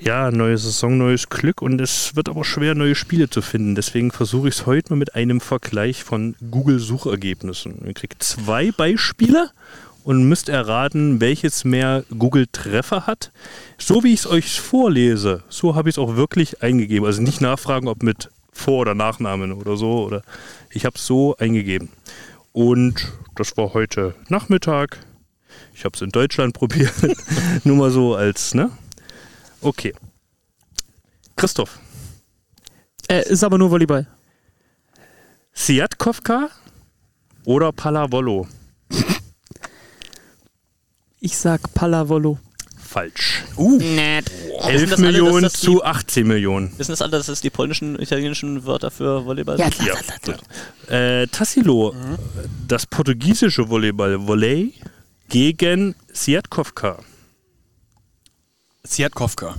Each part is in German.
ja, neue Saison, neues Glück und es wird aber schwer, neue Spiele zu finden. Deswegen versuche ich es heute mal mit einem Vergleich von Google-Suchergebnissen. Ihr kriegt zwei Beispiele und müsst erraten, welches mehr Google-Treffer hat. So wie ich es euch vorlese, so habe ich es auch wirklich eingegeben. Also nicht nachfragen, ob mit Vor- oder Nachnamen oder so. Oder ich habe es so eingegeben. Und das war heute Nachmittag. Ich habe es in Deutschland probiert. Nur mal so als, ne? Okay. Christoph. Äh, ist aber nur Volleyball. Siatkovka oder Palavolo? Ich sag Palavolo. Falsch. Nett. 11 alle, Millionen dass das die- zu 18 Millionen. Wissen das alle, dass das die polnischen, italienischen Wörter für Volleyball Ja, sind? klar, Ja. klar, klar. Äh, Tassilo, Mhm. das portugiesische Volleyball, Volley gegen Siatkovka. Siatkovka.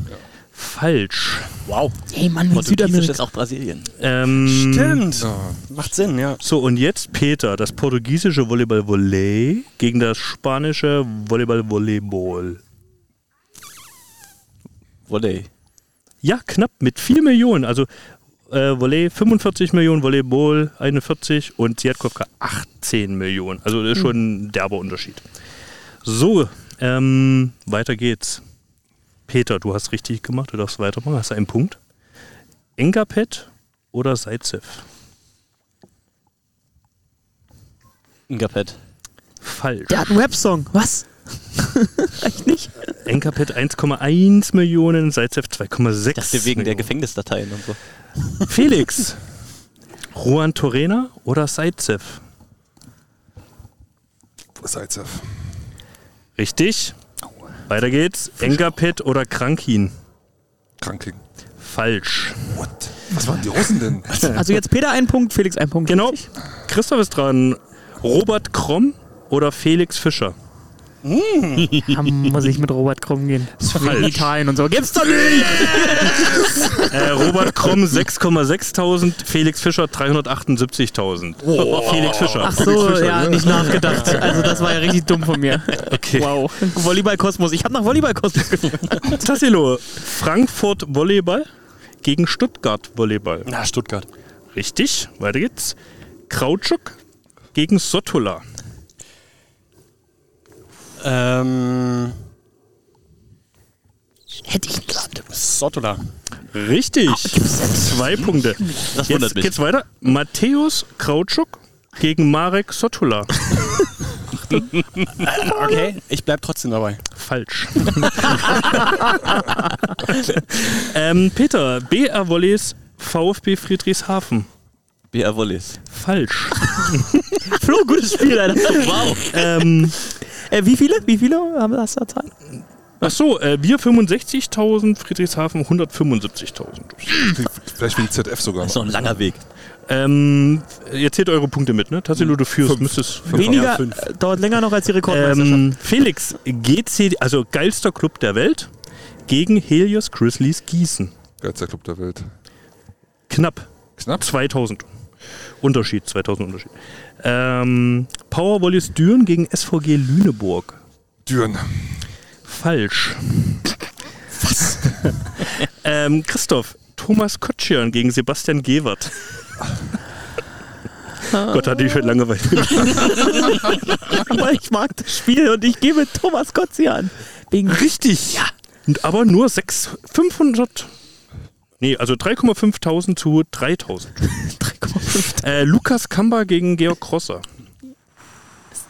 Falsch. Wow. Hey Mann, in Portugiesisch ist Südamerika. auch Brasilien. Ähm, Stimmt. Macht Sinn, ja. So, und jetzt Peter, das portugiesische Volleyball Volley gegen das spanische Volleyball Voleyball. Volley. Ja, knapp mit 4 Millionen. Also äh, Volley 45 Millionen, Volleyball 41 und Siatkovka 18 Millionen. Also das ist Hm. schon ein derber Unterschied. So, ähm, weiter geht's. Peter, du hast richtig gemacht, du darfst weitermachen. Hast du einen Punkt? Engapet oder Seitzev? Ingapet. Falsch. Der hat einen Rap-Song. Was? Reicht nicht? Engapet 1,1 Millionen, Seitzev 2,6. Dachte wegen der Millionen. Gefängnisdateien und so. Felix, Juan Torena oder Seitzev? Seitzev. Richtig. Weiter geht's. Engapet oder Krankin? Kranking. Falsch. What? Was waren die Russen denn? Also jetzt Peter ein Punkt, Felix ein Punkt. Genau. richtig? Christoph ist dran. Robert Kromm oder Felix Fischer? Da muss ich mit Robert Krumm gehen. Wegen falsch. Italien und so. Gibt's doch nicht! Äh, Robert Kromm 6,6.000, Felix Fischer 378.000. Felix Fischer. Oh. Ach so, ja, nicht ne? nachgedacht. Also das war ja richtig dumm von mir. Okay. Wow. Volleyball-Kosmos. Ich habe nach Volleyball-Kosmos gefragt. Tassilo, Frankfurt Volleyball gegen Stuttgart Volleyball. Na, Stuttgart. Richtig. Weiter geht's. Krautschuk gegen Sottola. Ähm, Hätte ich gesagt. Sottola. Richtig. Zwei Punkte. Das Jetzt wundert mich. geht's weiter. Matthäus Krautschuk gegen Marek Sottola. Okay, ich bleib trotzdem dabei. Falsch. ähm, Peter, BR Volleys VfB Friedrichshafen. BR Volleys. Falsch. Flo, gutes Spiel, Alter. Wow. ähm, Äh, wie viele? Wie viele haben das da Zeit? ach so, äh, wir 65.000, Friedrichshafen 175.000. Vielleicht wie ZF sogar. ist noch ein langer Weg. Ähm, ihr zählt eure Punkte mit, ne? Tassilo, du führst, müsstest Weniger, äh, dauert länger noch als die Rekordmeisterschaft. Ähm, Felix, GC, also geilster Club der Welt gegen Helios Grizzlies Gießen. Geilster Club der Welt. Knapp Knapp. 2000. Unterschied, 2000 Unterschied. Ähm, Power Volleys Düren gegen SVG Lüneburg. Düren. Falsch. Was? ähm, Christoph, Thomas Kotschian gegen Sebastian Gewert. Gott, hatte ich schon Langeweile. Aber ich mag das Spiel und ich gebe Thomas Kotzi an. Wegen Richtig. Ja. Und aber nur 6, 500. Nee, also 3,5000 zu 3000. 3,5. Äh, Lukas Kamba gegen Georg Krosser.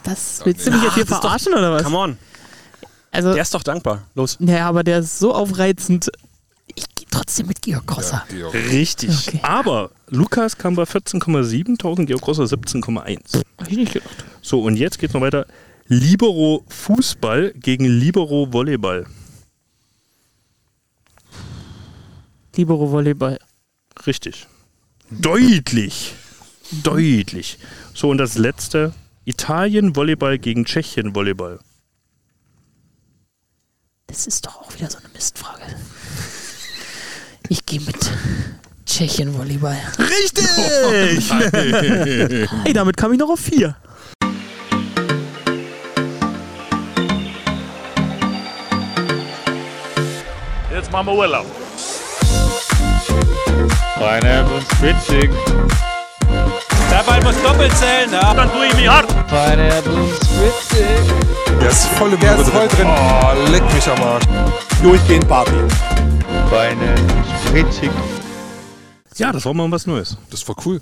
Das willst du mich jetzt hier verarschen oder was? Come on. Also, Der ist doch dankbar. Los. naja, aber der ist so aufreizend. Ich gehe trotzdem mit Georg Grosser. Richtig. Okay. Aber Lukas Kamba 14,7000, Georg Krosser 17,1. Hab ich nicht gedacht. So, und jetzt geht's noch weiter. Libero Fußball gegen Libero Volleyball. Libero Volleyball. Richtig. Deutlich. Deutlich. So, und das letzte. Italien Volleyball gegen Tschechien Volleyball. Das ist doch auch wieder so eine Mistfrage. Ich gehe mit Tschechien Volleyball. Richtig! Ey, damit kam ich noch auf vier. Jetzt Mama Willow. Pineapple switching. Dabei muss doppelt zählen, ja. Dann tue ich mich hart. Pineapple switching. Der ist voll im Der ist voll drin. Oh, leck mich am Arsch. Durchgehend Party. Pineapple switching. Ja, das war mal was Neues. Das war cool.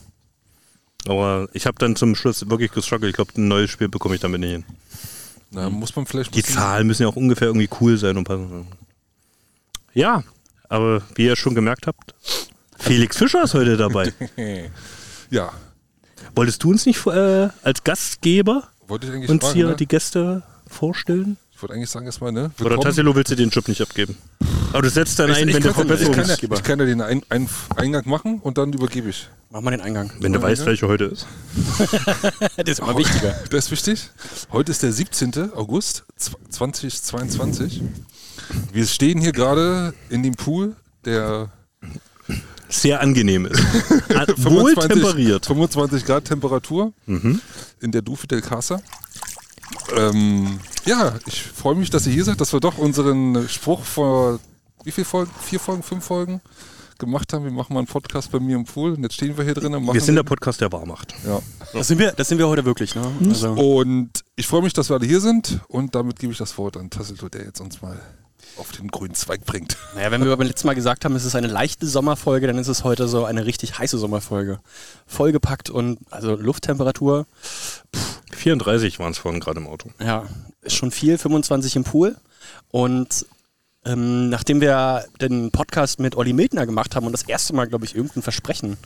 Aber ich habe dann zum Schluss wirklich gestruggelt. Ich glaube, ein neues Spiel bekomme ich damit nicht hin. Na, muss man vielleicht. Die Zahlen müssen ja auch ungefähr irgendwie cool sein und passen. Ja, aber wie ihr schon gemerkt habt, Felix Fischer ist heute dabei. Ja. Wolltest du uns nicht äh, als Gastgeber Wollte ich eigentlich uns fragen, hier ne? die Gäste vorstellen? Ich wollte eigentlich sagen, erstmal, ne? Oder Willkommen. Tassilo willst du den Job nicht abgeben? Aber du setzt dann Ich, ein, ich, wenn kann, du ja- ich, kann, Verbesserungs... ja- ich kann ja den ein, ein, Eingang machen und dann übergebe ich. Mach mal den Eingang. Wenn du weißt, welche heute ist. Das ist immer wichtiger. Das ist wichtig. Heute ist der 17. August 2022. Wir stehen hier gerade in dem Pool, der Sehr angenehm ist. Ah, Wohl 25 temperiert. Mhm. 25 Grad Temperatur in der Dufe del Casa. Ähm, ja, ich freue mich, dass ihr hier seid, dass wir doch unseren Spruch vor wie viel Folgen? Vier Folgen, fünf Folgen gemacht haben. Wir machen mal einen Podcast bei mir im Pool und jetzt stehen wir hier drin. und machen Wir sind der den. Podcast, der wahr macht. ja. Das sind wir, das sind wir heute wirklich, ne? Hm? Also, Und ich freue mich, dass wir alle hier sind und damit gebe ich das Wort an Tasselto, der jetzt uns mal auf den grünen Zweig bringt. naja, wenn wir beim letzten Mal gesagt haben, es ist eine leichte Sommerfolge, dann ist es heute so eine richtig heiße Sommerfolge. Vollgepackt und also Lufttemperatur, 34 waren es vorhin gerade im Auto. ja, ist schon viel, 25 im Pool. Und ähm, nachdem wir den Podcast mit Olli Mildner gemacht haben und das erste Mal, glaube ich, irgendein Versprechen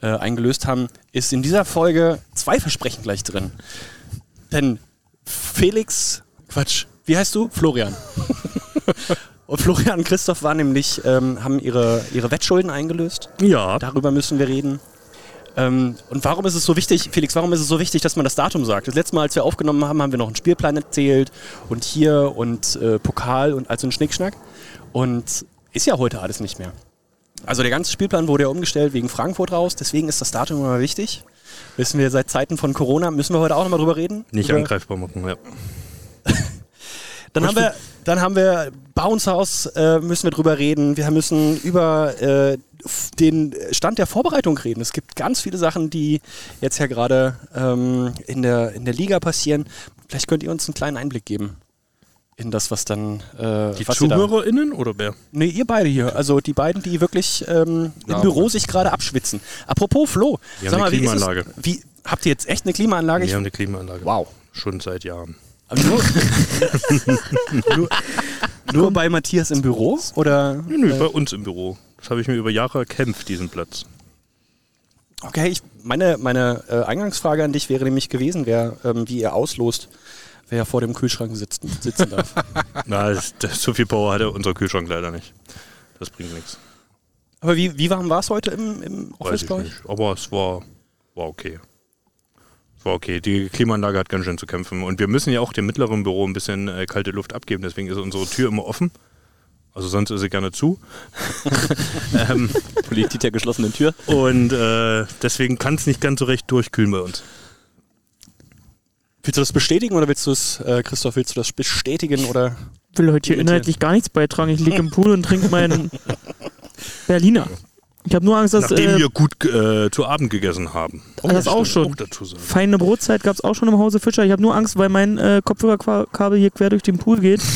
äh, eingelöst haben, ist in dieser Folge zwei Versprechen gleich drin. Denn Felix, Quatsch, wie heißt du? Florian. und Florian und Christoph waren nämlich, ähm, haben ihre, ihre Wettschulden eingelöst. Ja, Darüber müssen wir reden. Ähm, und warum ist es so wichtig, Felix, warum ist es so wichtig, dass man das Datum sagt? Das letzte Mal, als wir aufgenommen haben, haben wir noch einen Spielplan erzählt und hier und äh, Pokal und also ein Schnickschnack. Und ist ja heute alles nicht mehr. Also der ganze Spielplan wurde ja umgestellt wegen Frankfurt raus, deswegen ist das Datum immer wichtig. Wissen wir seit Zeiten von Corona, müssen wir heute auch nochmal drüber reden? nicht Über- angreifbar machen. Ja. Dann haben, wir, dann haben wir Bounce House, äh, müssen wir drüber reden. Wir müssen über äh, f- den Stand der Vorbereitung reden. Es gibt ganz viele Sachen, die jetzt ja gerade ähm, in, der, in der Liga passieren. Vielleicht könnt ihr uns einen kleinen Einblick geben in das, was dann. Äh, Die was ihr da, ZuhörerInnen oder wer? Nee, ihr beide hier. Also die beiden, die wirklich ähm, im Büro sich gerade abschwitzen. Apropos Flo, Wir haben eine wie, ist es, Klimaanlage. wie Habt ihr jetzt echt eine Klimaanlage? Wir haben eine Klimaanlage. Wow. Schon seit Jahren. Aber nur, nur, nur bei Matthias im Büro? Oder? Nö, nö, bei uns im Büro. Das habe ich mir über Jahre erkämpft, diesen Platz. Okay, ich, meine, meine äh, Eingangsfrage an dich wäre nämlich gewesen, wer, ähm, wie ihr auslost, wer vor dem Kühlschrank sitzen, sitzen darf. Na, das, das, so viel Power hatte unser Kühlschrank leider nicht. Das bringt nichts. Aber wie, wie warm war es heute im, im Weiß Office, ich glaub ich? nicht. Aber es war, war okay. Es war okay. Die Klimaanlage hat ganz schön zu kämpfen. Und wir müssen ja auch dem mittleren Büro ein bisschen äh, kalte Luft abgeben. Deswegen ist unsere Tür immer offen. Also sonst ist sie gerne zu. Politik der geschlossenen Tür. Und äh, deswegen kann es nicht ganz so recht durchkühlen bei uns. Willst du das bestätigen oder willst du es, äh, Christoph, willst du das bestätigen oder? will heute hier Irritieren. inhaltlich gar nichts beitragen. Ich liege im Pool und trinke meinen Berliner. Ich habe nur Angst, dass Nachdem äh, wir gut äh, zu Abend gegessen haben. Ah, das auch stimmt, schon. Auch dazu sagen. feine Brotzeit gab es auch schon im Hause Fischer. Ich habe nur Angst, weil mein äh, Kopfhörerkabel hier quer durch den Pool geht.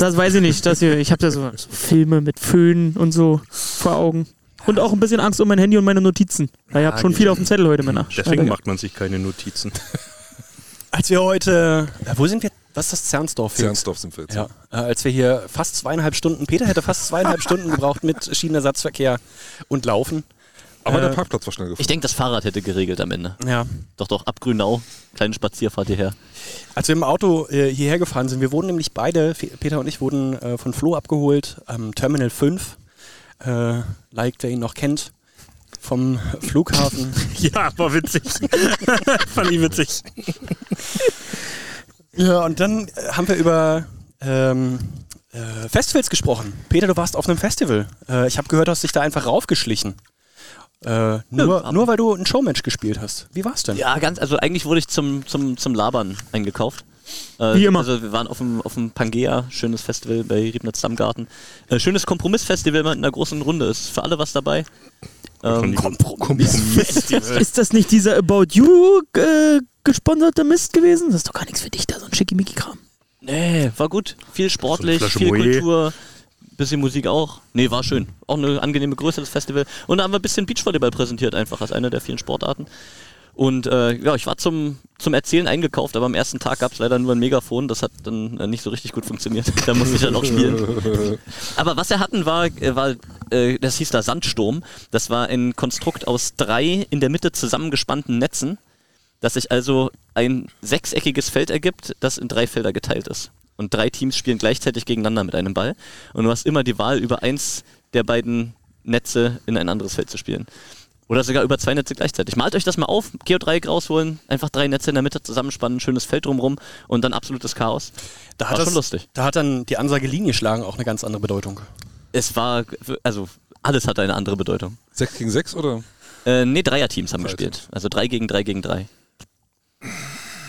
Das weiß ich nicht. Das hier, ich habe da so Filme mit Föhn und so vor Augen. Und auch ein bisschen Angst um mein Handy und meine Notizen. Weil ich habe schon viel auf dem Zettel heute, Männer. Äh, Deswegen Schade. macht man sich keine Notizen. Als wir heute, äh, wo sind wir? Was ist das Zernsdorf? Felix? Zernsdorf sind wir jetzt. Ja, äh, als wir hier fast zweieinhalb Stunden, Peter hätte fast zweieinhalb Stunden gebraucht mit Schienenersatzverkehr und Laufen. Aber der Äh, Parkplatz war schnell gefunden. Ich denke, das Fahrrad hätte geregelt am Ende. Ja. Doch, doch, ab Grünau. Kleine Spazierfahrt hierher. Als wir im Auto äh, hierher gefahren sind, wir wurden nämlich beide, Fe- Peter und ich wurden äh, von Flo abgeholt am Terminal 5. Äh, like, wer ihn noch kennt, vom Flughafen. ja, war witzig. Fand ich witzig. ja, und dann äh, haben wir über ähm, äh, Festivals gesprochen. Peter, du warst auf einem Festival. Äh, ich habe gehört, du hast dich da einfach raufgeschlichen. Äh, nur, aber- nur weil du ein Showmatch gespielt hast. Wie war's denn? Ja, ganz, also eigentlich wurde ich zum, zum, zum Labern eingekauft. Äh, Wie immer. Also wir waren auf dem, auf dem Pangea, schönes Festival bei Riebnitz Stammgarten. Äh, schönes Kompromissfestival immer in einer großen Runde. Ist für alle was dabei. Ähm, Kompromiss. Ist das nicht dieser About You äh, gesponserte Mist gewesen? Das ist doch gar nichts für dich da, so ein schickimicki-Kram. nee, war gut. Viel sportlich, So eine Flasche viel Moet. Kultur, bisschen Musik auch. Nee, war schön. Auch eine angenehme Größe das Festival. Und da haben wir ein bisschen Beachvolleyball präsentiert einfach als eine der vielen Sportarten. Und äh, ja, ich war zum, zum Erzählen eingekauft, aber am ersten Tag gab es leider nur ein Megafon. Das hat dann äh, nicht so richtig gut funktioniert. da musste ich dann auch spielen. Aber was wir hatten war, äh, war äh, das hieß da Sandsturm. Das war ein Konstrukt aus drei in der Mitte zusammengespannten Netzen, dass sich also ein sechseckiges Feld ergibt, das in drei Felder geteilt ist. Und drei Teams spielen gleichzeitig gegeneinander mit einem Ball. Und du hast immer die Wahl, über eins der beiden Netze in ein anderes Feld zu spielen. Oder sogar über zwei Netze gleichzeitig. Malt euch das mal auf, Geodreieck rausholen, einfach drei Netze in der Mitte zusammenspannen, schönes Feld drumrum und dann absolutes Chaos. Da War hat, das, schon lustig. da hat dann die Ansage Linie schlagen auch eine ganz andere Bedeutung. Es war, also alles hatte eine andere Bedeutung. 6 gegen 6 oder? Äh, nee, Dreierteams haben Dreierteams. gespielt. Also drei gegen drei gegen drei.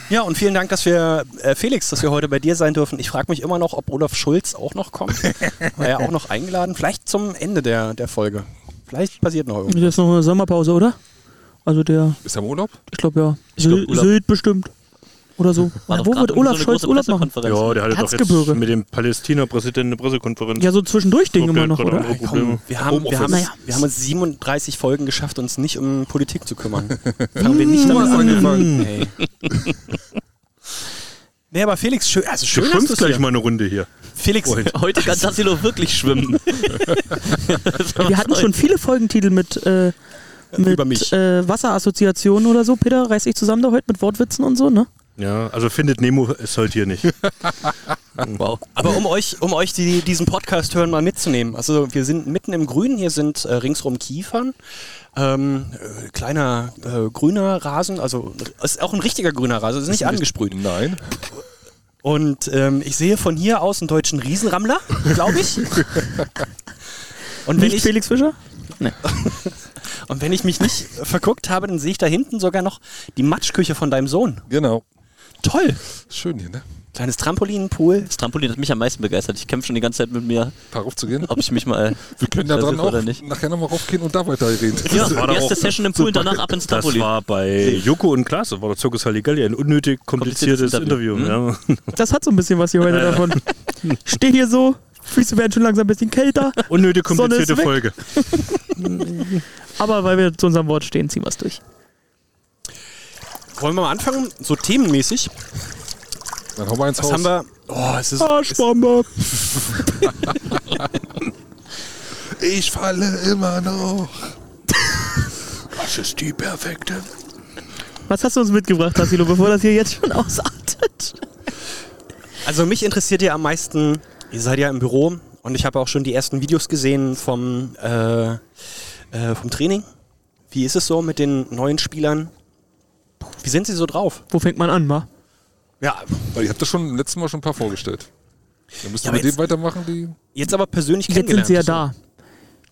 Ja, und vielen Dank, dass wir, äh, Felix, dass wir heute bei dir sein dürfen. Ich frage mich immer noch, ob Olaf Schulz auch noch kommt. War ja auch noch eingeladen. Vielleicht zum Ende der, der Folge. Vielleicht passiert noch irgendwas. Das ist noch eine Sommerpause, oder? Also der, Ist er im Urlaub? ich glaube ja. glaub, Sylt- Urlaub. Sylt bestimmt. Oder so. Na, doch wo grad wird irgendwie Olaf eine Scholz große Urlaub machen? Pressekonferenz. Ja, der hatte doch Herzgebirge. jetzt mit dem Palästina-Präsidenten eine Pressekonferenz. Ja, so zwischendurch Ding Ob der immer noch, gerade oder? andere Komm, Probleme- wir haben, wir, haben, Naja. wir haben uns 37 Folgen geschafft, uns nicht um Politik zu kümmern. Fangen wir nicht damit hast an. Hm. angefangen. Hey. Nee, aber Felix, schön, also Du schön dass schwimmst du's gleich hier- mal eine Runde hier. Felix, Heute kann Tassilo wirklich schwimmen. Wir hatten schon viele Folgentitel mit, äh, mit Über mich. Äh, Wasserassoziationen oder so. Peter, reiß ich zusammen da heute mit Wortwitzen und so, ne? Ja, also findet Nemo ist halt hier nicht. Wow. Aber um euch, um euch die, diesen Podcast hören mal mitzunehmen. Also wir sind mitten im Grün, hier sind äh, ringsrum Kiefern. Ähm, äh, kleiner äh, grüner Rasen, also ist auch ein richtiger grüner Rasen, ist nicht angesprüht. Nein. Und ähm, ich sehe von hier aus einen deutschen Riesenrammler, glaube ich. Und wenn Nicht ich, Felix Fischer? und wenn ich mich nicht verguckt habe, dann sehe ich da hinten sogar noch die Matschküche von deinem Sohn. Genau. Toll! Schön hier, ne? Kleines Trampolinpool. Das Trampolin hat mich am meisten begeistert. Ich kämpfe schon die ganze Zeit mit mir, Paar aufzugehen. ob ich mich mal. Wir können da dran versuche auch oder nicht. nachher nochmal raufgehen und da weiterreden. Ja, war die doch erste auch Session im Pool und danach ab ins Das Trampolin. war bei Joko und Klaas, das war der Zirkus Halligalli, ein unnötig kompliziertes, Kompliziertes Interview. Interview. Ja. Das hat so ein bisschen was hier heute Äh. davon. Steh hier so, Füße werden schon langsam ein bisschen kälter, Unnötig Sonne ist komplizierte weg. Folge. aber weil wir zu unserem Wort stehen, ziehen wir es durch. Wollen wir mal anfangen? So themenmäßig. Dann hauen wir eins Was raus. haben wir? Oh, es ist, Arschbombe! Ich falle immer noch. Das ist die perfekte. Was hast du uns mitgebracht, Tassilo, bevor das hier jetzt schon ausartet? Also mich interessiert ja am meisten, ihr seid ja im Büro und ich habe auch schon die ersten Videos gesehen vom, äh, äh, vom Training. Wie ist es so mit den neuen Spielern? Wie sind sie so drauf? Wo fängt man an, ma? Ja, Weil ihr habt das schon letztes Mal schon ein paar vorgestellt. Dann müsst Ja, aber ihr mit dem jetzt- weitermachen, die. jetzt aber persönlich Jetzt sind kennengelernt. sie ja da.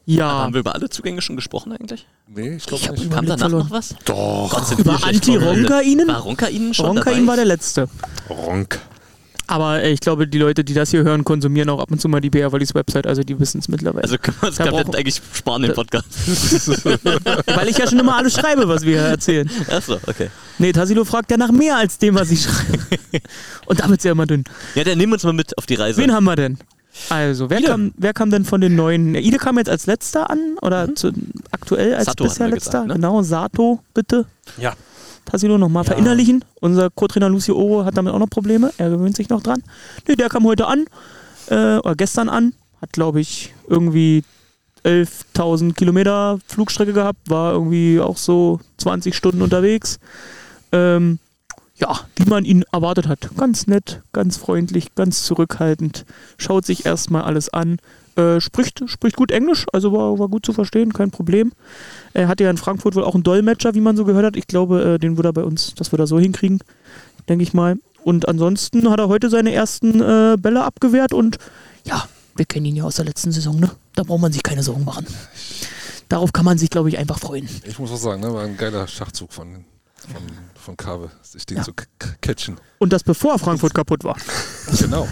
Ja, Haben wir über alle Zugänge schon gesprochen eigentlich? Nee, ich Ich glaube hab, nicht. kam danach verloren. noch was? Doch. Gott, sind über wir schlecht Anti-Ronkainen? vorbereitet. War Ronkainen schon Ronkain war dabei? der Letzte. Ronk. Aber äh, ich glaube, die Leute, die das hier hören, konsumieren auch ab und zu mal die BR Wallis Website, also die wissen es mittlerweile. also kann man Da es brauchen- eigentlich sparen den Podcast. weil ich ja schon immer alles schreibe, was wir hier erzählen. Achso, okay. Nee, Tassilo fragt ja nach mehr als dem, was ich schreibe. Und damit ist ja immer dünn. Ja, dann nehmen wir uns mal mit auf die Reise. Wen haben wir denn? Also, wer kam, wer kam denn von den neuen? Ja, Ide kam jetzt als letzter an oder zu, aktuell als Mhm. Sato bisher hatten wir letzter. gesagt, ne? Genau, Sato, bitte. Ja. Tassilo nochmal Ja. verinnerlichen. Unser Co-Trainer Lucio Oro hat damit auch noch Probleme. Er gewöhnt sich noch dran. Nee, der kam heute an, äh, oder gestern an, hat glaube ich irgendwie 11.000 Kilometer Flugstrecke gehabt, war irgendwie auch so 20 Stunden unterwegs. Ähm, ja, wie man ihn erwartet hat. Ganz nett, ganz freundlich, ganz zurückhaltend. Schaut sich erstmal alles an. Äh, spricht, spricht gut Englisch, also war, war gut zu verstehen, kein Problem. Er hatte ja in Frankfurt wohl auch einen Dolmetscher, wie man so gehört hat. Ich glaube, äh, den würde er bei uns, das würde er so hinkriegen, denke ich mal. Und ansonsten hat er heute seine ersten äh, Bälle abgewehrt und ja, wir kennen ihn ja aus der letzten Saison, ne? Da braucht man sich keine Sorgen machen. Darauf kann man sich, glaube ich, einfach freuen. Ich muss was sagen, ne? war ein geiler Schachzug von von, von Kabe, sich den zu k- k- catchen. Und das bevor Frankfurt kaputt war. Genau.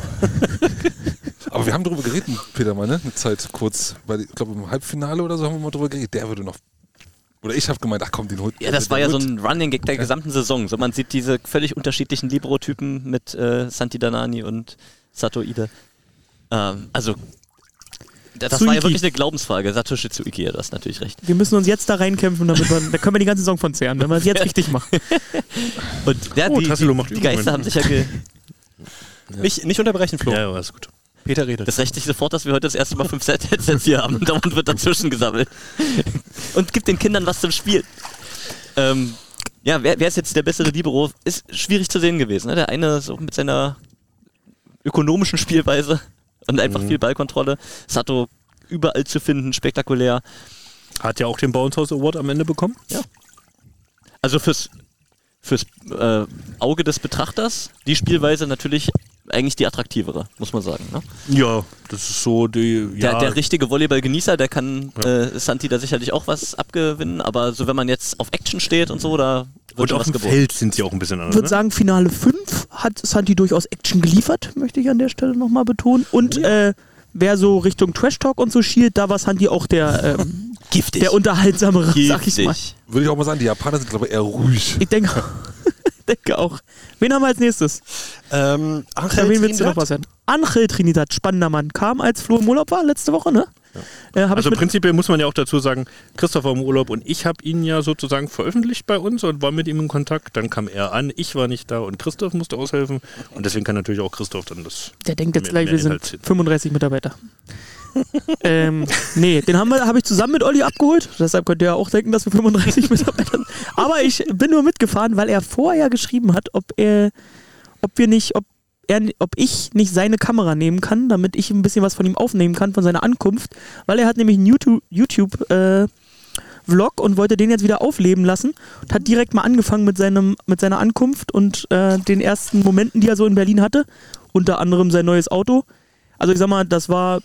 Aber wir haben darüber geredet, Peter, mal, ne? Eine Zeit kurz, weil ich glaube im Halbfinale oder so haben wir mal drüber geredet. Der würde noch. Oder ich habe gemeint, ach komm, den holt. Ja, Also das war ja so ein Running Gag der gesamten Saison. So, man sieht diese völlig unterschiedlichen Libro-Typen mit äh, Santi Danani und Satoide. Ähm, also, das war Tsuiki. ja wirklich eine Glaubensfrage. Satoshi Tsuiki, ja, du hast natürlich recht. Wir müssen uns jetzt da reinkämpfen, damit wir, da können wir die ganze Saison von zehren, wenn wir es jetzt richtig machen. Und ja, Oh, die, Tassilo macht die, die Übungen. Geister haben sich ja ge Nicht, nicht unterbrechen, Flo. Ja, ja, alles gut. Peter redet. Das rächt sich sofort, dass wir heute das erste Mal fünf Set- Headsets hier haben. Dauernd wird dazwischen gesammelt. Und gibt den Kindern was zum Spielen. Ähm, ja, wer, wer ist jetzt der bessere Libero? Ist schwierig zu sehen gewesen. Ne? Der eine so mit seiner ökonomischen Spielweise und einfach viel Ballkontrolle. Sato überall zu finden, spektakulär. Hat ja auch den Bounce House Award am Ende bekommen. Also fürs, fürs äh, Auge des Betrachters die Spielweise natürlich eigentlich die attraktivere, muss man sagen. Ne? Ja, das ist so die. Der, Ja, der richtige Volleyballgenießer, der kann äh, Santi da sicherlich auch was abgewinnen, aber so wenn man jetzt auf Action steht und so, da wird und schon auf was dem geboten. Feld sind sie auch ein bisschen Ich anders. würde Ne? sagen, Finale 5 hat Santi durchaus Action geliefert, möchte ich an der Stelle nochmal betonen. Und äh, wer so Richtung Trash Talk und so schielt, da war Santi auch der, ähm, Giftig. der unterhaltsamere, sag ich mal. Giftig. Würde ich auch mal sagen, die Japaner sind, glaube ich, eher ruhig. Ich denke, denke auch. Wen haben wir als nächstes? Ähm, Für Angel wen willst du noch Trinidad? was hören? Angel Trinidad, spannender Mann. Kam, als Flo im Urlaub war, letzte Woche, ne? Äh, hab Also ich mit, prinzipiell muss man ja auch dazu sagen, Christopher im Urlaub und ich habe ihn ja sozusagen veröffentlicht bei uns und war mit ihm in Kontakt. Dann kam er an, ich war nicht da und Christoph musste aushelfen. Und deswegen kann natürlich auch Christoph dann das. der denkt mehr- jetzt gleich, mehr wir sind Inhalt sind. 35 Mitarbeiter. ähm, nee, den habe hab ich zusammen mit Olli abgeholt. Deshalb könnt ihr ja auch denken, dass wir 35 Mitarbeiter sind. Aber ich bin nur mitgefahren, weil er vorher geschrieben hat, ob er, ob wir nicht, ob er, ob ich nicht seine Kamera nehmen kann, damit ich ein bisschen was von ihm aufnehmen kann, von seiner Ankunft. Weil er hat nämlich einen YouTube, YouTube äh, Vlog und wollte den jetzt wieder aufleben lassen und hat direkt mal angefangen mit, seinem, mit seiner Ankunft und äh, den ersten Momenten, die er so in Berlin hatte. Unter anderem sein neues Auto. Also ich sag mal, das war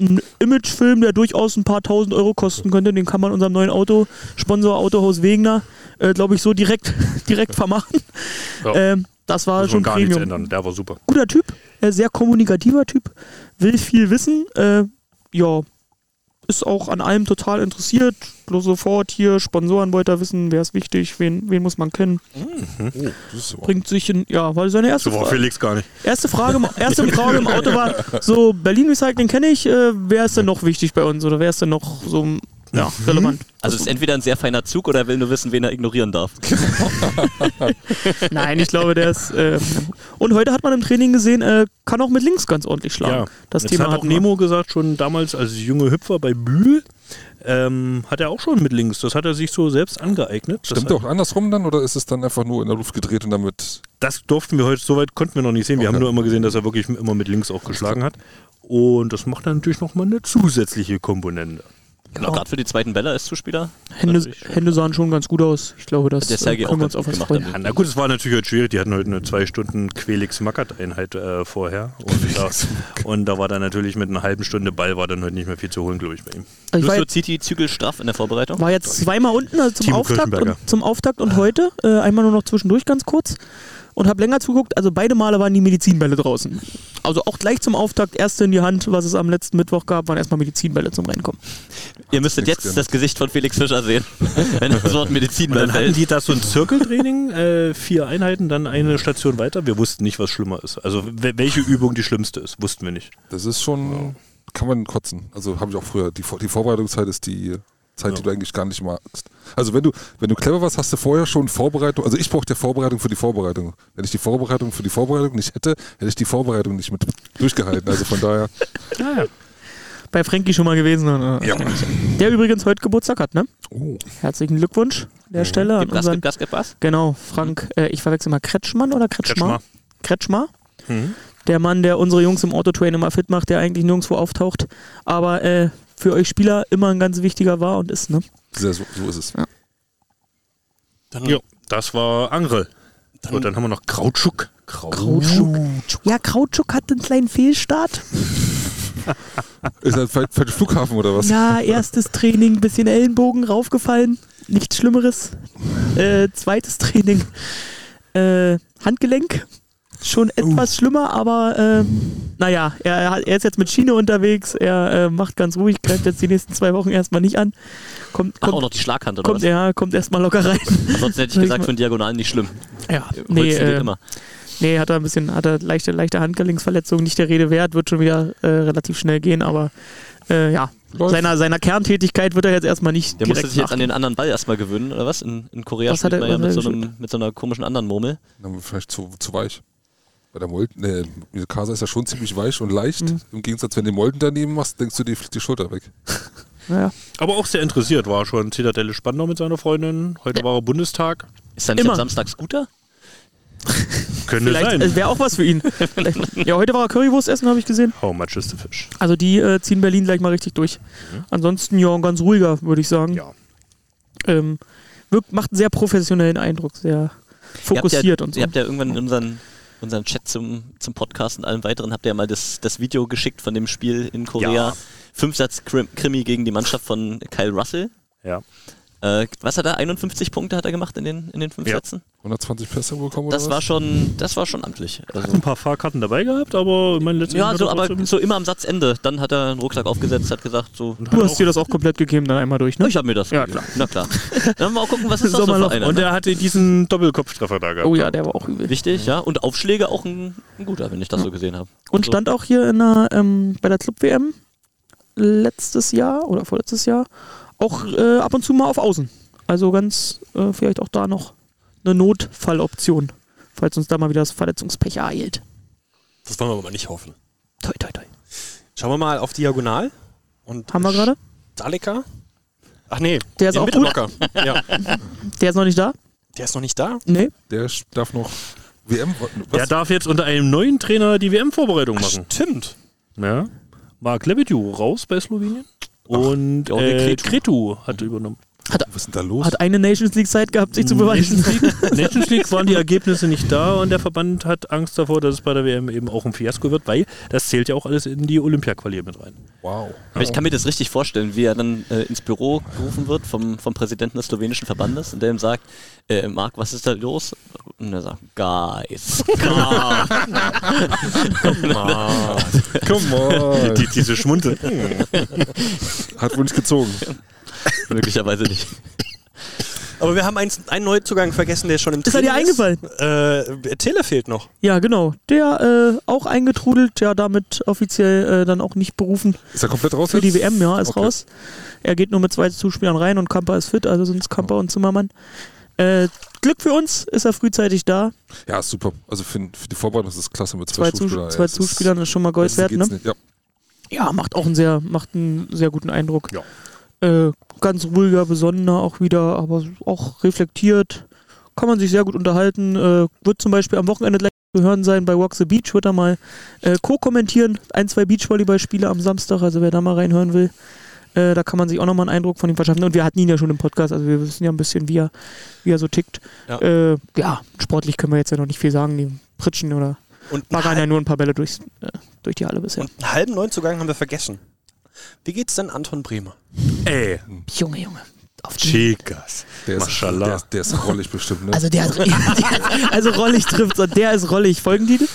ein Imagefilm, der durchaus ein paar tausend Euro kosten könnte. Den kann man unserem neuen Auto, Sponsor Autohaus Wegener, äh, glaube ich, so direkt, direkt vermachen. Ja. Ähm, das war Muss schon man gar nichts Premium ändern. Der war super. guter Typ, äh, sehr kommunikativer Typ, will viel wissen, äh, ja, ist auch an allem total interessiert, bloß sofort hier, Sponsoren wollte er wissen, wer ist wichtig, wen, wen muss man kennen, Das ist so. bringt sich in, ja, weil seine erste, Fra Felix gar nicht. erste, Frage, im- erste Frage im Auto war, so, Berlin Recycling kenne ich, äh, wer ist denn noch wichtig bei uns oder wer ist denn noch so, ja, relevant? Also es ist entweder ein sehr feiner Zug oder er will nur wissen, wen er ignorieren darf. Nein, ich glaube, der ist, äh, und heute hat man im Training gesehen, äh, kann auch mit links ganz ordentlich Ja, schlagen. das Jetzt Thema hat auch hatten wir. Nemo gesagt, schon damals als junge Hüpfer bei Bühl, ähm, hat er auch schon mit links. Das hat er sich so selbst angeeignet. Das, Stimmt auch andersrum dann oder ist es dann einfach nur in der Luft gedreht und damit. das durften wir heute, soweit konnten wir noch nicht sehen. Wir Okay. haben nur immer gesehen, dass er wirklich immer mit links auch geschlagen hat. Und das macht dann natürlich nochmal eine zusätzliche Komponente. Genau, gerade für die zweiten Bälle ist Zuspieler. Hände, Natürlich. Hände sahen schon ganz gut aus. Ich glaube, das Der Sergei äh, auch können wir uns ganz auf gut was gemacht. freuen. Ja, na gut, es war natürlich heute schwierig. Die hatten heute eine zwei Stunden Quelix-Mackert-Einheit äh, vorher. Und da, und da war dann natürlich mit einer halben Stunde Ball war dann heute nicht mehr viel zu holen, glaube ich, bei ihm. Ich war, Justo zieht die Zügel straff in der Vorbereitung. war jetzt zweimal unten, also zum Timo Auftakt, und, Kirchenberger. zum Auftakt und heute. Äh, einmal nur noch zwischendurch ganz kurz. Und habe länger zugeguckt. Also beide Male waren die Medizinbälle draußen. Also auch gleich zum Auftakt, erste in die Hand, was es am letzten Mittwoch gab, waren erstmal Medizinbälle zum Reinkommen. Ihr müsstet Nix jetzt das Gesicht von Felix Fischer sehen, wenn das Wort Medizin Und dann hatten fällt. die das so ein Zirkeltraining, äh, vier Einheiten, dann eine Station weiter. Wir wussten nicht, was schlimmer ist. Also we- welche Übung die schlimmste ist, wussten wir nicht. Das ist schon. Kann man kotzen. Also habe ich auch früher. Die, Vor- die Vorbereitungszeit ist die Zeit, die du eigentlich gar nicht magst. Also wenn du, wenn du clever warst, hast du vorher schon Vorbereitung. Also ich brauchte Vorbereitung für die Vorbereitung. Wenn ich die Vorbereitung für die Vorbereitung nicht hätte, hätte ich die Vorbereitung nicht mit durchgehalten. Also von daher. Bei Frankie schon mal gewesen. äh, Ja. Der übrigens heute Geburtstag hat, ne? Oh. Herzlichen Glückwunsch an Mhm. der Stelle. An Gib Gas, unseren, gib Gas, gib Gas. genau, Frank, äh, ich verwechsel mal Kretschmann oder Kretschmar? Kretschmer. Mhm. Der Mann, der unsere Jungs im Autotrain immer fit macht, der eigentlich nirgendwo auftaucht, aber äh, für euch Spieler immer ein ganz wichtiger war und ist, ne? Sehr, so, so ist es. Dann, Ja, das war Angel. So, dann haben wir noch Krautschuk. Krautschuk. Ja, Krautschuk hat einen kleinen Fehlstart. Ist das halt vielleicht, vielleicht Flughafen oder was? Ja, erstes Training, bisschen Ellenbogen raufgefallen. nichts Schlimmeres. Äh, zweites Training. Äh, Handgelenk. Schon etwas schlimmer, aber äh, naja, er, er hat- er ist jetzt mit Schiene unterwegs. Er äh, macht ganz ruhig, greift jetzt die nächsten zwei Wochen erstmal nicht an. Kommt, Ach, auch kommt, noch die Schlaghand oder kommt, was? ja, kommt erstmal locker rein. Ansonsten hätte ich Sag ich gesagt, mal- von Diagonalen nicht schlimm. Ja, nee, Holz geht äh, immer. nee, hat er ein bisschen, hat er leichte, leichte Handgelenksverletzung, nicht der Rede wert, wird schon wieder äh, relativ schnell gehen, aber äh, ja, Läuft. seiner, seiner Kerntätigkeit wird er jetzt erstmal nicht Der musste direkt sich jetzt an nachgehen. den anderen Ball erstmal gewöhnen, oder was? In, in Korea Was spielt hat er- man was hat ja mit er so, einem, mit so einer komischen anderen Murmel. Na, vielleicht zu, zu weich. Bei der Molten, ne, diese Kasa ist ja schon ziemlich weich und leicht. Mhm. Im Gegensatz, wenn du den Molten daneben machst, denkst du, dir fliegt die Schulter weg. Naja. Aber auch sehr interessiert war schon Zitadelle Spandau mit seiner Freundin. Heute war er Bundestag. Ist da nicht Immer. am Samstag Scooter? Könnte Vielleicht sein. äh, wäre auch was für ihn. Vielleicht- ja, heute war er Currywurst essen, habe ich gesehen. How much is the fish? Also die äh, ziehen Berlin gleich mal richtig durch. Ansonsten ja, ein ganz ruhiger, würde ich sagen. Ja. Ähm, wirkt, macht einen sehr professionellen Eindruck, sehr ihr habt fokussiert ja, und so. Ihr habt ja irgendwann in unseren, unseren Chat zum, zum Podcast und allem weiteren, habt ihr ja mal das, das Video geschickt von dem Spiel in Korea. Ja. Fünfsatz-Krimi gegen die Mannschaft von Kyle Russell. Ja. Äh, was hat er? 51 Punkte hat er gemacht in den, in den fünf Ja. Sätzen? 120 Pässe bekommen oder Das was? war schon, das war schon amtlich. Also, Ein paar Fahrkarten dabei gehabt, aber mein letztes ja, so, aber so immer am Satzende. Dann hat er einen Rucksack aufgesetzt, hat gesagt, so, du hast dir das auch komplett gegeben, dann einmal durch, ne? ich habe mir das. Ja, gegeben. Na klar. Dann mal gucken, was ist das so Sommerloch für einer. Und ne? er hatte diesen Doppelkopftreffer da gehabt. Oh ja, der war auch übel. Wichtig, ja. Und Aufschläge auch ein, ein guter, wenn ich das so gesehen habe. Und stand auch hier in der, ähm, bei der Club-WM letztes Jahr oder vorletztes Jahr auch äh, ab und zu mal auf Außen. Also ganz äh, vielleicht auch da noch eine Notfalloption, falls uns da mal wieder das Verletzungspech ereilt. Das wollen wir aber nicht hoffen. Toi, toi, toi. Schauen wir mal auf Diagonal. Und Haben wir gerade? Daleka? Ach nee, Der ist den auch Mittelblocker. Ja. Der ist noch nicht da? Der ist noch nicht da. Nee. Der sch- darf noch WM. wa- Der Was? darf jetzt unter einem neuen Trainer die WM-Vorbereitung machen. Stimmt. Ja. Mark Lebedew raus bei Slowenien. Und Jorge äh, Kretu. Kretu hat übernommen. was ist denn da los? Hat eine Nations League Zeit gehabt, sich zu beweisen. Nations League, Nations League waren die Ergebnisse nicht da und der Verband hat Angst davor, dass es bei der WM eben auch ein Fiasko wird, weil das zählt ja auch alles in die Olympia-Quali mit rein. Wow. Aber ich kann mir das richtig vorstellen, wie er dann äh, ins Büro gerufen wird vom, vom Präsidenten des slowenischen Verbandes und der ihm sagt, äh, Marc, was ist da los? Und er sagt, Guys. Come on. Die, diese Schmunzel. Hat wohl nicht gezogen. Möglicherweise nicht. Aber wir haben eins, einen Neuzugang vergessen, der schon im Ist er dir Training eingefallen? Äh, Tele fehlt noch. Ja, genau. Der äh, auch eingetrudelt, ja, damit offiziell äh, dann auch nicht berufen Ist er komplett raus für die jetzt? WM, ja, ist Okay. raus. Er geht nur mit zwei Zuspielern rein und Kamper ist fit, also sind es Kamper und Zimmermann. Äh, Glück für uns ist er frühzeitig da. Ja, super. Also für, für die Vorbereitung ist das klasse mit Zwei, Zus zwei, Zuspielern. zwei Ja, es ist- Zuspielern ist schon mal Gold wert, besser geht's ne? nicht. Ja. Ja, macht auch einen sehr, macht einen sehr guten Eindruck. Ja. Äh, ganz ruhiger, besonnener auch wieder, aber auch reflektiert. Kann man sich sehr gut unterhalten. Äh, wird zum Beispiel am Wochenende gleich zu hören sein bei Walk the Beach, wird er mal äh, co-kommentieren. Ein, zwei Beachvolleyballspiele am Samstag, also wer da mal reinhören will. Äh, da kann man sich auch nochmal einen Eindruck von ihm verschaffen. Und wir hatten ihn ja schon im Podcast, also wir wissen ja ein bisschen, wie er, wie er so tickt. Ja. Äh, ja, sportlich können wir jetzt ja noch nicht viel sagen. Die pritschen oder Und einen, baggern halben, ja nur ein paar Bälle durchs, äh, durch die Halle bisher. und einen halben Neuzugang haben wir vergessen. Wie geht's denn Anton Bremer? Ey, Junge, Junge. Auf die Chicas. Der ist, Mashallah. Der, ist- der ist rollig bestimmt, ne? Also der hat, also rollig trifft und der ist rollig. Folgentitel?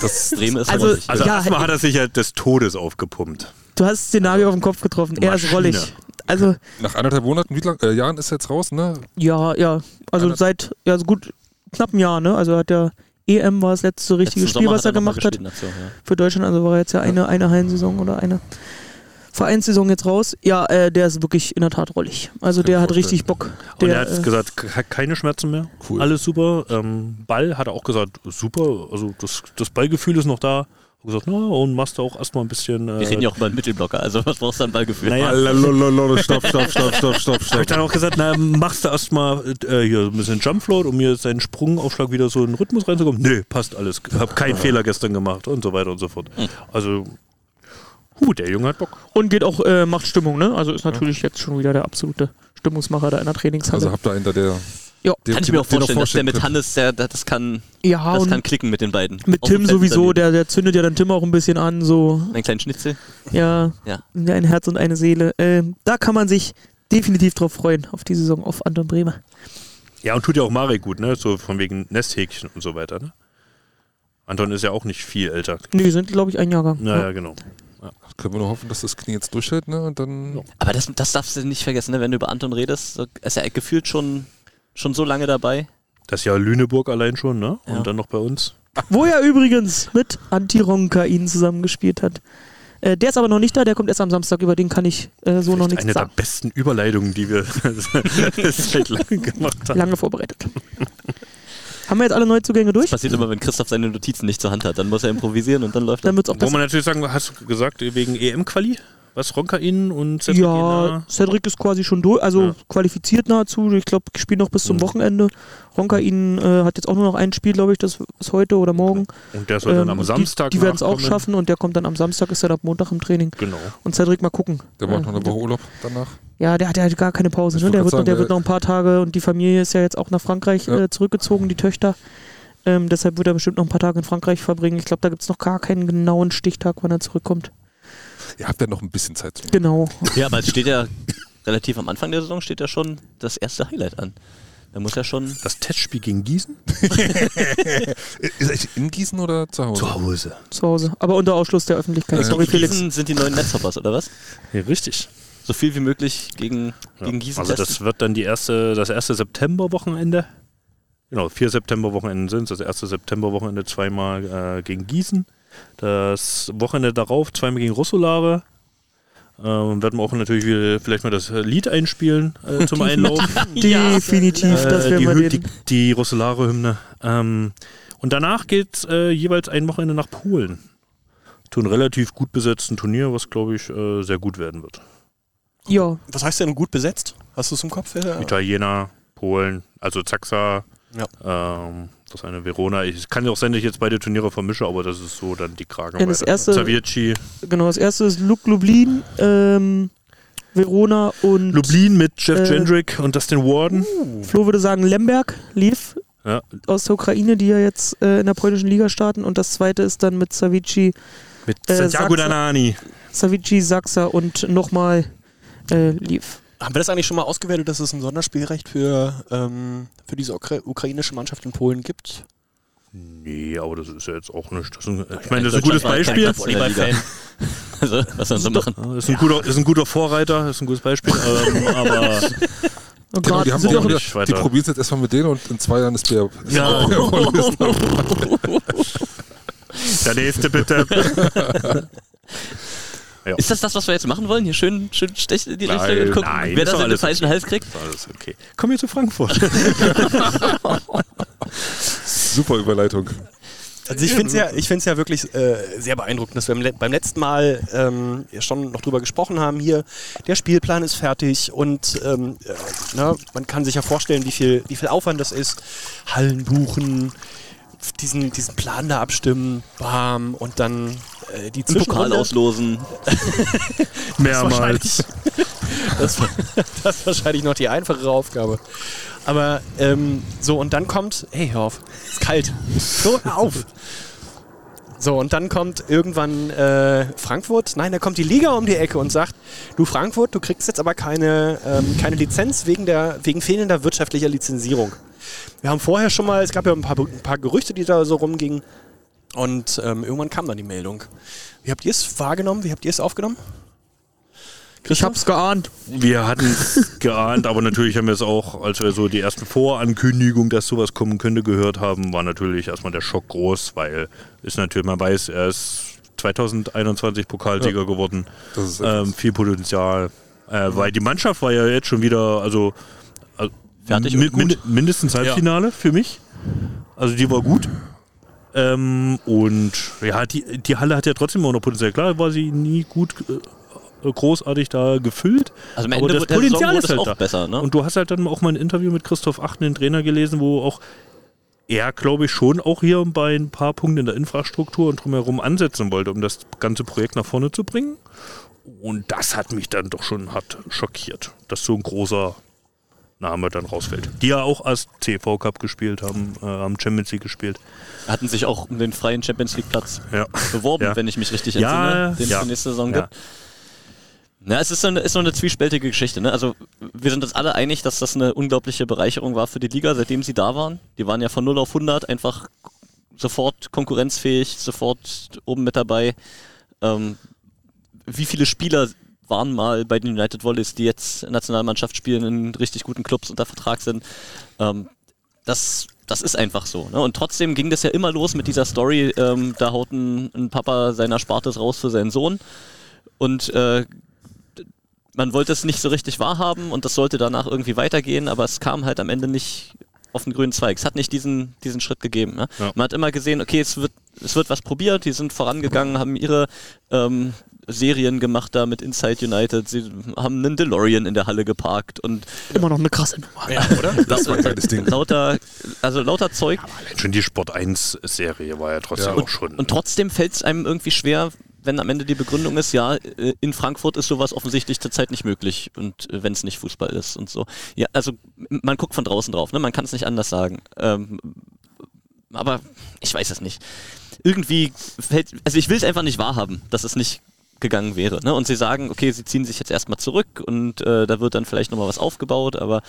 Das Extreme ist Also, also, Also ja, erstmal hat er sich ja des Todes aufgepumpt. du hast das Szenario auf den Kopf getroffen. Er ist Maschine. rollig. Also Nach anderthalb Monaten, wie lang, äh, Jahren ist er jetzt raus, ne? ja, ja, also Einer- seit ja so gut knapp ein Jahr, ne? Also hat der EM war das letzte richtige Spiel, was er gemacht hat für Deutschland. Also war er jetzt ja eine eine Hallensaison oder eine Vereinssaison jetzt raus. Ja, äh, der ist wirklich in der Tat rollig. Also Kann ich der hat vorstellen. richtig Bock. Und Der, er hat äh, gesagt, ke- keine Schmerzen mehr. Cool. Alles super. Ähm, Ball hat er auch gesagt, super. Also das, das Ballgefühl ist noch da. Hat gesagt, na, und machst du auch erstmal ein bisschen. Äh, Wir reden ja auch über einen Mittelblocker, also was brauchst du an Ballgefühl? Naja. Lalalala, Stopp, stopp, stopp, stopp, stopp, hab ich stopp. dann auch gesagt, na, machst du erstmal äh, hier ein bisschen Jumpfloat, um hier seinen Sprungaufschlag wieder so in den Rhythmus reinzukommen? Nö, passt alles. Hab keinen Fehler gestern gemacht und so weiter und so fort. Hm. Also, hu, der Junge hat Bock. und geht auch äh, macht Stimmung, ne? Also ist natürlich jetzt schon wieder der absolute Stimmungsmacher da in der Trainingshalle. Also habt ihr einen da, der. Ja. der Kann ich den mir auch ihr noch vorstellen, dass der mit könnt. Hannes, der, der, das, kann, ja, das und kann klicken mit den beiden. Mit Auf Tim dem Feld sowieso, daneben. der, der zündet ja dann Tim auch ein bisschen an, so, Einen kleinen Schnitzel. ja, Ja. ein Herz und eine Seele. Ähm, da kann man sich definitiv drauf freuen, auf die Saison, auf Anton Bremer. Ja, und tut ja auch Marek gut, ne? So von wegen Nesthäkchen und so weiter, ne? Anton ist ja auch nicht viel älter. Nee, sind, glaube ich, ein Jahrgang. Naja, genau. Können wir nur hoffen, dass das Knie jetzt durchhält, ne? Und dann. Aber das, das darfst du nicht vergessen, ne? wenn du über Anton redest. so- Ist er gefühlt schon, schon so lange dabei. Das Jahr Lüneburg allein schon, ne? Ja. Und dann noch bei uns. Wo er übrigens mit Antironkain zusammengespielt hat. Äh, der ist aber noch nicht da, der kommt erst am Samstag, über den kann ich äh, so noch Vielleicht nichts eine sagen. der besten Überleitungen, die wir seit langem gemacht haben. Lange vorbereitet. Haben wir jetzt alle Neuzugänge durch? Passiert immer, wenn Christoph seine Notizen nicht zur Hand hat. Dann muss er improvisieren und dann läuft er. Dann wird's auch Wo besser. man natürlich sagen, hast du gesagt, wegen EM-Quali? Was Ronkain und Ja, Cedric ist quasi schon durch, also ne? Ja. qualifiziert nahezu. Ich glaube, spielt noch bis zum Mhm. Wochenende. Ronkain äh, hat jetzt auch nur noch ein Spiel, glaube ich, das ist heute oder morgen. Und der soll dann Ähm, am und Samstag Die, die werden es auch nachkommen. schaffen und der kommt dann am Samstag, ist er ab Montag im Training. Genau. Und Cedric mal gucken. Der macht Äh, noch eine Woche Urlaub danach. Ja, der hat ja gar keine Pause. Ich Ne? wollte Der, grad wird, sagen, der der- wird noch ein paar Tage und die Familie ist ja jetzt auch nach Frankreich Ja. äh, zurückgezogen, die Töchter. Ähm, deshalb wird er bestimmt noch ein paar Tage in Frankreich verbringen. Ich glaube, da gibt es noch gar keinen genauen Stichtag, wann er zurückkommt. Ihr habt ja noch ein bisschen Zeit. Genau. Ja, aber es steht ja relativ am Anfang der Saison steht ja schon das erste Highlight an. Da muss ja schon. Das Testspiel gegen Gießen? Ist echt in Gießen oder zu Hause? Hause. Zu Hause. Aber unter Ausschluss der Öffentlichkeit. Ja. Sorry, Felix. Gießen sind die neuen Netzhoppers, oder was? Ja, richtig. So viel wie möglich gegen, Ja. gegen Gießen. also testen. das wird dann die erste, das erste September-Wochenende. Genau, vier September-Wochenenden sind Das erste September-Wochenende zweimal äh, gegen Gießen. Das Wochenende darauf zweimal gegen Rossolare. Ähm, werden wir auch natürlich wieder vielleicht mal das äh, Lied einspielen äh, zum Einlauf. Definitiv, Äh, das werden die, wir Hü- die, reden. die Rossolare-Hymne. Ähm, und danach geht äh, jeweils ein Wochenende nach Polen. Zu einem relativ gut besetzten Turnier, was glaube ich äh, sehr gut werden wird. Ja, Was heißt denn gut besetzt? Hast du es im Kopf? Äh, Ja. Italiener, Polen, also Zaxa, Ja. ähm, das eine Verona. Ich es kann ja auch sein, dass ich jetzt beide Turniere vermische, aber das ist so dann die Kragen. Ja, das erste- Zavici, genau. Das erste ist Luke Lublin, ähm, Verona und Lublin mit Jeff Äh, uh, Jendrick und Dustin Warden. Flo würde sagen Lemberg, Lev Ja. aus der Ukraine, die ja jetzt äh, in der polnischen Liga starten. Und das zweite ist dann mit Savici Mit äh, Santiago Saxa. Danani. Savici, Sachser und nochmal äh, Leaf. Haben wir das eigentlich schon mal ausgewertet, dass es ein Sonderspielrecht für, ähm, für diese Ukra ukrainische Mannschaft in Polen gibt? Nee, aber das ist ja jetzt auch nicht. Das ist ein, ich meine, das ist ein Deutschland gutes war kein Beispiel. Volleyball-Fan. Also, was sollen sie machen? Ja, Ist ein, guter, ist ein guter Vorreiter, ist ein gutes Beispiel. Ähm, aber Und Genau, die gerade haben sind auch auch noch wieder, nicht weiter. die probieren es jetzt erstmal mit denen und in zwei Jahren ist der. Ja. der nächste bitte. Ist das das, was wir jetzt machen wollen? Hier schön, schön stechen in die Nein, Richtung und gucken, nein, wer ist das doch in den alles falschen Hals kriegt? Alles okay. Komm hier zu Frankfurt. Super Überleitung. Also ich finde es ja, ich find's ja wirklich äh, sehr beeindruckend, dass wir im le- beim letzten Mal ähm, ja schon noch drüber gesprochen haben hier. Der Spielplan ist fertig und ähm, äh, na, man kann sich ja vorstellen, wie viel, wie viel Aufwand das ist. Hallen buchen, diesen, diesen Plan da abstimmen, bam, und dann äh, die Einen Pokal Zwischenrunde. auslosen. Mehrmals. Das, war- das ist wahrscheinlich noch die einfachere Aufgabe. Aber ähm, so, und dann kommt, hey, hör auf, ist kalt. So, hör auf. So, und dann kommt irgendwann äh, Frankfurt, nein, da kommt die Liga um die Ecke und sagt, du Frankfurt, du kriegst jetzt aber keine, ähm, keine Lizenz wegen, der, wegen fehlender wirtschaftlicher Lizenzierung. Wir haben vorher schon mal, es gab ja ein paar, ein paar Gerüchte, die da so rumgingen. Und ähm, irgendwann kam dann die Meldung. Wie habt ihr es wahrgenommen? Wie habt ihr es aufgenommen? Ich hab's geahnt. Wir hatten es geahnt, aber natürlich haben wir es auch, als wir so die ersten Vorankündigungen, dass sowas kommen könnte, gehört haben, war natürlich erstmal der Schock groß, weil ist natürlich, man weiß, er ist 2021 Pokalsieger geworden. Das ist Ähm, viel Potenzial. Äh, weil die Mannschaft war ja jetzt schon wieder, also Fertig mi- und gut. min- mindestens Halbfinale für mich. Also die war gut. Ähm, und ja, die, die Halle hat ja trotzdem auch noch Potenzial. Klar war sie nie gut äh, großartig da gefüllt. Also am Aber Ende das wird der Saison Potenzial wurde ist es halt auch da. besser. Ne? Und du hast halt dann auch mal ein Interview mit Christoph Achten, den Trainer, gelesen, wo auch er, glaube ich, schon auch hier bei ein paar Punkten in der Infrastruktur und drumherum ansetzen wollte, um das ganze Projekt nach vorne zu bringen. Und das hat mich dann doch schon hart schockiert, dass so ein großer Name dann rausfällt. Die ja auch als TV Cup gespielt haben, äh, haben Champions League gespielt. Hatten sich auch um den freien Champions League Platz Ja. beworben, Ja. wenn ich mich richtig Ja, entsinne, den es ja. für nächste Saison Ja. gibt. Na, es ist so eine, ist so eine zwiespältige Geschichte. Ne? Also wir sind uns alle einig, dass das eine unglaubliche Bereicherung war für die Liga, seitdem sie da waren. Die waren ja von 0 auf 100 einfach sofort konkurrenzfähig, sofort oben mit dabei. Ähm, wie viele Spieler waren mal bei den United Volleys, die jetzt Nationalmannschaft spielen, in richtig guten Clubs unter Vertrag sind? Ähm, das, das ist einfach so. Ne? Und trotzdem ging das ja immer los mit dieser Story, ähm, da haut ein, ein Papa seiner Spartes raus für seinen Sohn. Und äh, man wollte es nicht so richtig wahrhaben und das sollte danach irgendwie weitergehen, aber es kam halt am Ende nicht auf den grünen Zweig. Es hat nicht diesen, diesen Schritt gegeben. Ne? Ja. Man hat immer gesehen, okay, es wird, es wird was probiert, die sind vorangegangen, haben ihre ähm, Serien gemacht da mit Inside United, sie haben einen DeLorean in der Halle geparkt und Immer noch eine krasse Nummer. Ja, oder? Das war ein geiles Ding. lauter, also lauter Zeug, Schon die Sport 1-Serie war ja trotzdem Ja. auch schon. Und trotzdem fällt es einem irgendwie schwer, wenn am Ende die Begründung ist, ja, äh, in Frankfurt ist sowas offensichtlich zurzeit nicht möglich und wenn es nicht Fußball ist und so. Ja, also m- man guckt von draußen drauf, ne? man kann es nicht anders sagen. Ähm, aber ich weiß es nicht. Irgendwie fällt, also ich will es einfach nicht wahrhaben, dass es nicht gegangen wäre. Ne? Und sie sagen, okay, sie ziehen sich jetzt erstmal zurück und äh, da wird dann vielleicht nochmal was aufgebaut, aber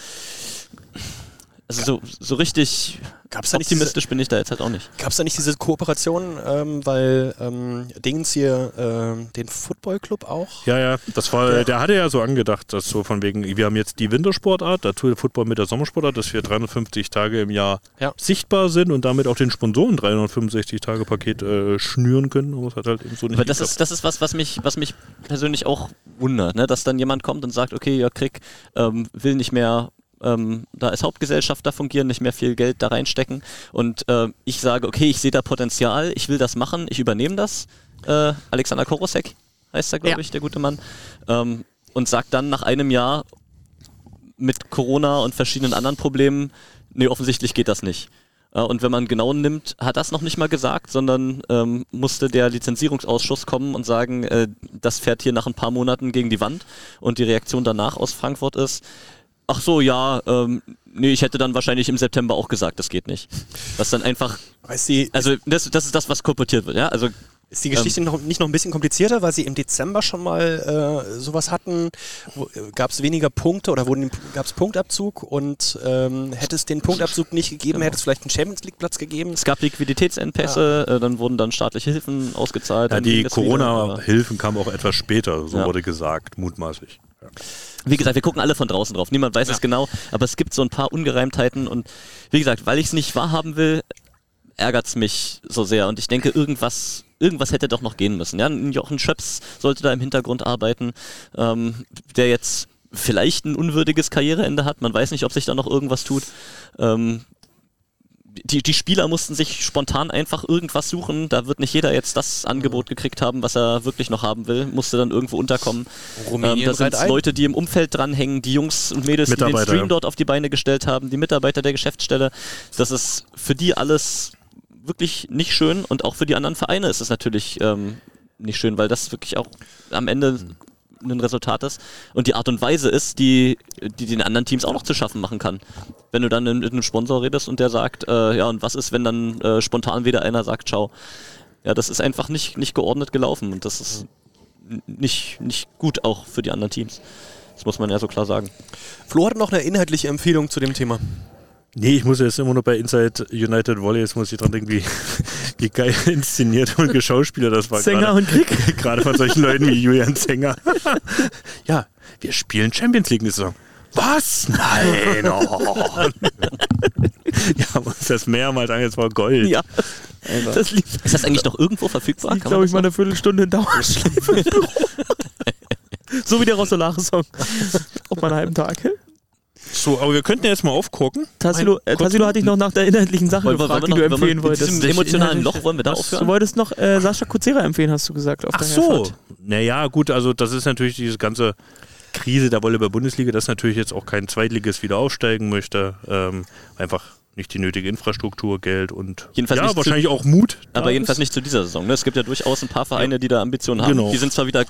also so, so richtig Gab's da nicht diese- optimistisch bin ich da jetzt halt auch nicht. Gab es da nicht diese Kooperation, ähm, weil ähm, Dingens hier ähm, den Football Club auch? Ja, ja, das war, Ja. der hatte ja so angedacht, dass so von wegen, wir haben jetzt die Wintersportart, dazu der Football mit der Sommersportart, dass wir 350 Tage im Jahr Ja. sichtbar sind und damit auch den Sponsoren 365 Tage Paket äh, schnüren können. Aber das hat halt eben so nicht Aber das geklappt. ist, das ist was, was mich, was mich persönlich auch wundert, ne? dass dann jemand kommt und sagt, okay, ja, Krieg ähm, will nicht mehr ähm, da als Hauptgesellschafter fungieren, nicht mehr viel Geld da reinstecken. Und äh, ich sage, okay, ich sehe da Potenzial, ich will das machen, ich übernehme das. Äh, Alexander Korosek heißt er, glaube Ja. ich, der gute Mann. Ähm, und sagt dann nach einem Jahr mit Corona und verschiedenen anderen Problemen, nee, offensichtlich geht das nicht. Äh, Und wenn man genau nimmt, hat das noch nicht mal gesagt, sondern ähm, musste der Lizenzierungsausschuss kommen und sagen, äh, das fährt hier nach ein paar Monaten gegen die Wand. Und die Reaktion danach aus Frankfurt ist, ach so, ja, ähm, nee, ich hätte dann wahrscheinlich im September auch gesagt, das geht nicht. Was dann einfach, Ist die, also das, das ist das, was kolportiert wird, ja. Also ist die Geschichte noch, nicht noch ein bisschen komplizierter, weil sie im Dezember schon mal äh, sowas hatten? Gab es weniger Punkte oder gab es Punktabzug? Und ähm, hätte es den Punktabzug nicht gegeben, hätte es vielleicht einen Champions League Platz gegeben? es gab Liquiditätsengpässe, äh, dann wurden dann staatliche Hilfen ausgezahlt. ja, dann die ging das wieder, aber- Corona-Hilfen kamen auch etwas später, so Ja. wurde gesagt, mutmaßlich. Wie gesagt, wir gucken alle von draußen drauf. Niemand weiß es genau, aber es gibt so ein paar Ungereimtheiten und wie gesagt, weil ich es nicht wahrhaben will, ärgert es mich so sehr und ich denke, irgendwas, irgendwas hätte doch noch gehen müssen. Ja, ein Jochen Schöps sollte da im Hintergrund arbeiten, ähm, der jetzt vielleicht ein unwürdiges Karriereende hat. Man weiß nicht, ob sich da noch irgendwas tut. Ähm, die, die Spieler mussten sich spontan einfach irgendwas suchen. Da wird nicht jeder jetzt das Angebot gekriegt haben, was er wirklich noch haben will. Musste dann irgendwo unterkommen. Ähm, da sind reiht halt ein. Leute, die im Umfeld dranhängen, die Jungs und Mädels, die den Mitarbeiter, Stream ja. dort auf die Beine gestellt haben, die Mitarbeiter der Geschäftsstelle. Das ist für die alles wirklich nicht schön und auch für die anderen Vereine ist es natürlich ähm, nicht schön, weil das wirklich auch am Ende ein Resultat ist und die Art und Weise ist, die, die den anderen Teams auch noch zu schaffen machen kann. Wenn du dann mit einem Sponsor redest und der sagt, äh, ja und was ist, wenn dann äh, spontan wieder einer sagt, ciao. Ja, das ist einfach nicht, nicht geordnet gelaufen und das ist n- nicht, nicht gut auch für die anderen Teams. Das muss man ja so klar sagen. Flo hatte noch eine inhaltliche Empfehlung zu dem Thema. Nee, ich muss jetzt immer nur bei Inside United Volley, jetzt muss ich dran denken, wie, wie geil inszeniert und geschauspieler das war Sänger gerade. und Krieg. Gerade von solchen Leuten wie Julian Zenger. ja, wir spielen Champions League nächste Saison. Was? Nein! Oh. ja, aber das mehrmals an, jetzt war Gold. Ja. Das liegt, Ist das eigentlich noch irgendwo verfügbar? Kann man glaube ich, mal eine Viertelstunde in Dauerschleife. so wie der Rossolaris-Song. Auf mal einen halben Tag. So, aber wir könnten jetzt mal aufgucken. Tassilo, äh, Tassilo hatte ich noch nach der inhaltlichen Sache Wollen wir- gefragt, die wollen du wir noch- empfehlen wollen wir mit diesem wolltest. emotionalen Loch, wollen wir da Du aufhören? wolltest noch äh, Sascha Kuzera empfehlen, hast du gesagt. Auf Ach der so. Herfahrt. Naja, gut, also das ist natürlich diese ganze Krise der Volleyball-Bundesliga, dass natürlich jetzt auch kein Zweitligist wieder aufsteigen möchte. Ähm, einfach nicht die nötige Infrastruktur, Geld und Jedenfalls ja, nicht wahrscheinlich auch Mut. Aber da jedenfalls ist. nicht zu dieser Saison. Ne? Es gibt ja durchaus ein paar Vereine, die da Ambitionen haben. Genau. Die sind zwar wieder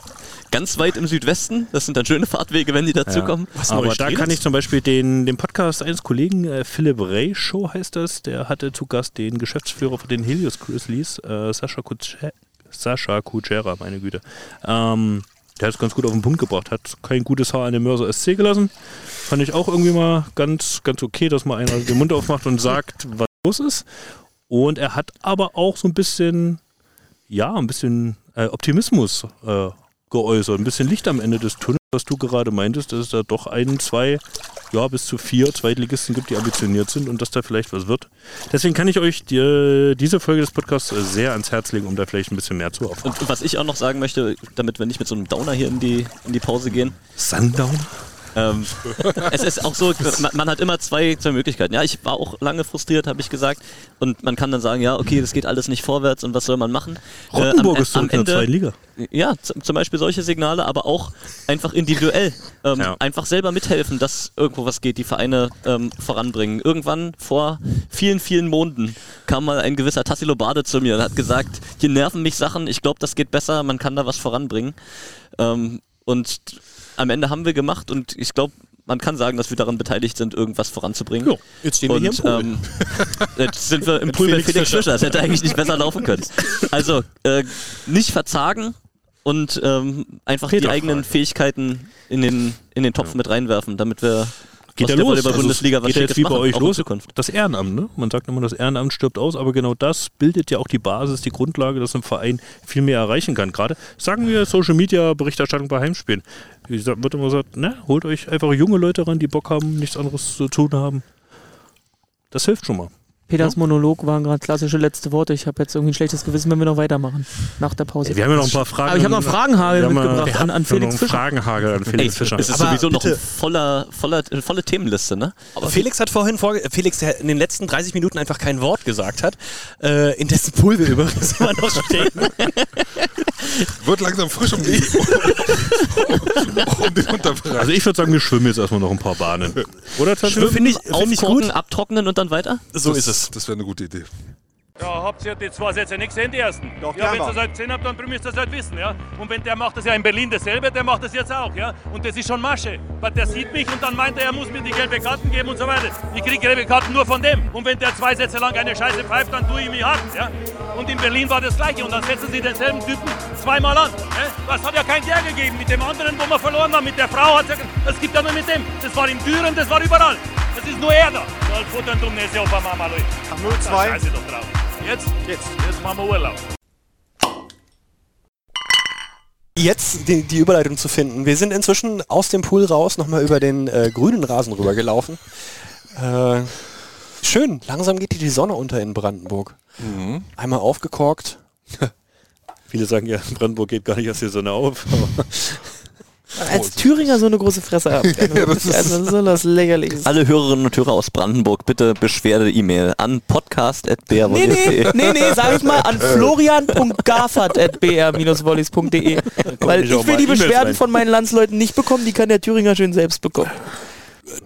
ganz weit im Südwesten. Das sind dann schöne Fahrtwege, wenn die dazukommen. Ja. Aber da kann ich zum Beispiel den, den Podcast eines Kollegen, äh, Philipp Ray Show heißt das, der hatte zu Gast den Geschäftsführer von den Helios Grizzlies, äh, Sascha, Kutsche Sascha Kutschera, meine Güte. Ähm, der hat es ganz gut auf den Punkt gebracht. Hat kein gutes Haar an dem Mörser SC gelassen. Fand ich auch irgendwie mal ganz, ganz okay, dass mal einer den Mund aufmacht und sagt, was los ist. Und er hat aber auch so ein bisschen, ja, ein bisschen äh, Optimismus äh, geäußert. Ein bisschen Licht am Ende des Tunnels, was du gerade meintest, dass es da doch ein, zwei, ja, bis zu vier Zweitligisten gibt, die ambitioniert sind und dass da vielleicht was wird. Deswegen kann ich euch die, diese Folge des Podcasts äh, sehr ans Herz legen, um da vielleicht ein bisschen mehr zu erfahren. Und was ich auch noch sagen möchte, damit wir nicht mit so einem Downer hier in die, in die Pause gehen, Sundown? Ähm, es ist auch so, man, man hat immer zwei, zwei Möglichkeiten. Ja, ich war auch lange frustriert, habe ich gesagt. Und man kann dann sagen, ja, okay, das geht alles nicht vorwärts und was soll man machen? Äh, am- Rottenburg ist zurück in der zweiten Ende, Liga. Ja, z- zum Beispiel solche Signale, aber auch einfach individuell. Ähm, Ja. Einfach selber mithelfen, dass irgendwo was geht, die Vereine ähm, voranbringen. Irgendwann vor vielen, vielen Monden kam mal ein gewisser Tassilo Bade zu mir und hat gesagt, hier nerven mich Sachen, ich glaube, das geht besser, man kann da was voranbringen. Ähm, und am Ende haben wir gemacht und ich glaube, man kann sagen, dass wir daran beteiligt sind, irgendwas voranzubringen. Jo, jetzt stehen wir hier im Pool. Ähm, jetzt sind wir im Pool mit Felix Fischer. Das hätte eigentlich nicht besser laufen können. Also äh, nicht verzagen und ähm, einfach die Peter eigenen Frage. Fähigkeiten in den, in den Topf mit reinwerfen, damit wir Geht aus ja der los. Also Volleyball-Bundesliga geht ja jetzt Schickes wie bei machen, euch auch in los. Zukunft. Das Ehrenamt, ne? Man sagt immer, das Ehrenamt stirbt aus, aber genau das bildet ja auch die Basis, die Grundlage, dass ein Verein viel mehr erreichen kann. Gerade sagen wir Social Media Berichterstattung bei Heimspielen. Ich sag, wird immer gesagt, ne, holt euch einfach junge Leute ran, die Bock haben, nichts anderes zu tun haben. Das hilft schon mal. Peters Monolog waren gerade klassische letzte Worte. Ich habe jetzt irgendwie ein schlechtes Gewissen, wenn wir noch weitermachen. Nach der Pause. Ey, wir haben ja noch ein paar Fragen. Aber ich habe noch einen Fragenhagel Wir haben ja- mitgebracht wir an- an haben Felix noch einen Fischer. Fragenhagel an Felix Fischer. Es ist Aber sowieso noch ein bitte. voller, voller, eine volle Themenliste, ne? Aber Felix hat vorhin vorge äh, Felix, der in den letzten 30 Minuten einfach kein Wort gesagt hat, äh, in dessen Pool wir übrigens immer noch stehen. Wird langsam frisch um die, um den Unterbereich. Also ich würde sagen, wir schwimmen jetzt erstmal noch ein paar Bahnen. Oder Tante? Schwimmen finde ich, find ich aufkorken, gut. abtrocknen und dann weiter? So ist das, es. das wäre eine gute Idee. Ja, habt ihr die zwei Sätze nicht gesehen, die ersten? Doch, ja, wenn ihr es halt gesehen habt, dann müsst ihr es halt wissen, ja? Und wenn der macht das ja in Berlin dasselbe, der macht das jetzt auch, ja? Und das ist schon Masche. Weil der sieht mich und dann meint er, er muss mir die gelbe Karten geben und so weiter. Ich kriege gelbe Karten nur von dem. Und wenn der zwei Sätze lang eine Scheiße pfeift, dann tue ich mich hart, ja? Und in Berlin war das Gleiche. Und dann setzen sie denselben Typen zweimal an. Ne? Das hat ja kein Geld gegeben mit dem anderen, wo wir verloren haben. Mit der Frau hat es ja... Das gibt ja nur mit dem. Das war in Düren, das war überall. Das ist nur er da. Soll futtern, dumm, ist ja auf Mama, Leute. 0-2. Scheiße doch drauf. Jetzt? Jetzt. Jetzt machen wir Urlaub. Jetzt die, die Überleitung zu finden. Wir sind inzwischen aus dem Pool raus, nochmal über den äh, grünen Rasen rübergelaufen. Äh, schön, langsam geht hier die Sonne unter in Brandenburg. Einmal aufgekorkt. Mhm. Viele sagen ja, Brandenburg geht gar nicht aus der Sonne auf. Als Thüringer so eine große Fresse haben. das ist also so was Lächerliches. Alle Hörerinnen und Hörer aus Brandenburg, bitte Beschwerde-E-Mail an podcast.br. Nee, nee, nee, nee, sag ich mal an florian.gaffert.br-volleys.de. Weil ich auch e. ich will mal die E-Mails Beschwerden rein. von meinen Landsleuten nicht bekommen, die kann der Thüringer schön selbst bekommen.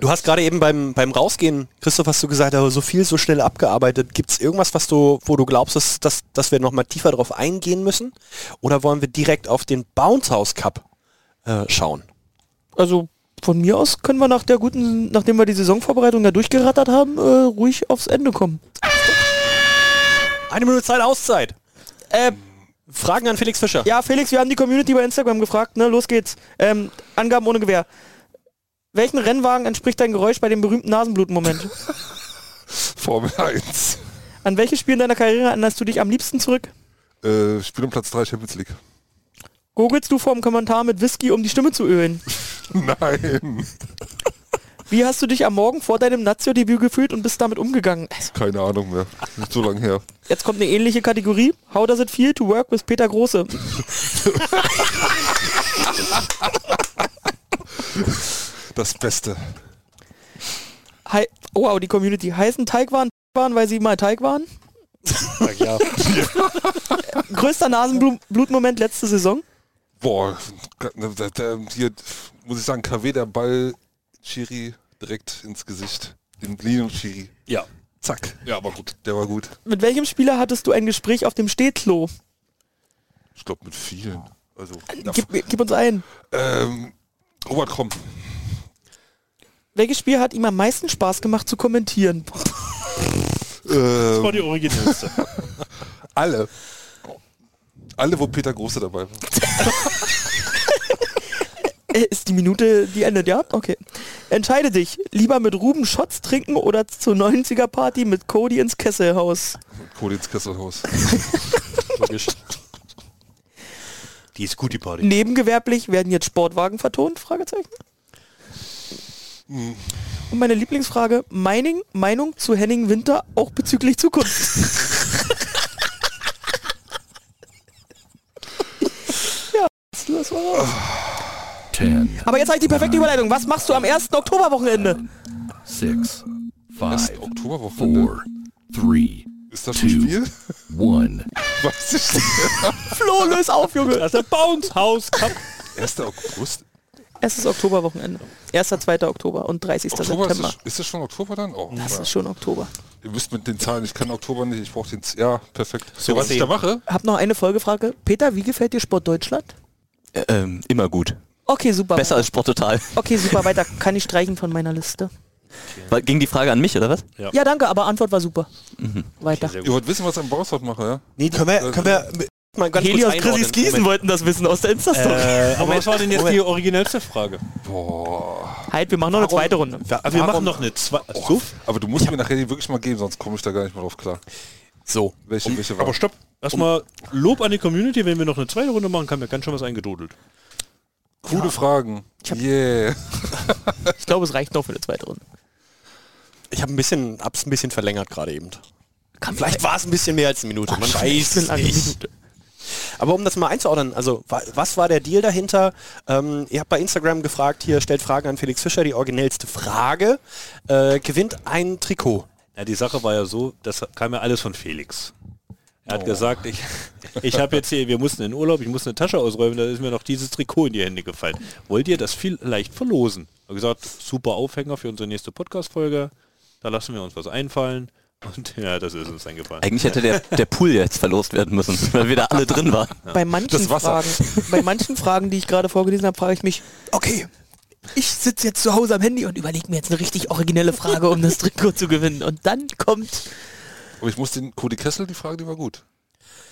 Du hast gerade eben beim, beim Rausgehen, Christoph, hast du gesagt, aber so viel so schnell abgearbeitet. Gibt es irgendwas, was du, wo du glaubst, dass, dass, dass wir nochmal tiefer drauf eingehen müssen? Oder wollen wir direkt auf den Bounce House Cup äh, schauen? Also von mir aus können wir nach der guten, nachdem wir die Saisonvorbereitung ja durchgerattert haben, äh, ruhig aufs Ende kommen. Eine Minute Zeit Auszeit. Äh, Fragen an Felix Fischer. ja, Felix, wir haben die Community bei Instagram gefragt, ne? Los geht's. Ähm, Angaben ohne Gewehr. Welchen Rennwagen entspricht dein Geräusch bei dem berühmten Nasenblutmoment? Formel 1. An welches Spiel in deiner Karriere erinnerst du dich am liebsten zurück? Äh, Spiel um Platz 3 Champions League. Gurgelst du vor dem Kommentar mit Whisky, um die Stimme zu ölen? Nein, Wie hast du dich am Morgen vor deinem Nazio-Debüt gefühlt und bist damit umgegangen? Also, keine Ahnung mehr. Nicht so lange her. Jetzt kommt eine ähnliche Kategorie. How does it feel to work with Peter Große? Das Beste. Hi oh, wow, die Community. Heißen Teig waren, waren, weil sie mal Teig waren? Größter Nasenblutmoment letzte Saison? Boah, da- da- hier muss ich sagen, KW der Ball, Chiri direkt ins Gesicht. Im Linium Chiri. Ja. Zack. Ja, aber gut. Der war gut. Mit welchem Spieler hattest du ein Gespräch auf dem Stehklo? Ich glaube mit vielen. Also, na, Gib, gib uns ein. ähm, Robert Kromm. Welches Spiel hat ihm am meisten Spaß gemacht zu kommentieren? Ähm, war die originellste. Alle. Alle, wo Peter Große dabei war. Äh, Ist die Minute, die endet, ja? Okay. Entscheide dich. Lieber mit Ruben Schotz trinken oder zur 90er-Party mit Cody ins Kesselhaus? Koditz Kesselhaus. Die ist gut, die Party. Nebengewerblich werden jetzt Sportwagen vertont? Fragezeichen. Und meine Lieblingsfrage, Meining, Meinung zu Henning Winter auch bezüglich Zukunft. ja, das- das war raus. Aber jetzt habe ich die perfekte Überleitung. Was machst du am 1. Oktoberwochenende? Six, Erst five, Oktoberwochenende. four, three, Ist das schon two, Spiel? one. Weiß ich nicht. Flo, löse auf, Junge. Das ist der Bounce House Cup. 1. August? Es ist Oktoberwochenende. 1. 2. Oktober und 30. Oktober? Ist September. das, ist das schon Oktober dann? Oh, Das ja. ist schon Oktober. Ihr wisst mit den Zahlen, ich kann Oktober nicht, ich brauche den... Z ja, perfekt. So, was ich zehn. da mache? Hab noch eine Folgefrage. Peter, wie gefällt dir Sport Deutschland? Ähm, immer gut. Okay, super. Besser als Sport total. Okay, super, weiter. Kann ich streichen von meiner Liste. War- Ging die Frage an mich, oder was? Ja, danke, aber Antwort war super. Weiter. Ihr wollt wissen, was ich am Bauhaus mache, ja? Nee, können wir, können wir mal ganz Helios Äh, kurz einordnen. Chrissy Skiesen Moment. wollten das wissen aus der Insta-Story. Äh, aber was war denn jetzt Moment. die originellste Frage? Halt, wir machen noch eine zweite Runde. Wir, wir machen noch eine zweite. Oh, aber du musst mir nachher die wirklich mal geben, sonst komme ich da gar nicht mehr drauf klar. So. Um Welche, welche war? Aber stopp. Erstmal Lob an die Community, wenn wir noch eine zweite Runde machen, haben wir ganz schön was eingedudelt. Coole Fragen. Yeah. Ich glaube, es reicht noch für eine zweite Runde. Ich habe ein bisschen, hab's ein bisschen verlängert gerade eben. Kann Vielleicht war es ein bisschen mehr als eine Minute. Man weiß eine lange nicht. Aber um das mal einzuordnen, also wa- was war der Deal dahinter? Ähm, ihr habt bei Instagram gefragt, hier stellt Fragen an Felix Fischer, die originellste Frage. Äh, gewinnt ein Trikot. Ja, die Sache war ja so, das kam ja alles von Felix. Er hat gesagt, ich, ich habe jetzt hier, wir mussten in Urlaub, ich muss eine Tasche ausräumen, da ist mir noch dieses Trikot in die Hände gefallen. Wollt ihr das vielleicht verlosen? Er hat gesagt, super Aufhänger für unsere nächste Podcast-Folge, da lassen wir uns was einfallen. Und ja, das ist uns eingefallen. Eigentlich hätte der, der Pool jetzt verlost werden müssen, weil wir da alle drin waren. Bei manchen, Das Wasser. Fragen, bei manchen Fragen, die ich gerade vorgelesen habe, frage ich mich, okay, ich sitze jetzt zu Hause am Handy und überlege mir jetzt eine richtig originelle Frage, um das Trikot zu gewinnen. Und dann kommt... Aber ich muss den Cody Kessel, die Frage, die war gut.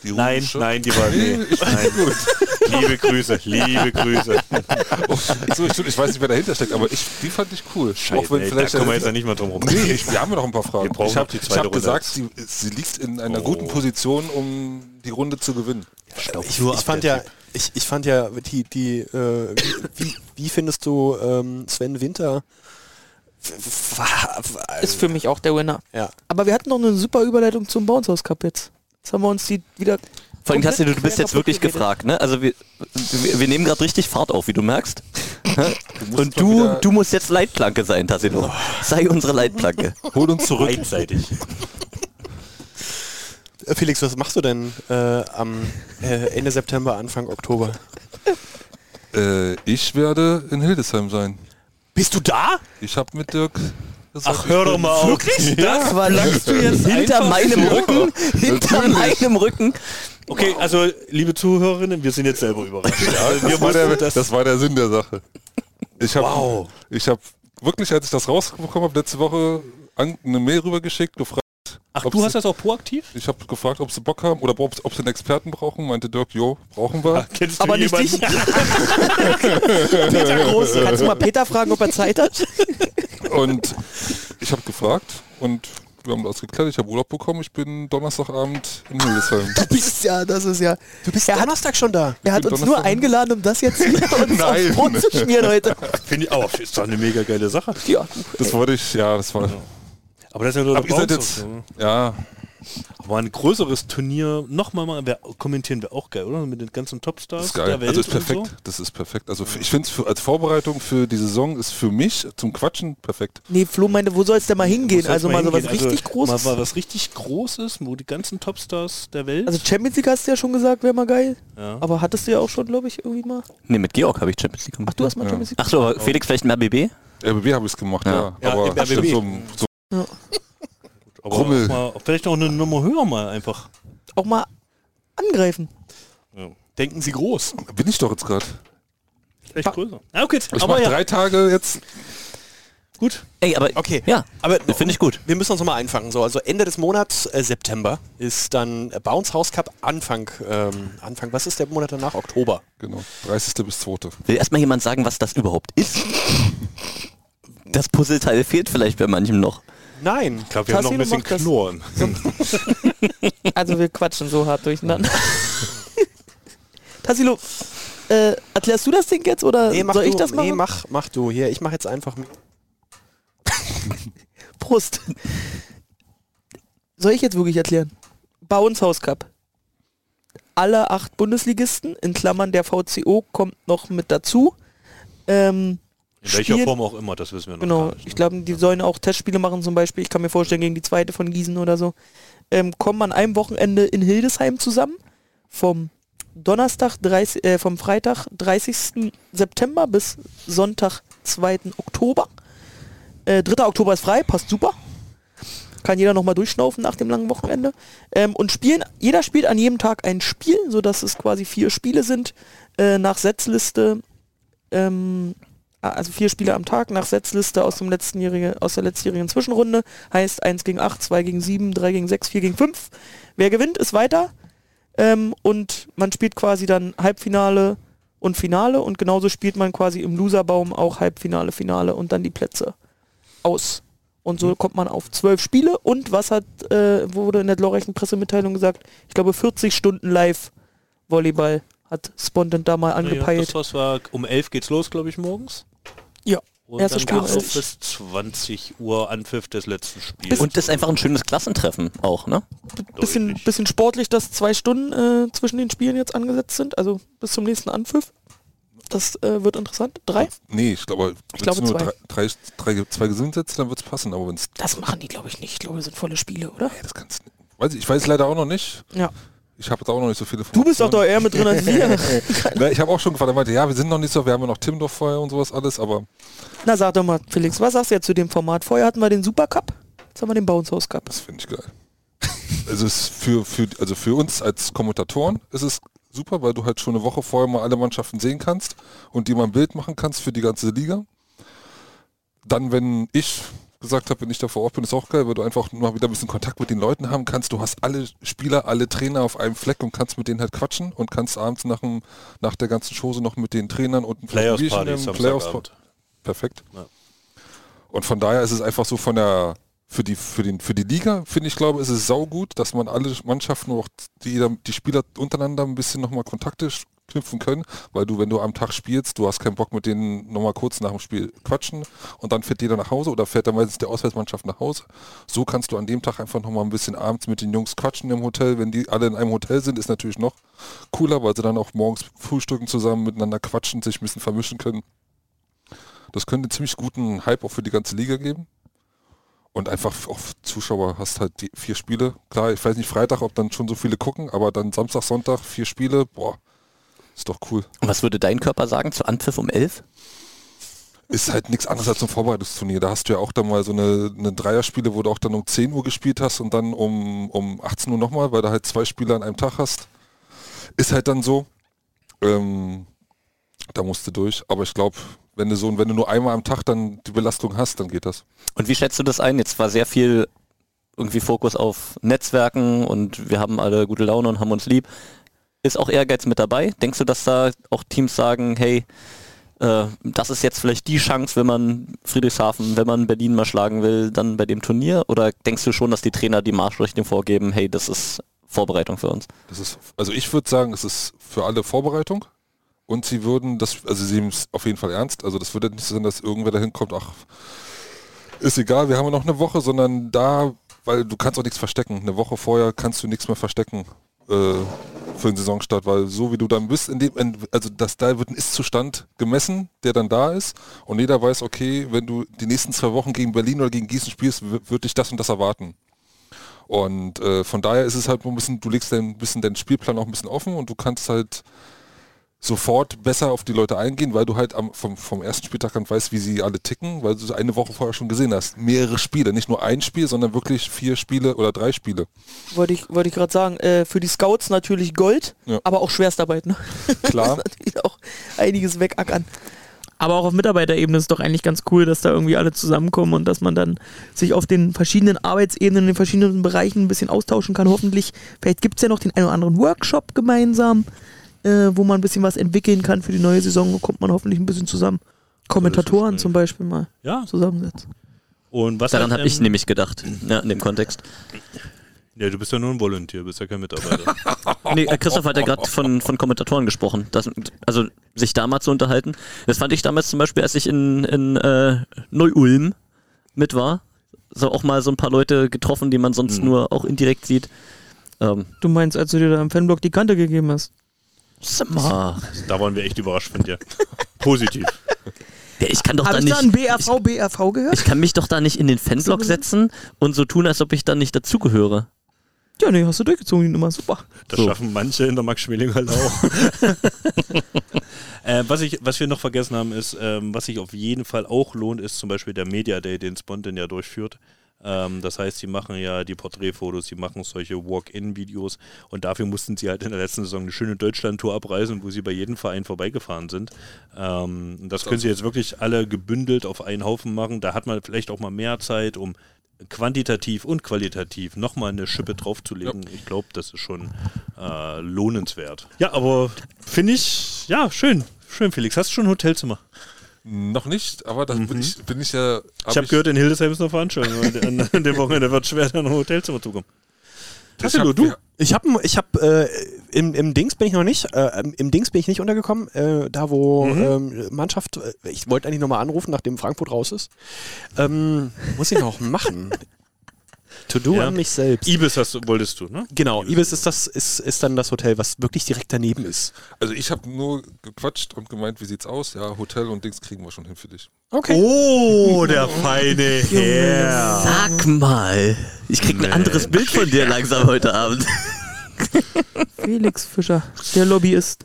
Die Nein, Ruhmsche- nein, die war nee. ich finde die gut. Liebe Grüße, liebe Grüße. Oh, so, ich, ich weiß nicht, wer dahinter steckt, aber ich, die fand ich cool. Auch wenn Ey, da vielleicht kommen wir jetzt ja nicht mal drum rum. Nee, ich, wir haben ja noch ein paar Fragen. Wir brauchen ich habe noch die hab zweite Runde. Oh. gesagt, sie, sie liegt in einer guten Position, um die Runde zu gewinnen. Ich, ich fand ja, ich, ich fand ja, die, die, äh, wie, wie findest du ähm, Sven Winter? Ist für mich auch der Winner. Ja. Aber wir hatten noch eine super Überleitung zum Bounce House Cup jetzt. Jetzt haben wir uns die wieder... Vor allem, Tassi, du, du komplett bist jetzt kaputt wirklich geredet. gefragt, ne? Also wir, wir, wir nehmen gerade richtig Fahrt auf, wie du merkst. musst Und mal du, wieder- du musst jetzt Leitplanke sein, Tassilo. Sei unsere Leitplanke. Hol uns zurück. Einseitig. Äh, Felix, was machst du denn äh, am äh, Ende September, Anfang Oktober? Äh, ich werde in Hildesheim sein. Bist du da? Ich habe mit Dirk gesagt, Ach, hör doch mal auf. Wirklich? Das war du jetzt Hinter meinem Rücken, hinter meinem Rücken. Okay, also liebe Zuhörerinnen, wir sind jetzt selber überrascht. Also, wir das, war der, mussten das, das war der Sinn der Sache. Ich habe ich hab wirklich, als ich das rausbekommen habe, letzte Woche an, eine Mail rübergeschickt, gefragt, Ach, Ob du sie- hast das auch proaktiv? ich habe gefragt, ob sie Bock haben oder ob, ob sie einen Experten brauchen. Meinte Dirk, jo, brauchen wir. Kennst Aber nicht dich. Peter Groß. Kannst du mal Peter fragen, ob er Zeit hat? Und ich habe gefragt und wir haben das geklärt. Ich habe Urlaub bekommen. Ich bin Donnerstagabend in Hildesheim. Du bist ja, das ist ja... Du bist er hat, Donnerstag schon da. er hat bin uns nur Donnerstag- eingeladen, um das jetzt hier uns aufs Nein. Brot zu schmieren heute. Finde ich auch. Ist doch eine mega geile Sache. Ja, Das wollte ich, ja, das war. Aber das ist ja nur Aber ihr seid Bounce jetzt, House, ja, ja. Aber ein größeres Turnier nochmal mal, wär, kommentieren wir auch geil, oder? Mit den ganzen Topstars das ist geil. Also ist und perfekt. Das ist perfekt. Also ich finde es als Vorbereitung für die Saison ist für mich zum Quatschen perfekt. Nee, Flo meinte, wo soll es denn mal Muss hingehen? jetzt Also mal so was hingehen. richtig also, Großes. Mal was richtig Großes, wo die ganzen Topstars der Welt. also Champions League hast du ja schon gesagt, wäre mal geil. ja. Aber hattest du ja auch schon, glaube ich, irgendwie mal. Nee, mit Georg habe ich Champions League gemacht. Ach, du hast mal Ja. Champions League. Ach so, aber Felix vielleicht ein RBB? RBB habe ich es gemacht, ja. Ja. Ja, aber im RBB. so, so Aber Krummel. auch Mal, vielleicht auch eine Nummer höher mal einfach. Auch mal angreifen. Denken Sie groß. bin ich doch jetzt gerade. Vielleicht größer. Ah, okay. Ich aber mache ja. drei Tage jetzt Gut. Ey, aber okay. Ja, aber Äh, finde ich gut. Wir müssen uns nochmal einfangen. So, also Ende des Monats äh, September ist dann äh, Bounce House Cup Anfang. Ähm, Anfang. Was ist der Monat danach? Oktober. Genau. 30. bis 2. Will erstmal jemand sagen, was das überhaupt ist? Das Puzzleteil fehlt vielleicht bei manchem noch. Nein. Ich glaube, wir haben noch ein bisschen Knurren. Also wir quatschen so hart durcheinander. Tassilo, äh, erklärst du das Ding jetzt oder Nee, mach soll du, ich das machen? Nee, mach, mach du. Hier, ich mache jetzt einfach. mit. Prost. Soll ich jetzt wirklich erklären? Bauens House Cup. Alle acht Bundesligisten, in Klammern der VCO, kommt noch mit dazu. Ähm, In welcher spielen- Form auch immer, das wissen wir noch Genau, gar nicht. ne? ich glaube, die sollen auch Testspiele machen zum Beispiel. Ich kann mir vorstellen, gegen die zweite von Gießen oder so. Ähm, kommen an einem Wochenende in Hildesheim zusammen. Vom Donnerstag, 30, äh, vom Freitag, 30. September bis Sonntag, 2. Oktober. Äh, 3. Oktober ist frei, passt super. Kann jeder nochmal durchschnaufen nach dem langen Wochenende. Ähm, und spielen, jeder spielt an jedem Tag ein Spiel, sodass es quasi vier Spiele sind. Äh, nach Setzliste ähm, a- also vier Spiele am Tag nach Setzliste aus, dem letztenjährige, aus der letztjährigen Zwischenrunde. Heißt 1 gegen 8, 2 gegen 7, 3 gegen 6, 4 gegen 5. Wer gewinnt, ist weiter. Ähm, und man spielt quasi dann Halbfinale und Finale und genauso spielt man quasi im Loserbaum auch Halbfinale, Finale und dann die Plätze aus. Und Mhm. so kommt man auf zwölf Spiele und was hat, äh, wurde in der glorreichen Pressemitteilung gesagt, ich glaube 40 Stunden live Volleyball hat Spontan da mal Ja, angepeilt. das was war, um 11 geht's los, glaube ich, morgens. Ja, Und erstes dann Spiel geht's um auf bis 20 Uhr Anpfiff des letzten Spiels. Und das ist einfach ein schönes Klassentreffen auch, ne? bisschen, bisschen sportlich, dass zwei Stunden äh, zwischen den Spielen jetzt angesetzt sind, also bis zum nächsten Anpfiff. Das äh, wird interessant. Drei? Nee, ich glaube, Ich glaube, wenn's nur zwei. Drei, drei, drei, zwei gesund setzt, dann wird es passen. Aber wenn es. Das machen die, glaube ich, nicht. Ich glaube, sind volle Spiele, oder? das kannst du nicht. Weiß ich, ich weiß leider auch noch nicht. Ja. Ich habe da auch noch nicht so viele Du bist doch da eher mit drin als wir. Na, ich habe auch schon gefragt, er meinte, ja, wir sind noch nicht so, wir haben ja noch Tim doch vorher und sowas alles, aber Na, sag doch mal, Felix, was sagst du jetzt zu dem Format? Vorher hatten wir den Supercup, jetzt haben wir den Bounce House Cup. das finde ich geil. Also, es ist für, für, also für uns als Kommentatoren ist es super, weil du halt schon eine Woche vorher mal alle Mannschaften sehen kannst und die mal ein Bild machen kannst für die ganze Liga. Dann, wenn ich gesagt habe, wenn ich da vor Ort bin, ist auch geil, weil du einfach mal wieder ein bisschen Kontakt mit den Leuten haben kannst. Du hast alle Spieler, alle Trainer auf einem Fleck und kannst mit denen halt quatschen und kannst abends nach, dem, nach der ganzen Chose noch mit den Trainern und ein Players Bierchen Party nehmen, Samstagabend. Playoffs- Perfekt. Ja. Und von daher ist es einfach so von der für die für den für die Liga finde ich glaube ist es saugut, dass man alle Mannschaften auch die jeder- die Spieler untereinander ein bisschen nochmal Kontakte sch- knüpfen können, weil du wenn du am Tag spielst, du hast keinen Bock mit denen nochmal kurz nach dem Spiel quatschen und dann fährt jeder nach Hause oder fährt dann meistens der Auswärtsmannschaft nach Hause. So kannst du an dem Tag einfach nochmal ein bisschen abends mit den Jungs quatschen im Hotel, wenn die alle in einem Hotel sind, ist natürlich noch cooler, weil sie dann auch morgens frühstücken zusammen miteinander quatschen, sich ein bisschen vermischen können. Das könnte einen ziemlich guten Hype auch für die ganze Liga geben. Und einfach f- auch für Zuschauer hast halt die vier Spiele. Klar, ich weiß nicht Freitag, ob dann schon so viele gucken, aber dann Samstag, Sonntag, vier Spiele, boah, ist doch cool. Und was würde dein Körper sagen zu Anpfiff um 11? Ist halt nichts anderes als ein Vorbereitungsturnier. Da hast du ja auch dann mal so eine, eine Dreierspiele, wo du auch dann um 10 Uhr gespielt hast und dann um, um 18 Uhr nochmal, weil du halt zwei Spiele an einem Tag hast. Ist halt dann so. Ähm, da musst du durch. Aber ich glaube, wenn du so wenn du nur einmal am Tag dann die Belastung hast, dann geht das. Und wie schätzt du das ein? Jetzt war sehr viel irgendwie Fokus auf Netzwerken und wir haben alle gute Laune und haben uns lieb. Ist auch Ehrgeiz mit dabei? Denkst du, dass da auch Teams sagen, hey, äh, das ist jetzt vielleicht die Chance, wenn man Friedrichshafen, wenn man Berlin mal schlagen will, dann bei dem Turnier? Oder denkst du schon, dass die Trainer die Marschrichtung vorgeben, hey, das ist Vorbereitung für uns? Das ist, also ich würde sagen, es ist für alle Vorbereitung und sie würden das, also sie nehmen es auf jeden Fall ernst. Also das würde nicht so sein, dass irgendwer dahin kommt, ach, ist egal, wir haben ja noch eine Woche, sondern da, weil du kannst auch nichts verstecken. Eine Woche vorher kannst du nichts mehr verstecken äh, für den Saisonstart, weil so wie du dann bist, in dem, in, also das da wird ein Ist-Zustand gemessen, der dann da ist und jeder weiß, okay, wenn du die nächsten zwei Wochen gegen Berlin oder gegen Gießen spielst, w- wird dich das und das erwarten. Und äh, von daher ist es halt nur ein bisschen, du legst dein bisschen deinen Spielplan auch ein bisschen offen und du kannst halt sofort besser auf die Leute eingehen, weil du halt am, vom, vom ersten Spieltag an weißt, wie sie alle ticken, weil du es eine Woche vorher schon gesehen hast. Mehrere Spiele, nicht nur ein Spiel, sondern wirklich vier Spiele oder drei Spiele. Wollte ich, wollte ich gerade sagen, äh, für die Scouts natürlich Gold, Ja. aber auch Schwerstarbeit, ne? Klar. natürlich auch einiges wegackern. Aber auch auf Mitarbeiterebene ist doch eigentlich ganz cool, dass da irgendwie alle zusammenkommen und dass man dann sich auf den verschiedenen Arbeitsebenen, in den verschiedenen Bereichen ein bisschen austauschen kann. Hoffentlich, vielleicht gibt es ja noch den einen oder anderen Workshop gemeinsam, äh, wo man ein bisschen was entwickeln kann für die neue Saison. Da kommt man hoffentlich ein bisschen zusammen. Kommentatoren zum Beispiel mal Ja. zusammensetzen. Und was Daran hat, habe ich ähm, nämlich gedacht, ja, in dem Kontext. Ja, du bist ja nur ein Volunteer, bist ja kein Mitarbeiter. Nee, äh, Christoph hat ja gerade von, von Kommentatoren gesprochen. Das, also sich da mal zu unterhalten. Das fand ich damals zum Beispiel, als ich in, in äh, Neu-Ulm mit war, so auch mal so ein paar Leute getroffen, die man Hm. sonst nur auch indirekt sieht. Ähm, Du meinst, als du dir da im Fanblock die Kante gegeben hast? Summer. Da waren wir echt überrascht von dir. Positiv. ja, ich kann doch Hab da ich nicht. da einen BRV, BRV gehört? Ich kann mich doch da nicht in den Fanblock setzen und so tun, als ob ich da nicht dazugehöre. ja, nee, hast du durchgezogen, die Nummer. Super. So. schaffen manche in der Max Schmeling halt auch. äh, was, ich, was wir noch vergessen haben, ist, ähm, was sich auf jeden Fall auch lohnt, ist zum Beispiel der Media Day, den Spontan ja durchführt. Ähm, das heißt, sie machen ja die Porträtfotos, sie machen solche Walk-In-Videos und dafür mussten sie halt in der letzten Saison eine schöne Deutschland-Tour abreisen, wo sie bei jedem Verein vorbeigefahren sind. Ähm, das können sie jetzt wirklich alle gebündelt auf einen Haufen machen. Da hat man vielleicht auch mal mehr Zeit, um quantitativ und qualitativ nochmal eine Schippe draufzulegen. Ich glaube, das ist schon äh, lohnenswert. Ja, aber finde ich, ja, schön. Schön, Felix. Hast du schon ein Hotelzimmer? Noch nicht, aber da bin, ich, bin ich ja. hab ich habe gehört, in Hildesheim ist noch Veranstaltung. an, an dem Wochenende wird schwer, dann ein Hotelzimmer zu kommen. Das Tassilo, hab- du? ja. Ich habe ich hab, äh, im, im Dings bin ich noch nicht, äh, im Dings bin ich nicht untergekommen, äh, da wo Mhm. ähm, Mannschaft, äh, ich wollte eigentlich nochmal anrufen, nachdem Frankfurt raus ist. Ähm, muss ich noch machen. To do Ja. an mich selbst. Ibis hast du, wolltest du, ne? genau, Ibis ist das, ist, ist dann das Hotel, was wirklich direkt daneben ist. Also ich habe nur gequatscht und gemeint, wie sieht's aus? Ja, Hotel und Dings kriegen wir schon hin für dich. Okay. Oh, der feine Herr. Sag mal. Ah. Ich krieg ein anderes Bild von dir langsam heute Abend. Felix Fischer, der Lobbyist.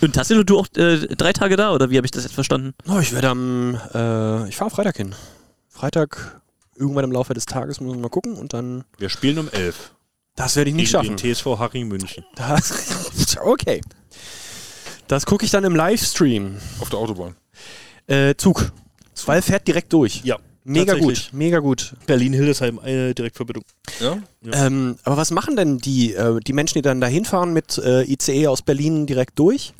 Und Tassilo, du auch äh, drei Tage da, oder wie habe ich das jetzt verstanden? Oh, ich werde am, äh, ich fahre Freitag hin. Freitag, irgendwann im Laufe des Tages, müssen wir mal gucken und dann, Wir spielen um 11. das werde ich nicht Gegen schaffen. den TSV Haching München. Das, okay. Das gucke ich dann im Livestream. Auf der Autobahn. Äh, Zug. Weil fährt direkt durch. Ja. Mega tatsächlich. gut, mega gut. Berlin-Hildesheim, äh, eine Direktverbindung. Ja? Ähm, aber was machen denn die, äh, die Menschen, die dann da hinfahren mit äh, ICE aus Berlin direkt durch?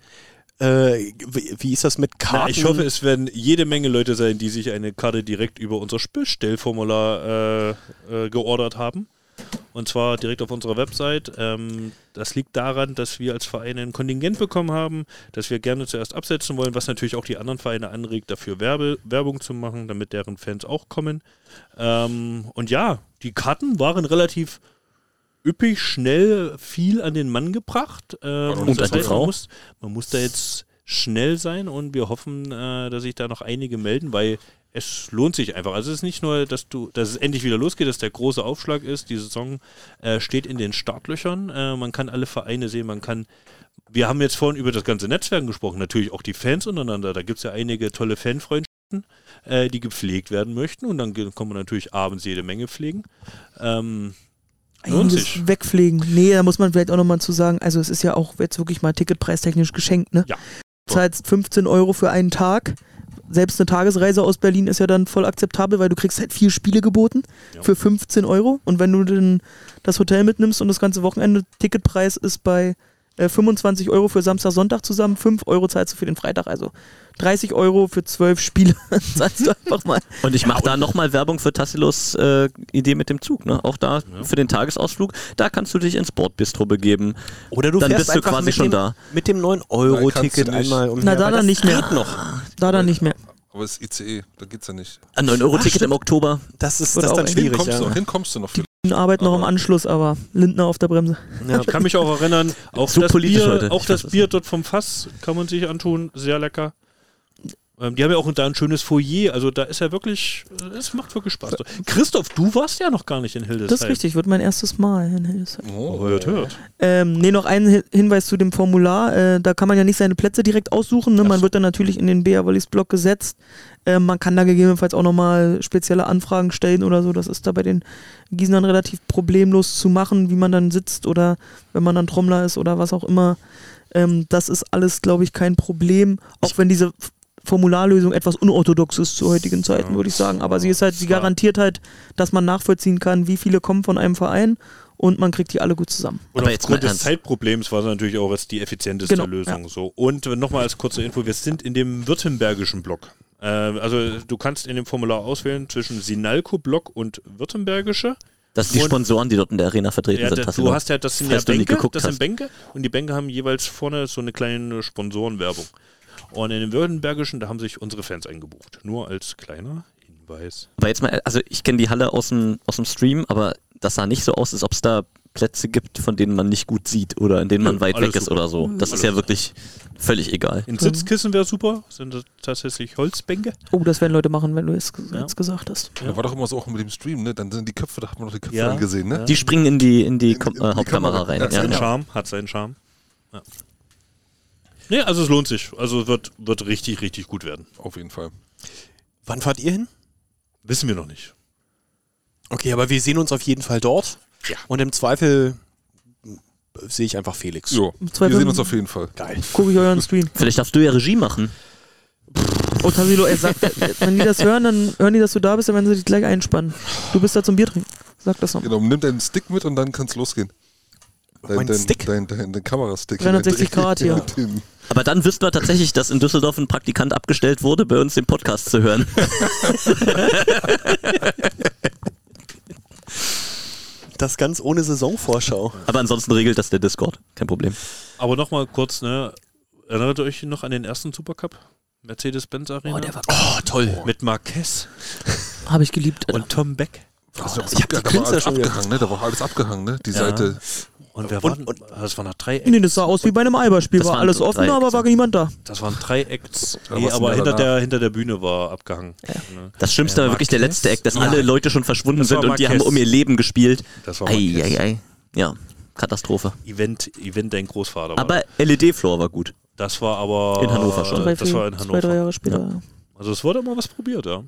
Äh, wie, wie ist das mit Karten? Na, ich hoffe, es werden jede Menge Leute sein, die sich eine Karte direkt über unser Bestellformular äh, äh, geordert haben. Und zwar direkt auf unserer Website. Ähm, das liegt daran, dass wir als Verein ein Kontingent bekommen haben, das wir gerne zuerst absetzen wollen, was natürlich auch die anderen Vereine anregt, dafür Werbe Werbung zu machen, damit deren Fans auch kommen. Ähm, und ja, die Karten waren relativ üppig, schnell, viel an den Mann gebracht. Ähm, Und an die Frau. Man muss, man muss da jetzt schnell sein und wir hoffen, äh, dass sich da noch einige melden, weil es lohnt sich einfach. Also es ist nicht nur, dass du, dass es endlich wieder losgeht, dass der große Aufschlag ist. Die Saison äh, steht in den Startlöchern. Äh, man kann alle Vereine sehen, man kann wir haben jetzt vorhin über das ganze Netzwerk gesprochen, natürlich auch die Fans untereinander. Da gibt es ja einige tolle Fanfreundschaften, äh, die gepflegt werden möchten. Und dann ge- kann man natürlich abends jede Menge pflegen. Ähm, lohnt sich. Einiges wegpflegen. Nee, da muss man vielleicht auch nochmal zu sagen, also es ist ja auch jetzt wirklich mal ticketpreistechnisch geschenkt, ne? Ja. Du zahlst 15 Euro für einen Tag. Selbst eine Tagesreise aus Berlin ist ja dann voll akzeptabel, weil du kriegst halt vier Spiele geboten Ja. für 15 Euro. Und wenn du dann das Hotel mitnimmst und das ganze Wochenende, Ticketpreis ist bei äh, 25 Euro für Samstag, Sonntag zusammen, 5 Euro zahlst du für den Freitag. Also 30 Euro für 12 Spiele zahlst du einfach mal. Und ich mache da nochmal Werbung für Tassilos äh, Idee mit dem Zug. Ne? Auch da für den Tagesausflug, da kannst du dich ins Bordbistro begeben. Oder du Dann fährst bist du einfach quasi mit schon dem, da. Mit dem Nein, 9-Euro-Ticket kannst du nicht. einmal um Na, da dann nicht mehr. Ah, Geht noch. Da dann nicht mehr. Aber es ist ICE, da geht's ja nicht. Ein 9-Euro-Ticket im Oktober. Das ist, Wird das ist auch dann eng. schwierig, Hinkommst du ja. noch, hinkommst du noch. Philipp. Die Arbeit noch im Aber- Anschluss, aber Lindner auf der Bremse. ja. Ich kann mich auch erinnern, auch So das, politisch Bier, heute. Auch Ich weiß das es Bier dort vom Fass kann man sich antun. Sehr lecker. Ähm, die haben ja auch da ein schönes Foyer. Also da ist ja wirklich, äh, es macht wirklich Spaß. Christoph, du warst ja noch gar nicht in Hildesheim. Das ist richtig, wird mein erstes Mal in Hildesheim. Oh. Hört, hört. Ähm, nee, noch ein Hi- Hinweis zu dem Formular. Äh, da kann man ja nicht seine Plätze direkt aussuchen. Ne? Man wird dann natürlich in den BA Wallis Block gesetzt. Ähm, man kann da gegebenenfalls auch nochmal spezielle Anfragen stellen oder so. Das ist da bei den Gießnern relativ problemlos zu machen, wie man dann sitzt oder wenn man dann Trommler ist oder was auch immer. Ähm, das ist alles, glaube ich, kein Problem. Auch wenn diese F- Formularlösung etwas unorthodox ist zu heutigen Zeiten, würde ich sagen. Aber sie ist halt, sie garantiert halt, dass man nachvollziehen kann, wie viele kommen von einem Verein und man kriegt die alle gut zusammen. Und aufgrund des Zeitproblems war es natürlich auch jetzt die effizienteste Genau, Lösung. ja. So. Und nochmal als kurze Info, wir sind in dem württembergischen Block. Äh, also du kannst in dem Formular auswählen zwischen Sinalco-Block und württembergische. Das sind die Und- Sponsoren, die dort in der Arena vertreten Ja, sind. da- hast du noch- hast ja, das sind ja falls du nicht Bänke, geguckt das hast. sind Bänke und die Bänke haben jeweils vorne so eine kleine Sponsorenwerbung. Und in den württembergischen, da haben sich unsere Fans eingebucht. Nur als kleiner Hinweis. Aber jetzt mal, also ich kenne die Halle aus dem, aus dem Stream, aber das sah nicht so aus, als ob es da Plätze gibt, von denen man nicht gut sieht oder in denen man Nö, weit alles weg ist super. oder so. Das Alles ist ja super. wirklich völlig egal. Ein Sitzkissen wäre super, sind das tatsächlich Holzbänke. Oh, das werden Leute machen, wenn du es ge- jetzt gesagt hast. Da war doch immer so auch mit dem Stream, ne? Dann sind die Köpfe, da hat man noch die Köpfe Ja. dann gesehen, ne? Die springen in die, in die, Kom- äh, Hauptkamera Kamera. rein. Ja, Ja, Hat ja. Charme, hat seinen Charme. Ja. Nee, also es lohnt sich. Also wird, wird richtig, richtig gut werden. Auf jeden Fall. Wann fahrt ihr hin? Wissen wir noch nicht. Okay, aber wir sehen uns auf jeden Fall dort. Ja. Und im Zweifel äh, sehe ich einfach Felix. Jo, Zwei wir sehen Wochen- uns auf jeden Fall. Geil. Guck ich euren Stream. Vielleicht darfst du ja Regie machen. Oh, Tassilo, ey, sag, wenn die das hören, dann hören die, dass du da bist, dann werden sie dich gleich einspannen. Du bist da zum Bier trinken. Sag das noch. Genau, nimm deinen Stick mit und dann kann's losgehen. Dein, Mein dein, Stick? Dein, dein, dein Kamerastick. 360 Grad, ja. Mit dem- Aber dann wissen wir tatsächlich, dass in Düsseldorf ein Praktikant abgestellt wurde, bei uns den Podcast zu hören. Das ganz ohne Saisonvorschau. Aber ansonsten regelt das der Discord. Kein Problem. Aber nochmal kurz, ne? Erinnert ihr euch noch an den ersten Supercup? Mercedes-Benz Arena? Oh, toll. Mit Marquez Habe ich geliebt. Alter. und Tom Beck. Also, ich hab die da war Künstler alles schon wieder- abgehangen, ne? Da war alles abgehangen, ne? Die Ja. Seite. Und wir Und- waren, Ah, das waren noch drei Nee, Acts. das sah aus wie bei einem Alberspiel. Das War waren alles so offen, drei aber war Sätze. niemand da. Das waren drei Acts. Da Nee, warst du aber da hinter danach. der, hinter der Bühne war abgehangen. Ne? Das Schlimmste war wirklich der Marquez? letzte Eck, dass Ja. alle Leute schon verschwunden Das war sind und die haben Marquez. um ihr Leben gespielt. Das war Marquez. Eieiei. Ja, Katastrophe. Event, Event dein Großvater war. Aber LED-Floor war gut. das war aber In Hannover schon. Drei, Das vier- war in Zwei, drei Hannover. Jahre später. Also es wurde mal was probiert, ja.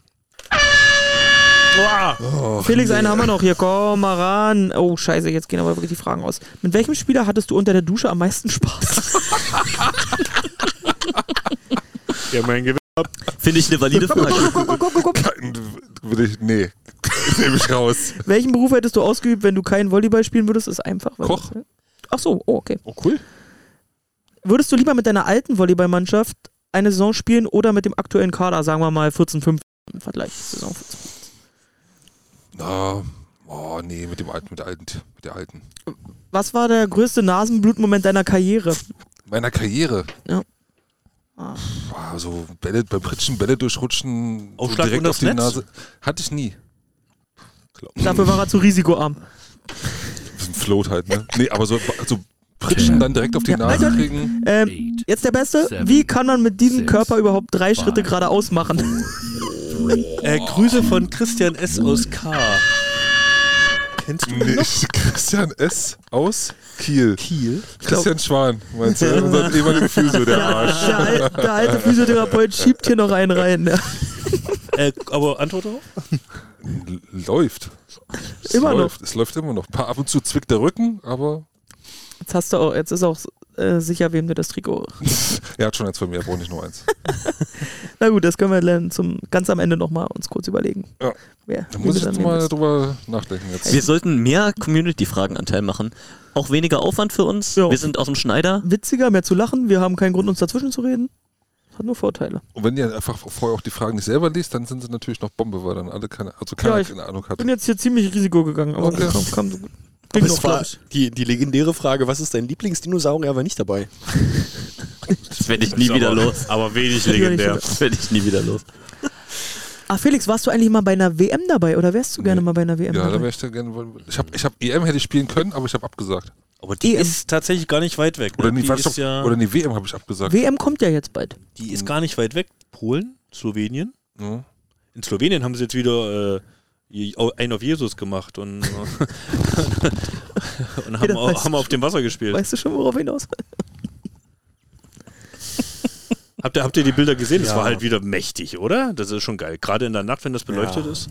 Oh, Felix, einen haben wir noch hier. Komm mal ran. Oh, scheiße, jetzt gehen aber wirklich die Fragen aus. Mit welchem Spieler hattest du unter der Dusche am meisten Spaß? Ja, mein Gewinn. Finde ich eine valide Frage. guck, guck, guck, guck, guck. Würde ich, nee. Nehme ich raus. Welchen Beruf hättest du ausgeübt, wenn du keinen Volleyball spielen würdest? Ist einfach. weil- Koch. Ach so, oh, okay. Oh, cool. Würdest du lieber mit deiner alten Volleyballmannschaft eine Saison spielen oder mit dem aktuellen Kader, sagen wir mal 14-15 im Vergleich? Saison 14? Na, oh, nee, mit dem alten, mit der alten, mit der alten. Was war der größte Nasenblutmoment deiner Karriere? Meiner Karriere. Ja. Ah. Boah, so Bälle, beim Pritschen Bälle durchrutschen, so Aufschlag direkt unters auf die Netz? Nase. Hatte ich nie. Dafür war er zu risikoarm. Ein Float halt, ne? Nee, aber so, so pritschen, dann direkt auf die Ja, Nase Alter. kriegen. Ähm, Eight, jetzt der Beste. Seven, Wie kann man mit diesem six, Körper überhaupt drei Schritte five, geradeaus machen? Oh. Äh, Grüße von Christian S. aus K. Kennst du Nee, Christian S. aus Kiel. Kiel? Christian Schwan, meinst du? Unser ehemaliger Physio, der Arsch. Der, al- der alte Physiotherapeut schiebt hier noch einen rein. Ja. Äh, aber Antwort darauf? L- Läuft. Es Immer noch. läuft. Es läuft immer noch. Pa- Ab und zu zwickt der Rücken, aber Jetzt, hast du auch, jetzt ist auch äh, sicher, wem du das Trikot. er hat schon eins von mir, er braucht nicht nur eins. Na gut, das können wir dann zum, ganz am Ende nochmal uns kurz überlegen. Ja. Wer, Da wen muss du ich dann jetzt nehmen mal willst. drüber nachdenken. Jetzt. Wir sollten mehr Community-Fragenanteil machen. Auch weniger Aufwand für uns. Ja. Wir sind aus dem Schneider. witziger, mehr zu lachen. Wir haben keinen Grund, uns dazwischen zu reden. Hat nur Vorteile. Und wenn ihr einfach vorher auch die Fragen nicht selber liest, dann sind sie natürlich noch Bombe, weil dann alle keine, also Ja, keiner ich keine Ahnung hat. Bin jetzt hier ziemlich Risiko gegangen, aber Okay. kam, kam so gut. Ging Aber noch, es war glaub ich. die, die legendäre Frage, was ist dein Lieblingsdinosaurier, war nicht dabei. Das werde ich nie wieder los. Aber wenig legendär. legendär. Das werde ich nie wieder los. Ah, Felix, warst du eigentlich mal bei einer WM dabei oder wärst du gerne Nee. mal bei einer WM Ja, da wäre dabei? ich da gerne. Ich habe ich hab EM hätte ich spielen können, aber ich habe abgesagt. Aber die EM. ist tatsächlich gar nicht weit weg. Ne? Oder nee, die warte, ist stopp. ja, oder nee WM habe ich abgesagt. WM kommt ja jetzt bald. die ist gar nicht weit weg. Polen, Slowenien. Ja. In Slowenien haben sie jetzt wieder äh, je- au- einen auf Jesus gemacht und, äh, und haben, das au- weiß haben auf dem Wasser gespielt. Weißt du schon, worauf ich hinaus will? Habt ihr, habt ihr die Bilder gesehen? Das Ja. war halt wieder mächtig, oder? Das ist schon geil. Gerade in der Nacht, wenn das beleuchtet Ja. ist.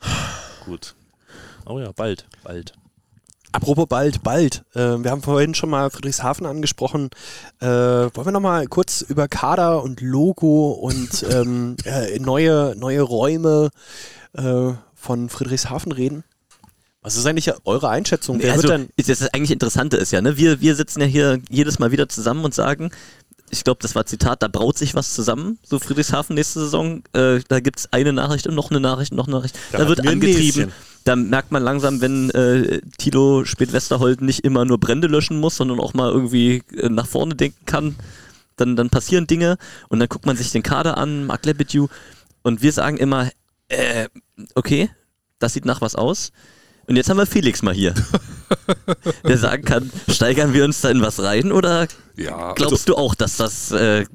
Gut. Oh ja, bald, bald. Apropos bald, bald. Äh, wir haben vorhin schon mal Friedrichshafen angesprochen. Äh, wollen wir noch mal kurz über Kader und Logo und ähm, äh, neue, neue Räume äh, von Friedrichshafen reden? Was ist eigentlich eure Einschätzung? Wer also, wird denn ist- das ist eigentlich Interessante ist ja, ne? wir, wir sitzen ja hier jedes Mal wieder zusammen und sagen, ich glaube, das war Zitat, da braut sich was zusammen, so Friedrichshafen nächste Saison. Äh, da gibt es eine Nachricht und noch eine Nachricht und noch eine Nachricht. Da Da, wird hatten wir ein angetrieben. Näschen. Da merkt man langsam, wenn äh, Tilo Spätwesterhold nicht immer nur Brände löschen muss, sondern auch mal irgendwie äh, nach vorne denken kann, dann, dann passieren Dinge und dann guckt man sich den Kader an, Mark Lebedew und wir sagen immer, äh, okay, das sieht nach was aus. Und jetzt haben wir Felix mal hier, der sagen kann, steigern wir uns da in was rein oder Ja, glaubst du auch, dass das äh,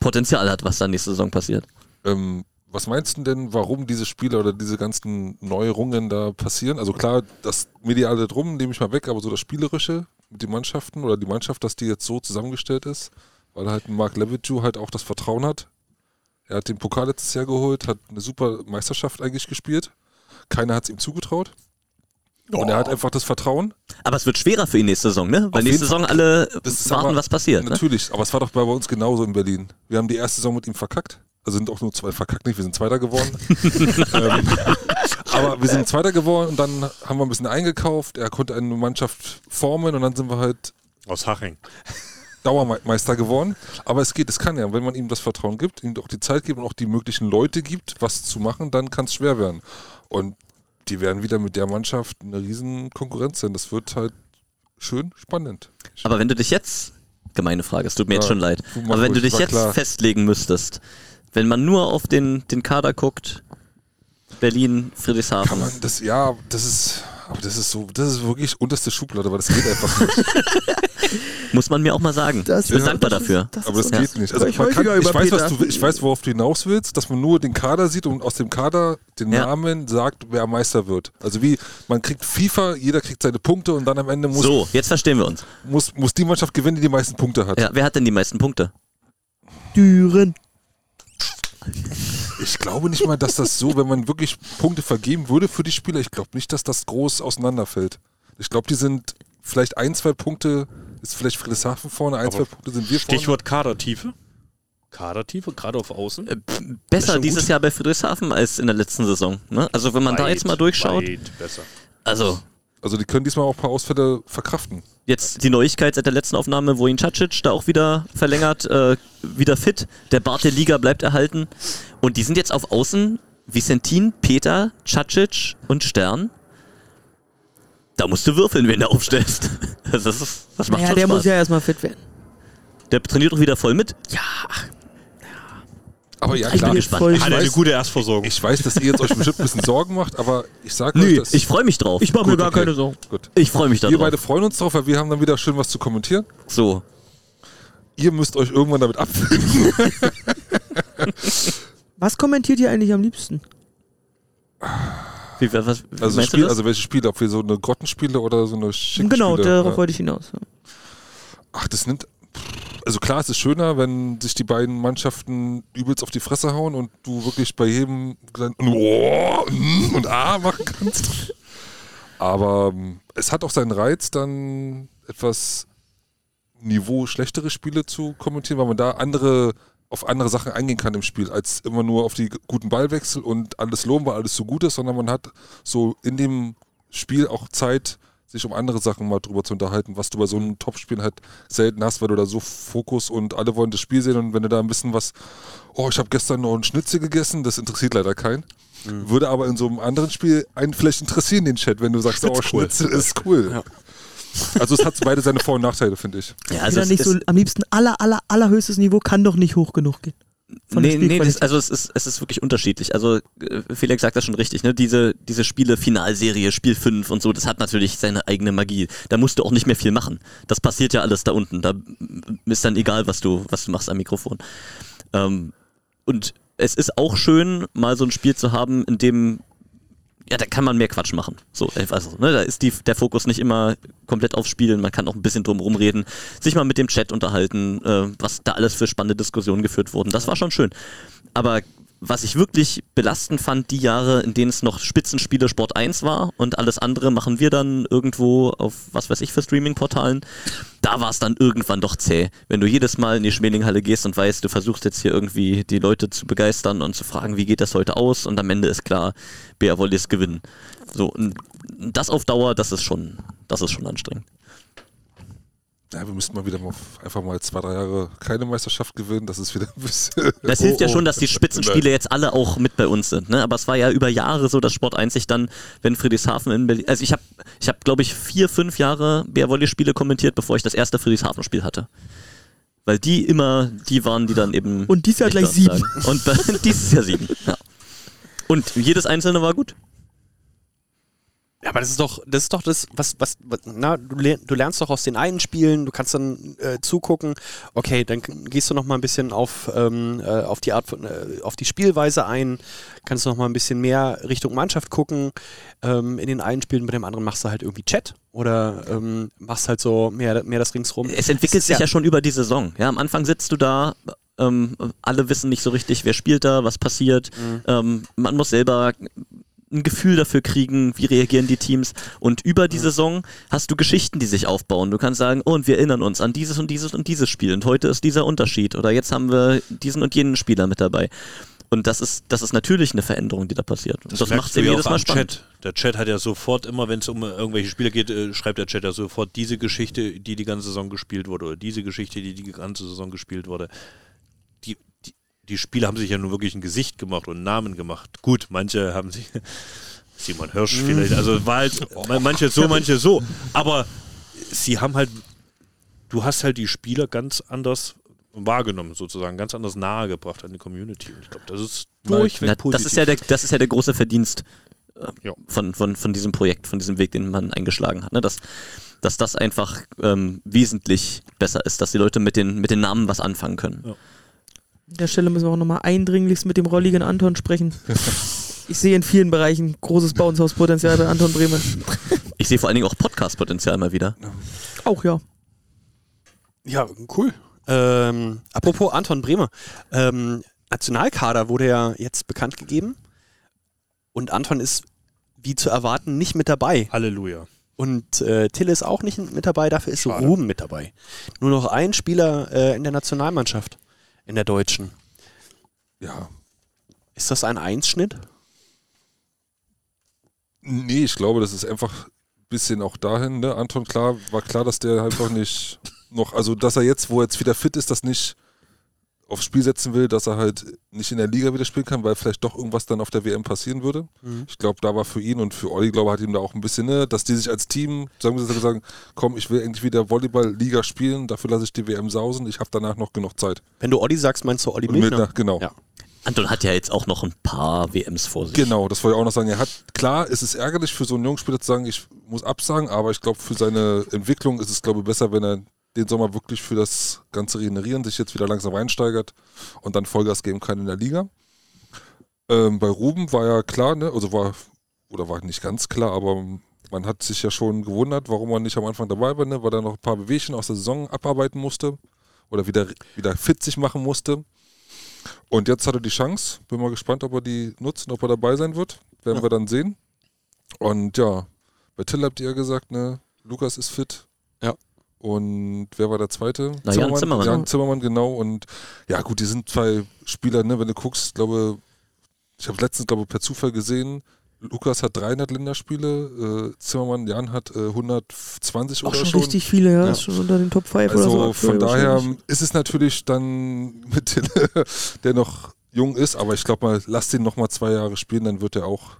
Potenzial hat, was da nächste Saison passiert? Ähm, was meinst du denn, warum diese Spiele oder diese ganzen Neuerungen da passieren? Also klar, das Mediale drum nehme ich mal weg, aber so das Spielerische mit den Mannschaften oder die Mannschaft, dass die jetzt so zusammengestellt ist, weil halt ein Mark Levitou halt auch das Vertrauen hat. Er hat den Pokal letztes Jahr geholt, hat eine super Meisterschaft eigentlich gespielt. Keiner hat es ihm zugetraut. Und er hat einfach das Vertrauen. Aber es wird schwerer für ihn nächste Saison, ne? Weil Auf nächste jeden Saison Fall. alle Das ist warten, aber- was passiert. Ne? Natürlich, aber es war doch bei uns genauso in Berlin. Wir haben die erste Saison mit ihm verkackt. Also sind auch nur zwei verkackt, nicht, wir sind Zweiter geworden. ähm, aber wir sind Zweiter geworden und dann haben wir ein bisschen eingekauft. Er konnte eine Mannschaft formen und dann sind wir halt. Aus Haching. Dauermeister geworden. Aber es geht, es kann ja. Wenn man ihm das Vertrauen gibt, ihm auch die Zeit gibt und auch die möglichen Leute gibt, was zu machen, dann kann es schwer werden. Und die werden wieder mit der Mannschaft eine riesen Konkurrenz sein. Das wird halt schön spannend. Aber wenn du dich jetzt, gemeine Frage, es tut mir Ja, jetzt schon leid, du mach aber wenn du ruhig, dich war jetzt klar. festlegen müsstest, wenn man nur auf den, den Kader guckt, Berlin, Friedrichshafen. Kann man das, ja, das ist, aber das ist so, das ist wirklich unterste Schublade, weil das geht einfach nicht. Muss man mir auch mal sagen. ich bin dankbar dafür. aber das geht nicht. Also Also man kann, ich, weiß, was du, will- ich weiß, worauf du hinaus willst, dass man nur den Kader sieht und aus dem Kader den Ja. Namen sagt, wer Meister wird. Also wie, man kriegt FIFA, jeder kriegt seine Punkte und dann am Ende muss, so, jetzt verstehen wir uns. muss, muss die Mannschaft gewinnen, die die meisten Punkte hat. Ja, wer hat denn die meisten Punkte? Düren? Ich glaube nicht mal, dass das so, wenn man wirklich Punkte vergeben würde für die Spieler, ich glaube nicht, dass das groß auseinanderfällt. Ich glaube, die sind vielleicht ein, zwei Punkte, ist vielleicht Friedrichshafen vorne, ein, zwei Punkte sind wir vorne. Stichwort Kadertiefe. Kadertiefe, gerade auf Außen. Ist Besser schon dieses gut. Jahr bei Friedrichshafen als in der letzten Saison. Ne? Also wenn man da Weit, jetzt mal durchschaut, Weit besser. also Also die können diesmal auch ein paar Ausfälle verkraften. jetzt die Neuigkeit seit der letzten Aufnahme, wo ihn Cacic da auch wieder verlängert, äh, wieder fit. Der Bart der Liga bleibt erhalten. Und die sind jetzt auf Außen Vicentin, Peter, Cacic und Stern. Da musst du würfeln, wenn du aufstellst. Das, ist, das macht Naja, schon der Spaß. muss ja erstmal fit werden. der trainiert doch wieder voll mit. Ja, Aber ja, Ich bin klar, gespannt. Voll Ich Hat er weiß- eine gute Erstversorgung. Ich weiß, dass ihr jetzt euch bestimmt ein bisschen Sorgen macht, aber ich sage euch Nö, das. ich freue mich drauf. Ich mache mir Gut, gar okay. keine Sorgen. Gut. Ich freue mich Ihr darauf. beide freuen uns drauf, weil wir haben dann wieder schön was zu kommentieren. So, Ihr müsst euch irgendwann damit abfinden. Was kommentiert ihr eigentlich am liebsten? wie, was, wie Also, meinst du Spiel, das? also welche Spiele, ob wir so eine Grottenspiele oder so eine schicke genau, Spiele. darauf ja. wollte ich hinaus. Ach, das nimmt. Also klar, es ist schöner, wenn sich die beiden Mannschaften übelst auf die Fresse hauen und du wirklich bei jedem kleinen oh, mm und A machen kannst. Aber ähm, es hat auch seinen Reiz, dann etwas Niveau schlechtere Spiele zu kommentieren, weil man da andere auf andere Sachen eingehen kann im Spiel, als immer nur auf die guten Ballwechsel und alles loben, weil alles so gut ist, sondern man hat so in dem Spiel auch Zeit, sich um andere Sachen mal drüber zu unterhalten, was du bei so einem Topspiel halt selten hast, weil du da so Fokus und alle wollen das Spiel sehen und wenn du da ein bisschen was, oh, ich habe gestern noch einen Schnitzel gegessen, das interessiert leider keinen. Würde aber in so einem anderen Spiel einen vielleicht interessieren, den Chat, wenn du sagst, oh, Schnitzel ist cool. Also es hat beide seine Vor- und Nachteile, finde ich. Ja, Also es nicht ist- so, am liebsten aller, aller, allerhöchstes Niveau kann doch nicht hoch genug gehen. von der nee, nee, Spielqualität. das, also es ist, es ist wirklich unterschiedlich. Also äh, Felix sagt das schon richtig, ne? Diese, diese Spiele, Finalserie, Spiel 5 und so, das hat natürlich seine eigene Magie. Da musst du auch nicht mehr viel machen. Das passiert ja alles da unten. Da mm, ist dann egal, was du, was du machst am Mikrofon. Ähm, und es ist auch schön, mal so ein Spiel zu haben, in dem ja, da kann man mehr Quatsch machen. So, also, ne, da ist die, der Fokus nicht immer komplett aufs Spielen. Man kann auch ein bisschen drum rumreden, sich mal mit dem Chat unterhalten, äh, was da alles für spannende Diskussionen geführt wurden. Das war schon schön. Aber was ich wirklich belastend fand, die Jahre, in denen es noch Spitzenspiele Sport 1 war und alles andere machen wir dann irgendwo auf was weiß ich für Streaming-Portalen. Da war es dann irgendwann doch zäh. Wenn du jedes Mal in die Schmelinghalle gehst und weißt, du versuchst jetzt hier irgendwie die Leute zu begeistern und zu fragen, wie geht das heute aus und am Ende ist klar, Bär Wollis gewinnen. So, und das auf Dauer, das ist schon, das ist schon anstrengend. Ja, wir müssten mal wieder mal einfach mal zwei, drei Jahre keine Meisterschaft gewinnen. Das ist wieder ein bisschen. Oh, Das hilft ja schon, dass die Spitzenspiele jetzt alle auch mit bei uns sind. Ne? Aber es war ja über Jahre so, dass Sport 1 sich dann, wenn Friedrichshafen in Berlin. Also ich habe, ich hab, glaube ich, vier, fünf Jahre Bärwolle-Spiele kommentiert, bevor ich das erste Friedrichshafen-Spiel hatte. Weil die immer die waren, die dann eben. Und dies Jahr nicht gleich da sieben. sagen. Und dann- dieses Jahr sieben. Ja. Und jedes einzelne war gut. Ja, aber das ist doch, das ist doch das, was, was, was na, du, lern, du lernst doch aus den einen Spielen, du kannst dann äh, zugucken, okay, dann k- gehst du noch mal ein bisschen auf, ähm, äh, auf die Art von, äh, auf die Spielweise ein, kannst noch mal ein bisschen mehr Richtung Mannschaft gucken, ähm, in den einen Spielen, bei dem anderen machst du halt irgendwie Chat oder ähm, machst halt so mehr, mehr das ringsrum. Es entwickelt sich ja, schon über die Saison. Ja, am Anfang sitzt du da, ähm, alle wissen nicht so richtig, wer spielt da, was passiert. Ähm, man muss selber ein Gefühl dafür kriegen, wie reagieren die Teams. Und über die Saison hast du Geschichten, die sich aufbauen. Du kannst sagen, oh, und wir erinnern uns an dieses und dieses und dieses Spiel. Und heute ist dieser Unterschied. Oder jetzt haben wir diesen und jenen Spieler mit dabei. Und das ist, das ist natürlich eine Veränderung, die da passiert. Das, das merkst macht du ja ja jedes auch Mal am spannend. Chat. Der Chat hat ja sofort immer, wenn es um irgendwelche Spieler geht, äh, schreibt der Chat ja sofort diese Geschichte, die die ganze Saison gespielt wurde oder diese Geschichte, die die ganze Saison gespielt wurde. Die, die, die Spieler haben sich ja nun wirklich ein Gesicht gemacht und einen Namen gemacht. Gut, manche haben sich Simon Hirsch Mhm. vielleicht, also war halt Oh. man- manche so, manche so, aber sie haben halt du hast halt die Spieler ganz anders wahrgenommen sozusagen, ganz anders nahegebracht an die Community. Und ich glaube, das ist durchweg Na, positiv. Das ist ja der, das ist ja der große Verdienst äh, Ja. von, von, von diesem Projekt, von diesem Weg, den man eingeschlagen hat. Ne? Dass, dass das einfach ähm, wesentlich besser ist, dass die Leute mit den, mit den Namen was anfangen können. An der Stelle müssen wir auch nochmal eindringlichst mit dem rolligen Anton sprechen. Ich sehe in vielen Bereichen großes Bauenshauspotenzial bei Anton Brehme. Ich sehe vor allen Dingen auch Podcast-Potenzial mal wieder. Auch ja. Ja, cool. Ähm, apropos Anton Bremer. Ähm, Nationalkader wurde ja jetzt bekannt gegeben. Und Anton ist, wie zu erwarten, nicht mit dabei. Halleluja. Und äh, Till ist auch nicht mit dabei, dafür ist Ruben mit dabei. Nur noch ein Spieler äh, in der Nationalmannschaft, in der deutschen. Ja. Ist das ein Einschnitt? Nee, ich glaube, das ist einfach ein bisschen auch dahin. Ne? Anton klar, war klar, dass der halt auch nicht noch, also dass er jetzt, wo er jetzt wieder fit ist, das nicht aufs Spiel setzen will, dass er halt nicht in der Liga wieder spielen kann, weil vielleicht doch irgendwas dann auf der WM passieren würde. Mhm. Ich glaube, da war für ihn und für Olli, glaube ich, hat ihm da auch ein bisschen, ne, dass die sich als Team zusammengesetzt haben und sagen, komm, ich will endlich wieder Volleyball-Liga spielen, dafür lasse ich die WM sausen, ich habe danach noch genug Zeit. Wenn du Olli sagst, meinst du Olli Und Milner? Milner, genau. Anton hat ja jetzt auch noch ein paar WMs vor sich. Genau, das wollte ich auch noch sagen. Er hat, klar, es ist ärgerlich für so einen jungen Spieler zu sagen, ich muss absagen, aber ich glaube, für seine Entwicklung ist es, glaube ich, besser, wenn er den Sommer wirklich für das ganze Regenerieren sich jetzt wieder langsam reinsteigert und dann Vollgas geben kann in der Liga. Ähm, bei Ruben war ja klar, ne? also war, oder war nicht ganz klar, aber man hat sich ja schon gewundert, warum er nicht am Anfang dabei war, ne? weil er noch ein paar Bewegchen aus der Saison abarbeiten musste oder wieder, wieder fit sich machen musste. Und jetzt hat er die Chance. Bin mal gespannt, ob er die nutzt und ob er dabei sein wird. Werden wir dann sehen. Und ja, bei Till habt ihr ja gesagt, ne, Lukas ist fit. Ja. Und wer war der zweite? Na, Jan Zimmermann. Jan Zimmermann, genau. Und ja, gut, die sind zwei Spieler, ne, wenn du guckst, ich glaube, ich habe letztens, glaube per Zufall gesehen, Lukas hat 300 Länderspiele, äh, Zimmermann Jan hat äh, 120 Auch oder schon, richtig viele, ja. Ist schon unter den Top 5 also oder so. von aktuell daher wahrscheinlich. ist es natürlich dann mit Tille, der noch jung ist, aber ich glaube mal, lass den noch mal zwei Jahre spielen, dann wird er auch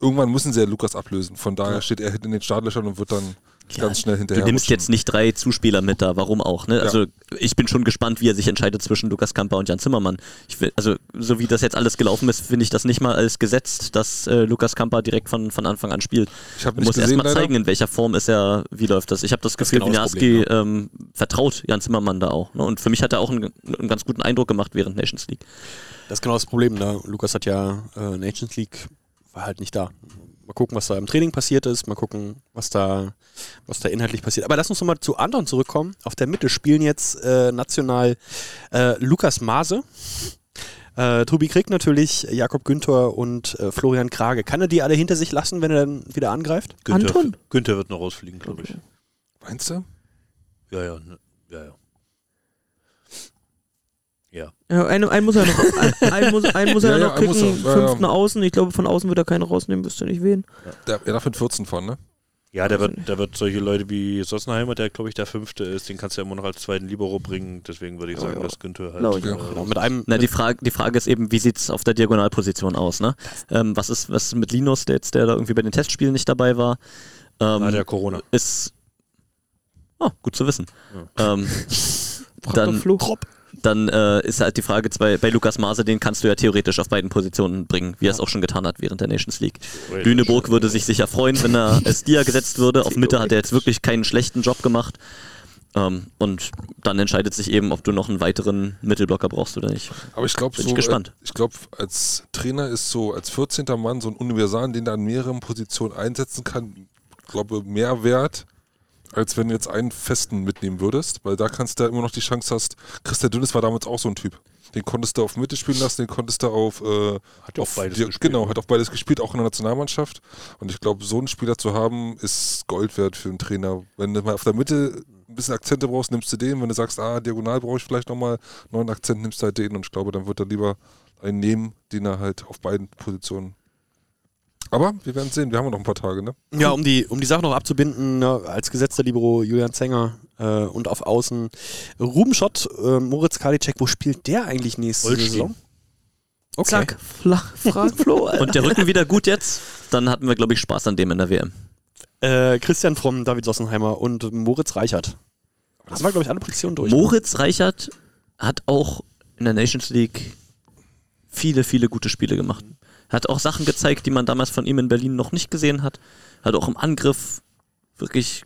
irgendwann müssen sie ja Lukas ablösen. Von daher steht er in den Startlöchern und wird dann ganz schnell hinterher. Du nimmst jetzt nicht drei Zuspieler mit da, warum auch? Ne? Also ich bin schon gespannt, wie er sich entscheidet zwischen Lukas Kamper und Jan Zimmermann. Ich will, also so wie das jetzt alles gelaufen ist, finde ich das nicht mal als gesetzt, dass äh, Lukas Kamper direkt von, von Anfang an spielt. Ich hab Er nicht muss gesehen, erst mal leider. zeigen, in welcher Form ist er, wie läuft das. Ich habe das Gefühl, genau das Winarski ähm, vertraut Jan Zimmermann da auch. Ne? Und für mich hat er auch einen, einen ganz guten Eindruck gemacht während Nations League. Das ist genau das Problem. Ne? Lukas hat ja äh, Nations League, war halt nicht da. Mal gucken, was da im Training passiert ist. Mal gucken, was da, was da inhaltlich passiert. Aber lass uns nochmal zu Anton zurückkommen. Auf der Mitte spielen jetzt äh, national äh, Lukas Maase. Äh, Tobi kriegt natürlich Jakob Günther und äh, Florian Krage. Kann er die alle hinter sich lassen, wenn er dann wieder angreift? Günther, Günther wird noch rausfliegen, glaube ich. Meinst du? Ja, ja, ne, ja, ja. Ja. Ja, einen, einen muss er noch, einen, einen muss, einen muss er Ja, ja, noch einen muss kicken, er, ja, ja. fünften außen. Ich glaube, von außen wird er keinen rausnehmen, wüsste nicht wen. Der, er darf mit 14 fahren, ne? Ja, der wird, der wird solche Leute wie Sossenheimer, der glaube ich der fünfte ist, den kannst du ja immer noch als zweiten Libero bringen. Deswegen würde ich sagen, dass Günther halt. Glaube ich äh, auch. raus- Na, die, Frage, die Frage ist eben, wie sieht es auf der Diagonalposition aus? Ne? Ähm, was ist was ist mit Linus jetzt, der da irgendwie bei den Testspielen nicht dabei war? Ähm, Na, der Corona. Ist. Oh, gut zu wissen. Ähm, dann dann äh, ist halt die Frage jetzt bei, bei Lukas Maase, den kannst du ja theoretisch auf beiden Positionen bringen, wie er es auch schon getan hat während der Nations League. Theoretisch. Lüneburg würde sich sicher freuen, wenn er als Dia gesetzt würde. Auf Mitte hat er jetzt wirklich keinen schlechten Job gemacht. Ähm, und dann entscheidet sich eben, ob du noch einen weiteren Mittelblocker brauchst oder nicht. Aber ich glaube, Bin so, ich gespannt. äh, ich glaube, als Trainer ist so, als 14. Mann so ein Universal, den er an mehreren Positionen einsetzen kann, glaube mehr wert, als wenn du jetzt einen festen mitnehmen würdest, weil da kannst du ja immer noch die Chance hast. Christian Dünnes war damals auch so ein Typ. Den konntest du auf Mitte spielen lassen, den konntest du auf, äh, ja auch beides die- gespielt, ne? Genau, hat auch beides gespielt, auch in der Nationalmannschaft. Und ich glaube, so einen Spieler zu haben, ist Gold wert für einen Trainer. Wenn du mal auf der Mitte ein bisschen Akzente brauchst, nimmst du den. Wenn du sagst, ah, diagonal brauche ich vielleicht nochmal neuen Akzent, nimmst du halt den. Und ich glaube, dann wird er lieber einen nehmen, den er halt auf beiden Positionen. Aber wir werden sehen, wir haben ja noch ein paar Tage, ne? Ja, um die, um die Sache noch abzubinden, ne, als gesetzter Libero Julian Zenger äh, und auf Außen Ruben Schott, äh, Moritz Karliczek, wo spielt der eigentlich nächste Holstein. Saison? Okay. Zack, flach, frag Flo. Alter. Und der Rücken wieder gut jetzt, dann hatten wir, glaube ich, Spaß an dem in der WM. Äh, Christian Fromm, David Sossenheimer und Moritz Reichert. Das war, glaube ich, alle Positionen durch. ne? Moritz Reichert hat auch in der Nations League viele, viele gute Spiele gemacht. Hat auch Sachen gezeigt, die man damals von ihm in Berlin noch nicht gesehen hat. Hat auch im Angriff wirklich